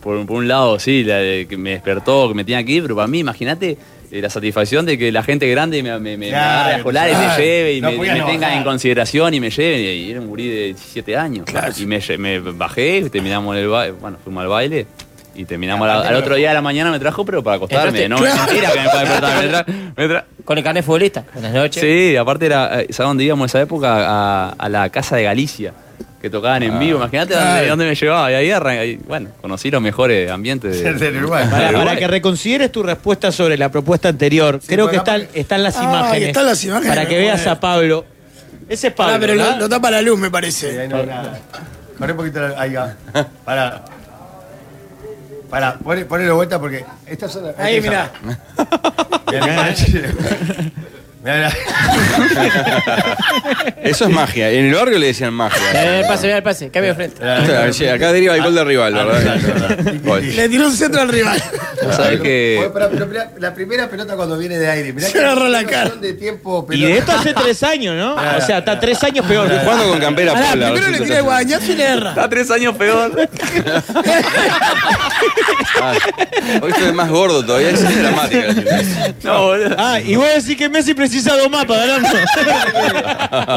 [SPEAKER 4] por, por un lado, sí, la de que me despertó, que me tenía que ir, pero para mí, imagínate eh, la satisfacción de que la gente grande me, me, me
[SPEAKER 1] Claro,
[SPEAKER 4] agarre a colar y me
[SPEAKER 1] claro.
[SPEAKER 4] lleve y
[SPEAKER 1] No
[SPEAKER 4] me,
[SPEAKER 1] podías
[SPEAKER 4] me
[SPEAKER 1] no
[SPEAKER 4] tenga
[SPEAKER 1] bajar.
[SPEAKER 4] en consideración y me lleve. Y era un gurí de 17 años. Y me, lle- me bajé, terminamos en el baile, bueno, fuimos al baile. Y terminamos a la- al otro día de la mañana me trajo, pero para acostarme.
[SPEAKER 6] Entraste-
[SPEAKER 4] No, es mentira que me puede despertar. me tra-
[SPEAKER 6] Con el carnet futbolista. Buenas noches.
[SPEAKER 4] Sí, aparte era, eh, ¿sabes dónde íbamos en esa época? A, a la Casa de Galicia, que tocaban en
[SPEAKER 5] Ah.
[SPEAKER 4] vivo. Imagínate dónde,
[SPEAKER 5] Claro.
[SPEAKER 4] dónde me llevaba. Y ahí arranca- y, bueno, conocí los mejores ambientes de,
[SPEAKER 3] Para, para que reconsideres tu respuesta sobre la propuesta anterior, creo que están, están las
[SPEAKER 2] Ah,
[SPEAKER 3] imágenes.
[SPEAKER 2] están las imágenes.
[SPEAKER 3] Para que veas a Pablo. Ese es Pablo.
[SPEAKER 2] Ah, pero lo,
[SPEAKER 3] ¿verdad?
[SPEAKER 2] lo tapa la luz, me parece.
[SPEAKER 1] Ahí no hay nada. Corre un poquito la- Ahí va. Pará. Pará, poné- ponelo vuelta porque. Esta zona.
[SPEAKER 2] Ahí,
[SPEAKER 1] mira.
[SPEAKER 2] mirá.
[SPEAKER 5] Eso es magia. En el barrio le decían magia.
[SPEAKER 13] Mira el pase, mira el pase. Cambio de frente.
[SPEAKER 5] O sea, sí, acá deriva el gol del rival,
[SPEAKER 1] Ah,
[SPEAKER 5] ¿verdad? Gol.
[SPEAKER 2] Le tiró un centro al rival.
[SPEAKER 5] sabés
[SPEAKER 1] Bueno, pará, pero mirá, la primera pelota cuando viene de aire. Mirá
[SPEAKER 2] Se
[SPEAKER 1] que
[SPEAKER 2] agarró la
[SPEAKER 1] son
[SPEAKER 2] cara.
[SPEAKER 1] de tiempo,
[SPEAKER 3] Y de esto hace tres años, ¿no? O sea, está tres años peor.
[SPEAKER 5] Jugando con campera
[SPEAKER 3] Pará,
[SPEAKER 5] pola,
[SPEAKER 3] primero
[SPEAKER 5] sí,
[SPEAKER 3] le
[SPEAKER 5] sí,
[SPEAKER 3] tira
[SPEAKER 5] sí.
[SPEAKER 3] el guadañazo y le erra.
[SPEAKER 4] Está tres años peor.
[SPEAKER 5] Ah, Hoy estoy más gordo todavía, es dramática.
[SPEAKER 4] No, boludo.
[SPEAKER 3] Ah, y voy a decir que Messi precisa dos mapas, Galán.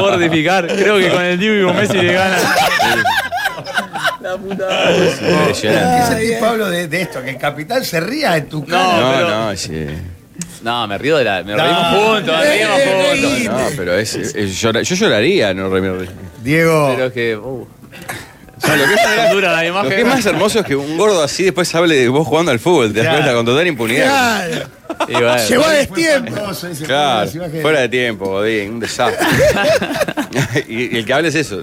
[SPEAKER 4] Fortificar. Creo que con el Dibu y con Messi le gana.
[SPEAKER 1] ¿Qué sentís, Pablo, de, de esto? Que el capitán se ría en tu cara.
[SPEAKER 4] No, pero-
[SPEAKER 5] No, sí.
[SPEAKER 4] No, me río de la. Me
[SPEAKER 1] No.
[SPEAKER 4] reímos juntos, me
[SPEAKER 1] Eh,
[SPEAKER 4] reímos
[SPEAKER 1] eh,
[SPEAKER 4] juntos.
[SPEAKER 1] reí.
[SPEAKER 5] No, pero es, es llora- yo lloraría, no Ramiro.
[SPEAKER 1] Diego.
[SPEAKER 4] Pero es que. uh,
[SPEAKER 5] No, lo, que es,
[SPEAKER 4] dura la
[SPEAKER 5] lo
[SPEAKER 4] imagen.
[SPEAKER 5] que es más hermoso es que un gordo así después hable de vos jugando al fútbol, te das
[SPEAKER 1] Claro.
[SPEAKER 5] cuenta con total impunidad.
[SPEAKER 2] Claro.
[SPEAKER 4] Y bueno,
[SPEAKER 2] Llegó a
[SPEAKER 1] Fue
[SPEAKER 2] destiempo.
[SPEAKER 1] famoso, dice,
[SPEAKER 5] Claro,
[SPEAKER 1] las imágenes.
[SPEAKER 5] fuera de tiempo, Godín, un desastre. y, y el que hable es eso.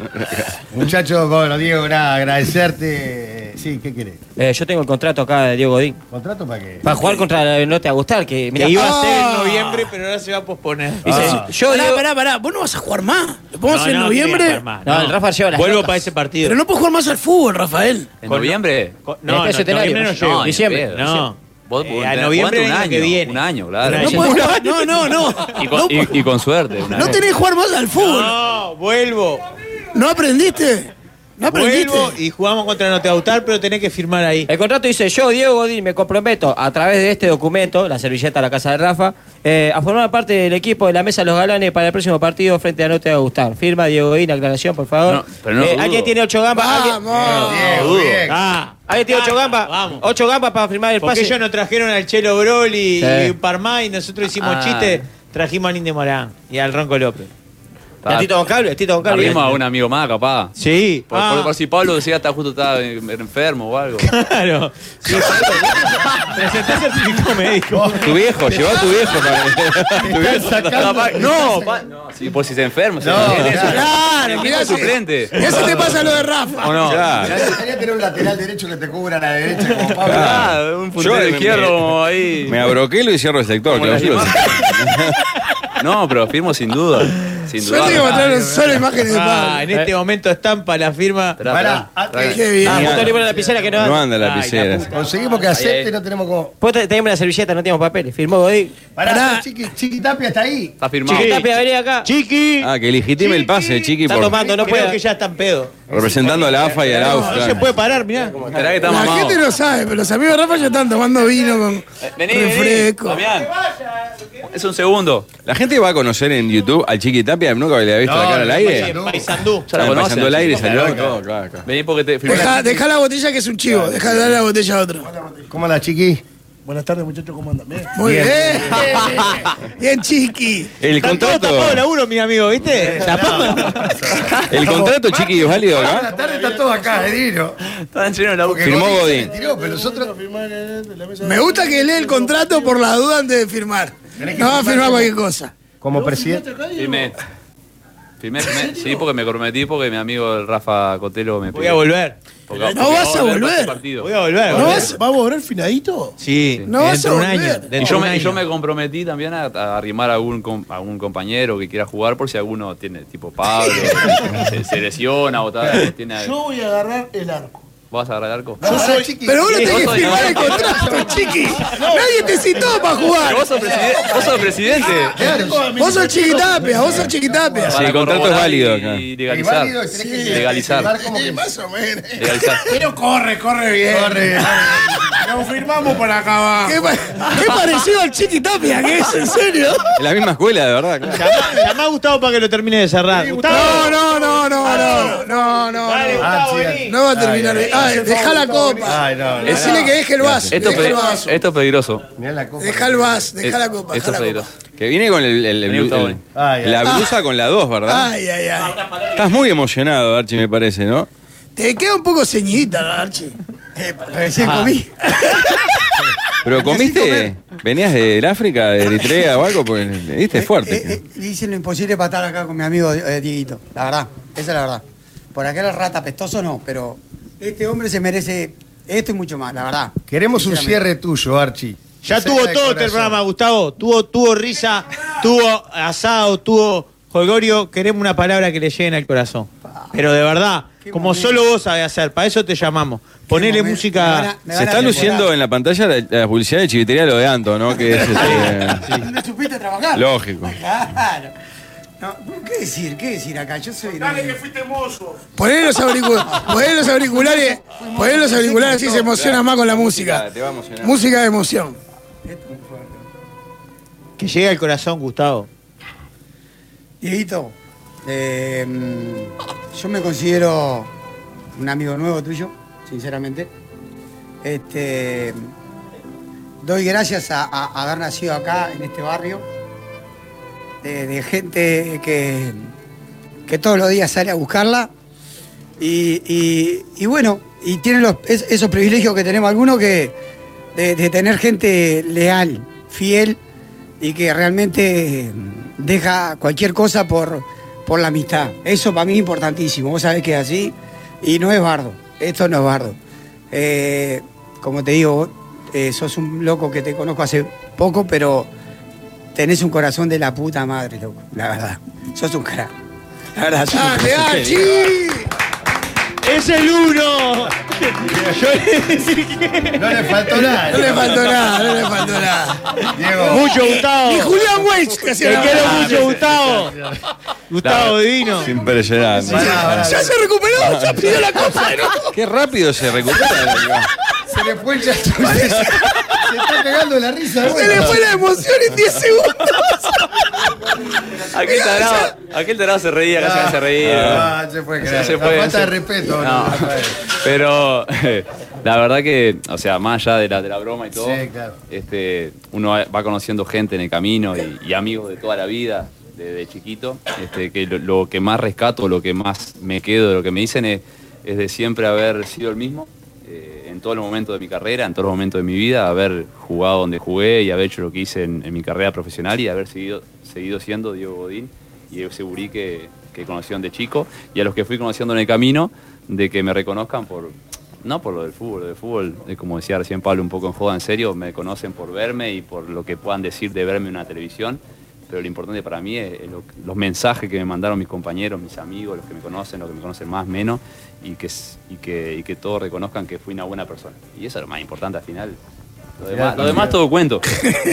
[SPEAKER 1] Muchachos, bueno, Diego, nada, agradecerte. Sí, ¿qué querés?
[SPEAKER 6] Eh, yo tengo el contrato acá de Diego Godín.
[SPEAKER 1] ¿Contrato para qué?
[SPEAKER 6] Para jugar contra el No Te Va a Gustar, que mirá,
[SPEAKER 3] Que iba a
[SPEAKER 6] ah,
[SPEAKER 3] ser en noviembre, pero ahora se va a posponer.
[SPEAKER 6] dice,
[SPEAKER 1] Ah.
[SPEAKER 6] yo
[SPEAKER 2] pará,
[SPEAKER 6] digo-
[SPEAKER 2] pará, pará. Vos no vas a jugar más. ¿Lo podemos
[SPEAKER 3] No,
[SPEAKER 2] hacer en
[SPEAKER 3] no,
[SPEAKER 2] noviembre?
[SPEAKER 3] que voy a jugar más,
[SPEAKER 6] No, el Rafa lleva las
[SPEAKER 3] Vuelvo
[SPEAKER 6] notas.
[SPEAKER 3] para ese partido.
[SPEAKER 2] Pero no puedo jugar más al fútbol, Rafael.
[SPEAKER 4] ¿En noviembre?
[SPEAKER 3] Co-
[SPEAKER 6] En
[SPEAKER 3] No,
[SPEAKER 6] este
[SPEAKER 3] no,
[SPEAKER 6] escenario.
[SPEAKER 3] noviembre no
[SPEAKER 6] No,
[SPEAKER 3] llego.
[SPEAKER 4] ni
[SPEAKER 6] diciembre.
[SPEAKER 4] en pedo.
[SPEAKER 3] No.
[SPEAKER 4] Vos,
[SPEAKER 3] Eh,
[SPEAKER 4] vos
[SPEAKER 3] a
[SPEAKER 4] tenés-
[SPEAKER 3] noviembre
[SPEAKER 4] ponte
[SPEAKER 3] del
[SPEAKER 4] un
[SPEAKER 3] año
[SPEAKER 4] año,
[SPEAKER 3] que viene.
[SPEAKER 4] Un año, claro.
[SPEAKER 2] No, puedo jugar- no, no, no.
[SPEAKER 4] Y con,
[SPEAKER 2] no,
[SPEAKER 4] y- y con suerte. una
[SPEAKER 2] no
[SPEAKER 4] vez.
[SPEAKER 2] tenés que jugar más al fútbol. No,
[SPEAKER 3] No, vuelvo.
[SPEAKER 2] aprendiste. No aprendiste.
[SPEAKER 3] Vuelvo y jugamos contra No Te Va a Gustar, pero tenés que firmar ahí.
[SPEAKER 6] El contrato dice, yo, Diego Godín, me comprometo a través de este documento, la servilleta a la casa de Rafa, eh, a formar parte del equipo de la Mesa de los Galanes para el próximo partido frente a No Te Va a Gustar. Firma Diego Godín, aclaración, por favor.
[SPEAKER 4] No, pero no
[SPEAKER 6] Eh,
[SPEAKER 4] dudo.
[SPEAKER 6] ¿Alguien tiene ocho gambas? ¿Alguien,
[SPEAKER 2] Vamos.
[SPEAKER 1] Diego, bien.
[SPEAKER 3] Ah,
[SPEAKER 6] alguien tiene ocho
[SPEAKER 3] Ah,
[SPEAKER 6] gambas?
[SPEAKER 3] Vamos.
[SPEAKER 6] Ocho gambas para firmar el
[SPEAKER 3] Porque
[SPEAKER 6] pase.
[SPEAKER 3] ellos nos trajeron al Chelo Broli
[SPEAKER 6] Sí.
[SPEAKER 3] y un par más y nosotros hicimos
[SPEAKER 4] Ah.
[SPEAKER 3] chistes, trajimos a Ninde Morán y al Ronco López.
[SPEAKER 6] Y al Tito Goncalves, Tito Goncalves.
[SPEAKER 4] Abrimos a un amigo más, capaz.
[SPEAKER 3] Sí,
[SPEAKER 4] Por, por- por si Pablo decía está justo estaba eh, enfermo o algo.
[SPEAKER 3] claro. Sí, Presenté certificado médico.
[SPEAKER 5] Tu viejo, lleva a tu viejo también.
[SPEAKER 1] Te están sacando.
[SPEAKER 4] Capaz- no, pa- sí, por si se enferma. se-
[SPEAKER 1] No,
[SPEAKER 4] tiene su-
[SPEAKER 2] Claro,
[SPEAKER 4] tiene
[SPEAKER 2] mirá
[SPEAKER 4] su
[SPEAKER 2] si,
[SPEAKER 4] suplente.
[SPEAKER 2] mirá si te pasa lo de Rafa.
[SPEAKER 4] ¿O no?
[SPEAKER 5] Claro.
[SPEAKER 1] Te gustaría tener un lateral derecho que te cubra la derecha como Pablo.
[SPEAKER 4] Ah, un puntero
[SPEAKER 5] Yo me-
[SPEAKER 4] izquierdo como ahí.
[SPEAKER 5] Me abroquelo y cierro el sector.
[SPEAKER 4] Como
[SPEAKER 5] que no
[SPEAKER 4] las
[SPEAKER 5] sirve.
[SPEAKER 4] No, pero firmo sin duda. Sin duda.
[SPEAKER 2] Suerte que mostraron solo imágenes de
[SPEAKER 3] Ah,
[SPEAKER 2] Pablo.
[SPEAKER 3] en este momento estampa la firma.
[SPEAKER 4] Pará,
[SPEAKER 1] Pará,
[SPEAKER 4] pará.
[SPEAKER 1] antes-
[SPEAKER 2] Qué bien.
[SPEAKER 6] Ah, justo libro de la piscina que no,
[SPEAKER 5] No
[SPEAKER 6] anda.
[SPEAKER 5] anda la
[SPEAKER 3] Ay, la
[SPEAKER 5] piscera.
[SPEAKER 3] puta.
[SPEAKER 1] Conseguimos que acepte y no tenemos como.
[SPEAKER 6] Vos Pues te- tenemos la servilleta, no tenemos papeles. Firmó Godín.
[SPEAKER 1] Pará,
[SPEAKER 2] Pará.
[SPEAKER 1] Chiqui, Chiqui Tapia está ahí.
[SPEAKER 4] Está firmado.
[SPEAKER 6] Chiqui Tapia, vení acá.
[SPEAKER 3] Chiqui.
[SPEAKER 5] Ah, que legitime el pase, chiqui,
[SPEAKER 6] Está
[SPEAKER 5] por-
[SPEAKER 6] tomando, no
[SPEAKER 3] Creo
[SPEAKER 6] puede.
[SPEAKER 3] que ya están pedo.
[SPEAKER 5] representando a la AFA y al AUF.
[SPEAKER 3] No se
[SPEAKER 5] claro.
[SPEAKER 3] puede parar, mirá.
[SPEAKER 4] Esperá que está
[SPEAKER 2] La
[SPEAKER 4] mamado.
[SPEAKER 2] gente no sabe, pero los amigos de Rafa ya están tomando vino
[SPEAKER 3] Eh,
[SPEAKER 2] con
[SPEAKER 4] Vení, vení.
[SPEAKER 2] refresco.
[SPEAKER 4] Damián. Es un segundo.
[SPEAKER 5] La gente va a conocer en YouTube al Chiqui Tapia, nunca le había visto
[SPEAKER 1] No,
[SPEAKER 5] la cara al
[SPEAKER 1] no,
[SPEAKER 5] aire.
[SPEAKER 1] no.
[SPEAKER 3] Paisandú.
[SPEAKER 4] Ya la
[SPEAKER 5] Ah,
[SPEAKER 4] conocen,
[SPEAKER 5] pasando el aire y
[SPEAKER 4] chico.
[SPEAKER 5] salió.
[SPEAKER 1] Claro,
[SPEAKER 5] Todo, claro, claro.
[SPEAKER 4] Vení porque te firmé.
[SPEAKER 2] Deja, deja la botella que es un chivo. Deja de dar la botella a otro.
[SPEAKER 1] ¿Cómo la Chiqui?
[SPEAKER 14] Buenas tardes, muchachos, ¿cómo andan? Bien.
[SPEAKER 2] Muy bien. Eh, Bien, chiqui.
[SPEAKER 5] El
[SPEAKER 3] Están todos tapados de
[SPEAKER 5] contrato,
[SPEAKER 3] laburo, mi amigo, ¿viste? Tapado.
[SPEAKER 5] el contrato Chiqui es válido
[SPEAKER 2] Ah,
[SPEAKER 1] La
[SPEAKER 5] acá.
[SPEAKER 1] tarde está todo acá,
[SPEAKER 2] eh,
[SPEAKER 1] Edino.
[SPEAKER 4] Estaban llenos de la boca.
[SPEAKER 5] Firmó
[SPEAKER 1] Se
[SPEAKER 5] Godín.
[SPEAKER 1] tiró, pero nosotros.
[SPEAKER 2] Me gusta que lee el contrato por la duda antes de firmar.
[SPEAKER 1] Tenés que
[SPEAKER 2] No va a
[SPEAKER 1] firmar
[SPEAKER 2] firmar
[SPEAKER 1] como-
[SPEAKER 2] cualquier cosa.
[SPEAKER 1] Como presidente.
[SPEAKER 4] Firmé. Primer- me- sí, porque me comprometí porque mi amigo el Rafa Cotelo me
[SPEAKER 3] Voy a volver.
[SPEAKER 4] Porque- porque
[SPEAKER 3] No vas
[SPEAKER 4] voy
[SPEAKER 3] a
[SPEAKER 4] para este
[SPEAKER 3] volver.
[SPEAKER 4] partido.
[SPEAKER 3] Voy a volver.
[SPEAKER 15] ¿No vas- ¿Va a volver finadito?
[SPEAKER 3] Sí,
[SPEAKER 15] No vas a
[SPEAKER 3] dentro de un
[SPEAKER 15] volver.
[SPEAKER 3] año.
[SPEAKER 4] Y
[SPEAKER 3] dentro
[SPEAKER 4] yo,
[SPEAKER 3] de un
[SPEAKER 4] me, y yo
[SPEAKER 3] año.
[SPEAKER 4] me comprometí también a, a arrimar a algún, com- a algún compañero que quiera jugar por si alguno tiene tipo Pablo, se, se lesiona o tal. Tiene,
[SPEAKER 15] Yo voy a agarrar el arco.
[SPEAKER 4] ¿Vas a agarrar el arco?
[SPEAKER 15] Yo soy-
[SPEAKER 2] Pero vos no tenés
[SPEAKER 4] Yo
[SPEAKER 2] que
[SPEAKER 4] soy-
[SPEAKER 2] firmar el contrato, chiqui. Nadie te citó para jugar.
[SPEAKER 4] Pero vos sos, preside- Eh, vos sos presidente.
[SPEAKER 2] Vos sos chiquitapia, vos sos chiquitapia.
[SPEAKER 4] Para
[SPEAKER 5] el contrato
[SPEAKER 4] corroborar
[SPEAKER 5] es válido
[SPEAKER 4] y-
[SPEAKER 5] acá.
[SPEAKER 4] Y legalizar.
[SPEAKER 2] Es válido y tenés que
[SPEAKER 4] legalizar.
[SPEAKER 15] Más o menos.
[SPEAKER 4] Legalizar.
[SPEAKER 15] Pero corre, corre bien. Corre. Lo firmamos por acá abajo.
[SPEAKER 2] ¿Qué, pa- qué parecido al chiquitapia que es, en serio?
[SPEAKER 5] En la misma escuela, de verdad. claro.
[SPEAKER 3] Llamá- Llamá a Gustavo para que lo termine de cerrar. Gustavo.
[SPEAKER 2] No, no, no,
[SPEAKER 16] Ah,
[SPEAKER 2] no, no, no, no.
[SPEAKER 3] Dale,
[SPEAKER 2] no.
[SPEAKER 3] Gustavo,
[SPEAKER 2] Ah,
[SPEAKER 3] vení.
[SPEAKER 2] No va a terminar. bien. Ay, deja la copa.
[SPEAKER 1] Ay, no, no.
[SPEAKER 2] Decile que deje el vaso.
[SPEAKER 4] Esto, es
[SPEAKER 2] Deja el
[SPEAKER 4] pedi-
[SPEAKER 2] vaso.
[SPEAKER 4] esto es peligroso.
[SPEAKER 1] Mirá la copa.
[SPEAKER 2] Deja el vaso, deja la copa.
[SPEAKER 4] Esto
[SPEAKER 2] Deja
[SPEAKER 4] es
[SPEAKER 2] la copa.
[SPEAKER 4] peligroso.
[SPEAKER 5] Que viene con el, el- el-
[SPEAKER 4] Vení, Gustavo,
[SPEAKER 5] el-
[SPEAKER 4] vení.
[SPEAKER 1] Ay, ay.
[SPEAKER 5] la blusa con la 2, ¿verdad?
[SPEAKER 2] Ay, ay, ay.
[SPEAKER 5] Estás muy emocionado, Archie, me parece, ¿no?
[SPEAKER 2] Te queda un poco ceñidita, la Archi. Eh, recién comí.
[SPEAKER 5] Pero comiste, venías del África, de Eritrea o algo, porque le diste
[SPEAKER 16] Eh,
[SPEAKER 5] fuerte.
[SPEAKER 16] eh, hice lo imposible para estar acá con mi amigo eh, Dieguito. La verdad, esa es la verdad. Por acá era rata pestoso no, pero este hombre se merece esto y mucho más, la verdad.
[SPEAKER 1] Queremos un cierre tuyo, Archie.
[SPEAKER 3] Ya
[SPEAKER 1] Que
[SPEAKER 3] tuvo
[SPEAKER 1] salga de
[SPEAKER 3] todo este
[SPEAKER 1] corazón.
[SPEAKER 3] programa, Gustavo. Tuvo, tuvo risa, tuvo asado, tuvo jolgorio. Queremos una palabra que le lleguen al corazón. Pero de verdad, como solo vos sabés hacer, para eso te llamamos. Ponele
[SPEAKER 16] momento. Me van
[SPEAKER 3] música.
[SPEAKER 16] a- me
[SPEAKER 5] Se está luciendo en la pantalla la, la publicidad de chivitería lo de Anto, ¿no? Que es, este,
[SPEAKER 16] No supiste trabajar.
[SPEAKER 5] lógico.
[SPEAKER 16] Claro. No, ¿Qué decir? ¿Qué decir acá? Yo soy.
[SPEAKER 15] Dale que fuiste mozo.
[SPEAKER 2] Poné los, auricu- poné los auriculares. Poné los auriculares así se emociona más con la música.
[SPEAKER 5] Te va a emocionar.
[SPEAKER 2] Música de emoción.
[SPEAKER 3] Que llegue al corazón, Gustavo.
[SPEAKER 16] Dieguito, eh, mm, yo me considero un amigo nuevo tuyo, sinceramente. Este, doy gracias a, a- a haber nacido acá, en este barrio, de, de gente que, que todos los días sale a buscarla. Y, y- y bueno, y tiene los- es- esos privilegios que tenemos algunos que de, de tener gente leal, fiel y que realmente deja cualquier cosa por, por la amistad. Eso para mí es importantísimo. Vos sabés que es así y no es bardo. Esto no es bardo. Eh, como te digo, vos, eh, sos un loco que te conozco hace poco, pero tenés un corazón de la puta madre, loco. La verdad. Sos un crack. La verdad. sos un
[SPEAKER 2] ¡Dale,
[SPEAKER 16] crack.
[SPEAKER 2] Archi!
[SPEAKER 3] ¡Es el uno! Yo le decía que-
[SPEAKER 1] No le faltó nada.
[SPEAKER 2] No le faltó nada, no le faltó nada.
[SPEAKER 1] Diego.
[SPEAKER 3] Mucho, Gustavo.
[SPEAKER 2] Ni Julián Weitz te
[SPEAKER 3] Te
[SPEAKER 2] hacía la
[SPEAKER 3] quiero
[SPEAKER 2] maldad.
[SPEAKER 3] mucho, Gustavo. Gustavo divino.
[SPEAKER 5] Es impresionante.
[SPEAKER 1] Pará, pará,
[SPEAKER 2] Ya se recuperó, ya pidió la copa de nuevo.
[SPEAKER 5] Qué rápido se recupera.
[SPEAKER 1] Se le fue el chacho. Se está pegando la risa.
[SPEAKER 2] Se le fue la emoción en 10 segundos.
[SPEAKER 4] Aquel tarado, aquel tarado se reía, casi que se reía.
[SPEAKER 1] Ah, se fue,
[SPEAKER 4] O sea,
[SPEAKER 1] crack.
[SPEAKER 4] se
[SPEAKER 1] La
[SPEAKER 4] fue,
[SPEAKER 1] falta
[SPEAKER 4] se-
[SPEAKER 1] de respeto.
[SPEAKER 4] No.
[SPEAKER 1] no, Rafael.
[SPEAKER 4] Pero la verdad que, o sea, más allá de la, de la broma y todo,
[SPEAKER 1] Sí, claro.
[SPEAKER 4] este, uno va- va conociendo gente en el camino y, y amigos de toda la vida, desde chiquito, este, que lo, lo que más rescato, lo que más me quedo de lo que me dicen es, es de siempre haber sido el mismo. eh, En todos los momentos de mi carrera, en todos los momentos de mi vida, haber jugado donde jugué y haber hecho lo que hice en, en mi carrera profesional y haber seguido, seguido siendo Diego Godín y ese gurí que, que conocieron de chico y a los que fui conociendo en el camino de que me reconozcan por no por lo del fútbol, lo del fútbol, eh, como decía recién Pablo, un poco en joda, en serio, me conocen por verme y por lo que puedan decir de verme en una televisión, pero lo importante para mí es, es lo- los mensajes que me mandaron mis compañeros, mis amigos, los que me conocen, los que me conocen más, menos, y que, s- y que, y que todos reconozcan que fui una buena persona. Y eso es lo más importante al final. Lo demás, lo demás todo cuento.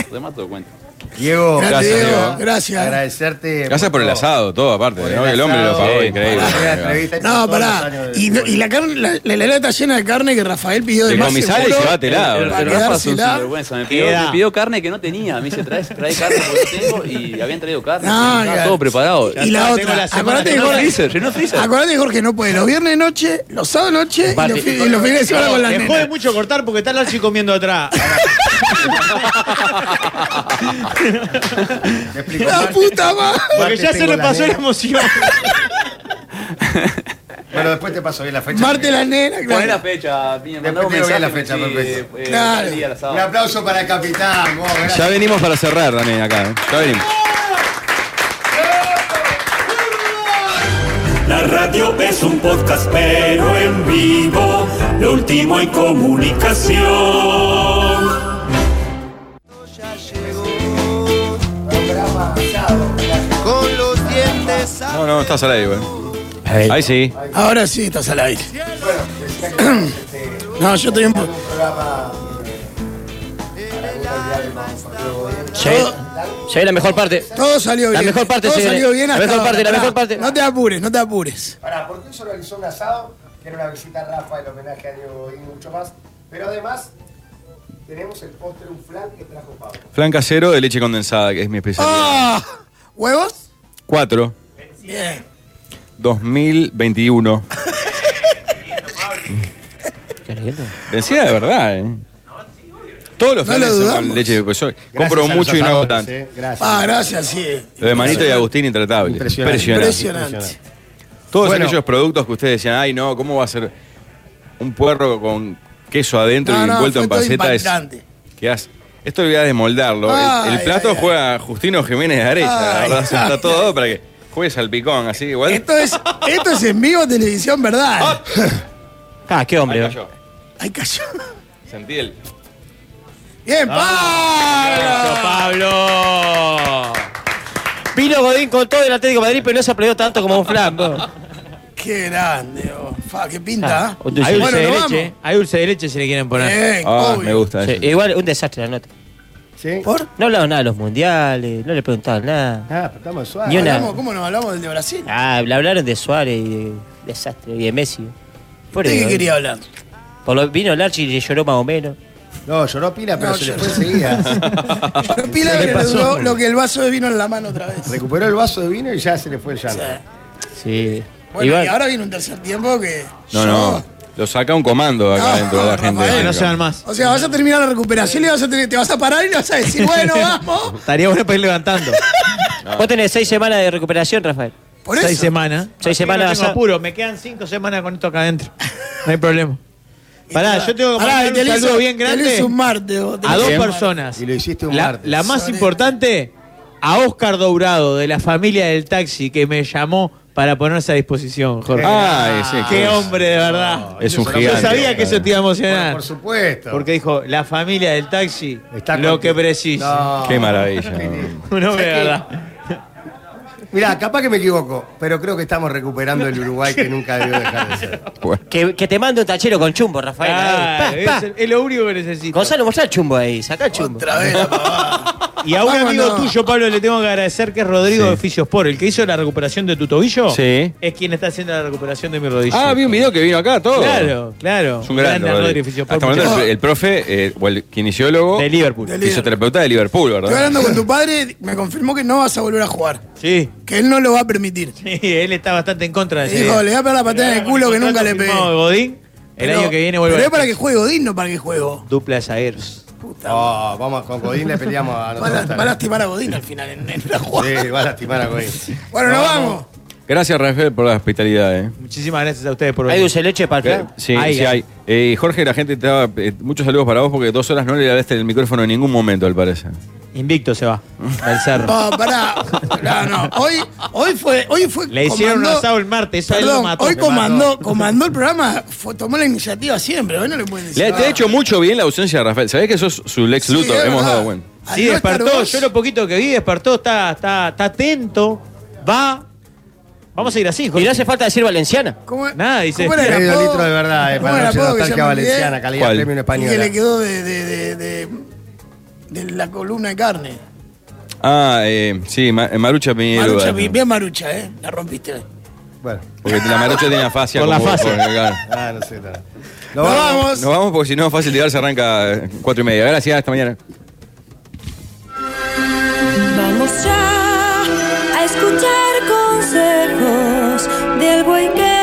[SPEAKER 4] Lo demás todo cuento.
[SPEAKER 1] Diego,
[SPEAKER 2] Gracias,
[SPEAKER 1] gracias,
[SPEAKER 2] Diego.
[SPEAKER 1] Diego.
[SPEAKER 2] Gracias.
[SPEAKER 1] Agradecerte.
[SPEAKER 5] Gracias por el
[SPEAKER 1] todo.
[SPEAKER 5] asado, todo aparte.
[SPEAKER 1] Por
[SPEAKER 5] ¿no? El hombre lo
[SPEAKER 1] asado,
[SPEAKER 5] pagó,
[SPEAKER 1] por
[SPEAKER 5] increíble.
[SPEAKER 1] la entrevista y por
[SPEAKER 2] No,
[SPEAKER 1] todos los
[SPEAKER 2] pará.
[SPEAKER 1] años de-
[SPEAKER 2] Y, y la carne, la, la heladera está llena de carne que Rafael pidió de
[SPEAKER 5] Te
[SPEAKER 2] más.
[SPEAKER 5] comisales y
[SPEAKER 2] seguro, Eh,
[SPEAKER 5] llévatela,
[SPEAKER 4] El, el-
[SPEAKER 2] para
[SPEAKER 4] el Rafa es un
[SPEAKER 2] quedársela.
[SPEAKER 4] sinvergüenza. Me pidió,
[SPEAKER 3] Queda.
[SPEAKER 4] me pidió carne que no tenía. Me dice, trae, trae carne porque no tengo. Y habían traído carne.
[SPEAKER 2] No,
[SPEAKER 4] estaba
[SPEAKER 2] ya.
[SPEAKER 4] todo preparado.
[SPEAKER 2] Y la
[SPEAKER 3] Tengo
[SPEAKER 2] otra,
[SPEAKER 3] la semana
[SPEAKER 2] acordate que
[SPEAKER 4] Llenó el
[SPEAKER 2] Jorge,
[SPEAKER 4] freezer, llenó el freezer.
[SPEAKER 2] acordate que Jorge no puede los viernes de noche, los sábados de noche y
[SPEAKER 4] Vale.
[SPEAKER 2] los, fi- y los fines de semana con las
[SPEAKER 3] Me jode
[SPEAKER 2] nenas.
[SPEAKER 3] mucho cortar porque está el archi comiendo atrás.
[SPEAKER 1] Te explico
[SPEAKER 2] La
[SPEAKER 1] más.
[SPEAKER 2] puta madre.
[SPEAKER 3] Porque ya se
[SPEAKER 1] Martes tengo
[SPEAKER 3] le
[SPEAKER 1] la
[SPEAKER 3] pasó la
[SPEAKER 1] nena.
[SPEAKER 3] emoción.
[SPEAKER 1] Bueno, después te paso bien la fecha.
[SPEAKER 2] Marte las nenas,
[SPEAKER 4] Poné la
[SPEAKER 2] claro.
[SPEAKER 4] fecha, Piña. Mandá un
[SPEAKER 1] Después te
[SPEAKER 4] mensaje.
[SPEAKER 1] doy la fecha,
[SPEAKER 4] sí,
[SPEAKER 1] perfecto.
[SPEAKER 4] eh,
[SPEAKER 2] Claro.
[SPEAKER 4] tal día, el asado.
[SPEAKER 1] Un aplauso para el capitán. vos, gracias.
[SPEAKER 5] Ya venimos para cerrar también acá. ¿eh? Ya venimos.
[SPEAKER 8] La radio es un podcast pero en vivo, lo último en comunicación.
[SPEAKER 10] Con los dientes
[SPEAKER 5] No, no, estás al aire, güey. Ahí sí.
[SPEAKER 2] Ahora sí estás al aire. no, yo estoy un po-
[SPEAKER 6] Llegué, llegué la mejor parte.
[SPEAKER 2] Todo salió bien.
[SPEAKER 6] La mejor parte,
[SPEAKER 2] Todo
[SPEAKER 6] señores.
[SPEAKER 2] salió bien
[SPEAKER 6] La
[SPEAKER 2] hasta
[SPEAKER 6] mejor
[SPEAKER 2] ahora,
[SPEAKER 6] parte, la
[SPEAKER 2] pará.
[SPEAKER 6] mejor parte.
[SPEAKER 2] No te apures, no te apures.
[SPEAKER 1] Pará, ¿por qué se organizó un asado? Que era una visita a Rafa, el homenaje a Diego Godín, mucho más. Pero además, tenemos el postre, un flan que trajo Pablo.
[SPEAKER 5] Flan casero de leche condensada, que es mi especialidad.
[SPEAKER 2] ¡Ah! ¿Huevos?
[SPEAKER 5] 4,
[SPEAKER 2] Bien.
[SPEAKER 5] 2021. Decía de verdad, ¿eh? Todos los
[SPEAKER 2] No lo
[SPEAKER 5] flanes son con
[SPEAKER 2] dudamos.
[SPEAKER 5] leche de pollo. Compro
[SPEAKER 2] Gracias a
[SPEAKER 5] mucho
[SPEAKER 2] los
[SPEAKER 5] y no hago
[SPEAKER 2] asadores,
[SPEAKER 5] tanto.
[SPEAKER 1] Gracias.
[SPEAKER 2] Ah, gracias, sí.
[SPEAKER 5] Lo de Manito y Agustín, intratable.
[SPEAKER 1] Impresionante.
[SPEAKER 5] Impresionante.
[SPEAKER 2] Impresionante.
[SPEAKER 5] Todos
[SPEAKER 1] Bueno.
[SPEAKER 5] aquellos productos que ustedes decían, ay, no, ¿cómo va a ser un puerro con queso adentro
[SPEAKER 2] No,
[SPEAKER 5] y
[SPEAKER 2] no,
[SPEAKER 5] envuelto
[SPEAKER 2] fue
[SPEAKER 5] en
[SPEAKER 2] todo
[SPEAKER 5] paceta? Es,
[SPEAKER 2] impactante.
[SPEAKER 5] ¿Qué hace? Esto voy a desmoldarlo. El- el,
[SPEAKER 2] Ay,
[SPEAKER 5] plato juega Justino Jiménez de Arecha. la
[SPEAKER 2] Ay,
[SPEAKER 5] verdad,
[SPEAKER 2] ay,
[SPEAKER 5] se está todo para que juegues al picón, así igual.
[SPEAKER 2] Esto es, esto es en vivo televisión, ¿verdad?
[SPEAKER 6] Ah, qué hombre.
[SPEAKER 5] Ahí cayó.
[SPEAKER 2] Ay, cayó.
[SPEAKER 5] Sentí el.
[SPEAKER 2] Bien, Pablo.
[SPEAKER 6] Ah, Pablo. Vino Godín con todo el Atlético de Madrid, pero no se aplaudió tanto como un flambo.
[SPEAKER 2] Qué grande, oh. Fa, qué pinta. ¿eh?
[SPEAKER 6] Ah, dulce
[SPEAKER 3] Hay dulce
[SPEAKER 6] Bueno,
[SPEAKER 3] de
[SPEAKER 6] ¿no
[SPEAKER 3] leche,
[SPEAKER 6] vamos?
[SPEAKER 3] ¿eh? hay dulce de leche si le quieren poner.
[SPEAKER 2] Bien,
[SPEAKER 5] Ah,
[SPEAKER 2] obvio.
[SPEAKER 5] me gusta.
[SPEAKER 6] Sí,
[SPEAKER 5] eso.
[SPEAKER 6] igual un desastre la nota.
[SPEAKER 1] ¿Sí?
[SPEAKER 2] ¿Por?
[SPEAKER 6] No hablaban nada de los mundiales, no le preguntaban nada.
[SPEAKER 1] Ah, pero estamos suaves.
[SPEAKER 6] Ni una-
[SPEAKER 2] Hablamos- ¿Cómo nos hablamos del de Brasil?
[SPEAKER 6] Ah, le hablaron de Suárez y de desastre y de Messi. Por
[SPEAKER 2] ¿De qué
[SPEAKER 6] eso,
[SPEAKER 2] quería hablar?
[SPEAKER 6] Por lo, vino el Archie y le lloró más o menos.
[SPEAKER 1] No, lloró pila, pero
[SPEAKER 2] No,
[SPEAKER 1] se le
[SPEAKER 2] lloró.
[SPEAKER 1] fue enseguida.
[SPEAKER 2] Pero Pila
[SPEAKER 1] ¿Qué
[SPEAKER 2] que le
[SPEAKER 1] pasó?
[SPEAKER 2] duró lo que el vaso de vino en la mano otra vez.
[SPEAKER 1] Recuperó el vaso de vino y ya se le fue el llanto.
[SPEAKER 6] Sí.
[SPEAKER 2] Bueno,
[SPEAKER 6] Igual-
[SPEAKER 2] y ahora viene un tercer tiempo que.
[SPEAKER 5] No, no. Lo saca un comando acá
[SPEAKER 2] No,
[SPEAKER 5] dentro de la gente.
[SPEAKER 2] Rafael.
[SPEAKER 5] No
[SPEAKER 3] sean más.
[SPEAKER 2] O sea, vas a terminar la recuperación y vas a tener- te vas a parar y le vas a decir, bueno, vamos.
[SPEAKER 3] Estaría bueno para ir levantando.
[SPEAKER 6] Vos tenés seis semanas de recuperación, Rafael.
[SPEAKER 2] Por eso.
[SPEAKER 3] Seis semanas.
[SPEAKER 6] Seis
[SPEAKER 3] Yo no
[SPEAKER 6] semanas vas
[SPEAKER 3] tengo
[SPEAKER 6] a-
[SPEAKER 3] apuro, me quedan cinco semanas con esto acá adentro. No hay problema. Pará, yo tengo que
[SPEAKER 2] Pará,
[SPEAKER 3] mandar
[SPEAKER 2] te
[SPEAKER 3] un
[SPEAKER 2] lo
[SPEAKER 3] saludo
[SPEAKER 2] hizo-
[SPEAKER 3] bien
[SPEAKER 2] Te lo hizo
[SPEAKER 3] grande
[SPEAKER 2] un martes. vos, te lo
[SPEAKER 3] a dos
[SPEAKER 2] hizo un
[SPEAKER 3] personas.
[SPEAKER 1] Y lo hiciste un
[SPEAKER 3] La,
[SPEAKER 1] martes.
[SPEAKER 3] la más
[SPEAKER 2] Sorry.
[SPEAKER 3] importante, a Oscar Dourado, de la familia del taxi, que me llamó para ponerse a disposición, Jorge.
[SPEAKER 2] Ah,
[SPEAKER 5] Ay, sí,
[SPEAKER 3] Ah, Qué
[SPEAKER 5] es-
[SPEAKER 3] hombre, de verdad.
[SPEAKER 5] Es un
[SPEAKER 1] Yo
[SPEAKER 5] gigante.
[SPEAKER 3] Yo sabía que eso te iba a
[SPEAKER 1] Bueno,
[SPEAKER 3] emocionar.
[SPEAKER 1] por supuesto.
[SPEAKER 3] Porque dijo, la familia del taxi,
[SPEAKER 1] Está
[SPEAKER 3] lo
[SPEAKER 1] contigo.
[SPEAKER 3] que precisa.
[SPEAKER 1] No.
[SPEAKER 5] Qué maravilla.
[SPEAKER 3] Un hombre, de
[SPEAKER 1] ¿Sabes qué?
[SPEAKER 3] verdad.
[SPEAKER 1] Mirá, capaz que me equivoco, pero creo que estamos recuperando el Uruguay que nunca debió dejar de ser.
[SPEAKER 5] Bueno,
[SPEAKER 6] Que, que te mande un tachero con chumbo, Rafael.
[SPEAKER 3] Claro,
[SPEAKER 6] ahí. Pa, pa.
[SPEAKER 3] es, es lo único que necesito.
[SPEAKER 6] Gonzalo, mostrá el chumbo ahí, sacá el chumbo.
[SPEAKER 2] Otra vez, la pavada.
[SPEAKER 3] Y a un
[SPEAKER 2] Vámonos.
[SPEAKER 3] amigo tuyo, Pablo, le tengo que agradecer que es Rodrigo
[SPEAKER 5] Sí.
[SPEAKER 3] de Fisiospor, el que hizo la recuperación de tu tobillo.
[SPEAKER 5] Sí.
[SPEAKER 3] Es quien está haciendo la recuperación de mi rodilla.
[SPEAKER 5] Ah, vi un video que vino acá todo.
[SPEAKER 3] Claro, claro.
[SPEAKER 5] Es un gran
[SPEAKER 3] Grande Rodrigo de Fisiospor.
[SPEAKER 5] Hasta
[SPEAKER 3] muchachos.
[SPEAKER 5] el, el profe, eh, o el kinesiólogo,
[SPEAKER 3] De Liverpool.
[SPEAKER 2] De Liverpool.
[SPEAKER 5] fisioterapeuta de Liverpool,
[SPEAKER 2] Estoy
[SPEAKER 5] ¿verdad?
[SPEAKER 2] hablando con tu padre, me confirmó que no vas a volver a jugar.
[SPEAKER 3] Sí.
[SPEAKER 2] Que él no lo va a permitir.
[SPEAKER 3] Sí, él está bastante en contra de
[SPEAKER 2] Le
[SPEAKER 3] ese.
[SPEAKER 2] Dijo, le voy a pegar la patada en el culo que nunca le pegué.
[SPEAKER 3] Firmado de Godín, el
[SPEAKER 2] Pero-
[SPEAKER 3] año que viene vuelve
[SPEAKER 2] Pero es
[SPEAKER 3] a
[SPEAKER 2] para que juego Godín, no para que juego.
[SPEAKER 3] dupla eh. de zagueros.
[SPEAKER 1] Oh, vamos, con Godín le peleamos a
[SPEAKER 2] Va a,
[SPEAKER 1] nosotros.
[SPEAKER 2] va a lastimar a Godín al final en, en la jugada.
[SPEAKER 1] Sí, va a lastimar a Godín.
[SPEAKER 2] Bueno, nos vamos.
[SPEAKER 5] Gracias, Rafael, por la hospitalidad. ¿eh?
[SPEAKER 3] Muchísimas gracias a ustedes por
[SPEAKER 6] Hay
[SPEAKER 3] venir.
[SPEAKER 6] dulce de leche para el flan.
[SPEAKER 5] Sí,
[SPEAKER 3] Ahí,
[SPEAKER 5] sí
[SPEAKER 3] ahí.
[SPEAKER 5] hay. Eh, Jorge, la gente te da eh, muchos saludos para vos porque dos horas no le hablaste el micrófono en ningún momento, al parecer.
[SPEAKER 3] Invicto se va. Del cerro.
[SPEAKER 2] No, pará. No, no. Hoy, hoy fue. Hoy fue
[SPEAKER 3] Le hicieron un
[SPEAKER 2] comandó-
[SPEAKER 3] asado el martes, eso a él lo
[SPEAKER 2] Perdón,
[SPEAKER 3] mató.
[SPEAKER 2] hoy
[SPEAKER 3] Me mató.
[SPEAKER 2] comandó, comandó el programa, fue- tomó la iniciativa siempre. Hoy no le pueden decir.
[SPEAKER 5] Le, te ha hecho mucho bien la ausencia de Rafael. ¿Sabés que sos su Lex
[SPEAKER 2] Sí,
[SPEAKER 5] Luthor?
[SPEAKER 2] es
[SPEAKER 5] Hemos
[SPEAKER 2] verdad.
[SPEAKER 5] dado cuenta.
[SPEAKER 2] Al
[SPEAKER 3] Sí,
[SPEAKER 2] no estar
[SPEAKER 3] despertó.
[SPEAKER 2] vos-
[SPEAKER 3] Yo lo poquito que vi, despertó, está, está, está atento, va. Vamos a ir así,
[SPEAKER 6] Y
[SPEAKER 3] Jorge.
[SPEAKER 6] no hace falta decir valenciana.
[SPEAKER 2] ¿Cómo es-
[SPEAKER 3] Nada, dice.
[SPEAKER 2] ¿Cómo era el
[SPEAKER 1] Medio
[SPEAKER 2] apodo?
[SPEAKER 1] litro de verdad, eh,
[SPEAKER 2] ¿Cómo era
[SPEAKER 1] para la noche
[SPEAKER 2] el apodo que
[SPEAKER 1] nostalgia
[SPEAKER 2] yo me olvidé?
[SPEAKER 1] valenciana, calidad
[SPEAKER 5] ¿Cuál?
[SPEAKER 1] premium
[SPEAKER 2] Y que le
[SPEAKER 1] española.
[SPEAKER 2] quedó de, de, de, de- de la columna de carne.
[SPEAKER 5] Ah, eh, sí, Ma- Marucha Piñero.
[SPEAKER 2] Marucha,
[SPEAKER 5] ¿verdad?
[SPEAKER 2] bien, bien marucha, ¿eh? La rompiste.
[SPEAKER 1] Bueno,
[SPEAKER 5] Porque la Marucha tiene la fascia.
[SPEAKER 3] Por la
[SPEAKER 5] como-
[SPEAKER 3] fascia.
[SPEAKER 5] como- claro.
[SPEAKER 1] ah, no sé nada.
[SPEAKER 2] Nos vamos.
[SPEAKER 5] Nos vamos porque si no, fácil llegar se arranca eh, cuatro y media. Gracias, hasta mañana.
[SPEAKER 7] Vamos ya a escuchar consejos del buen que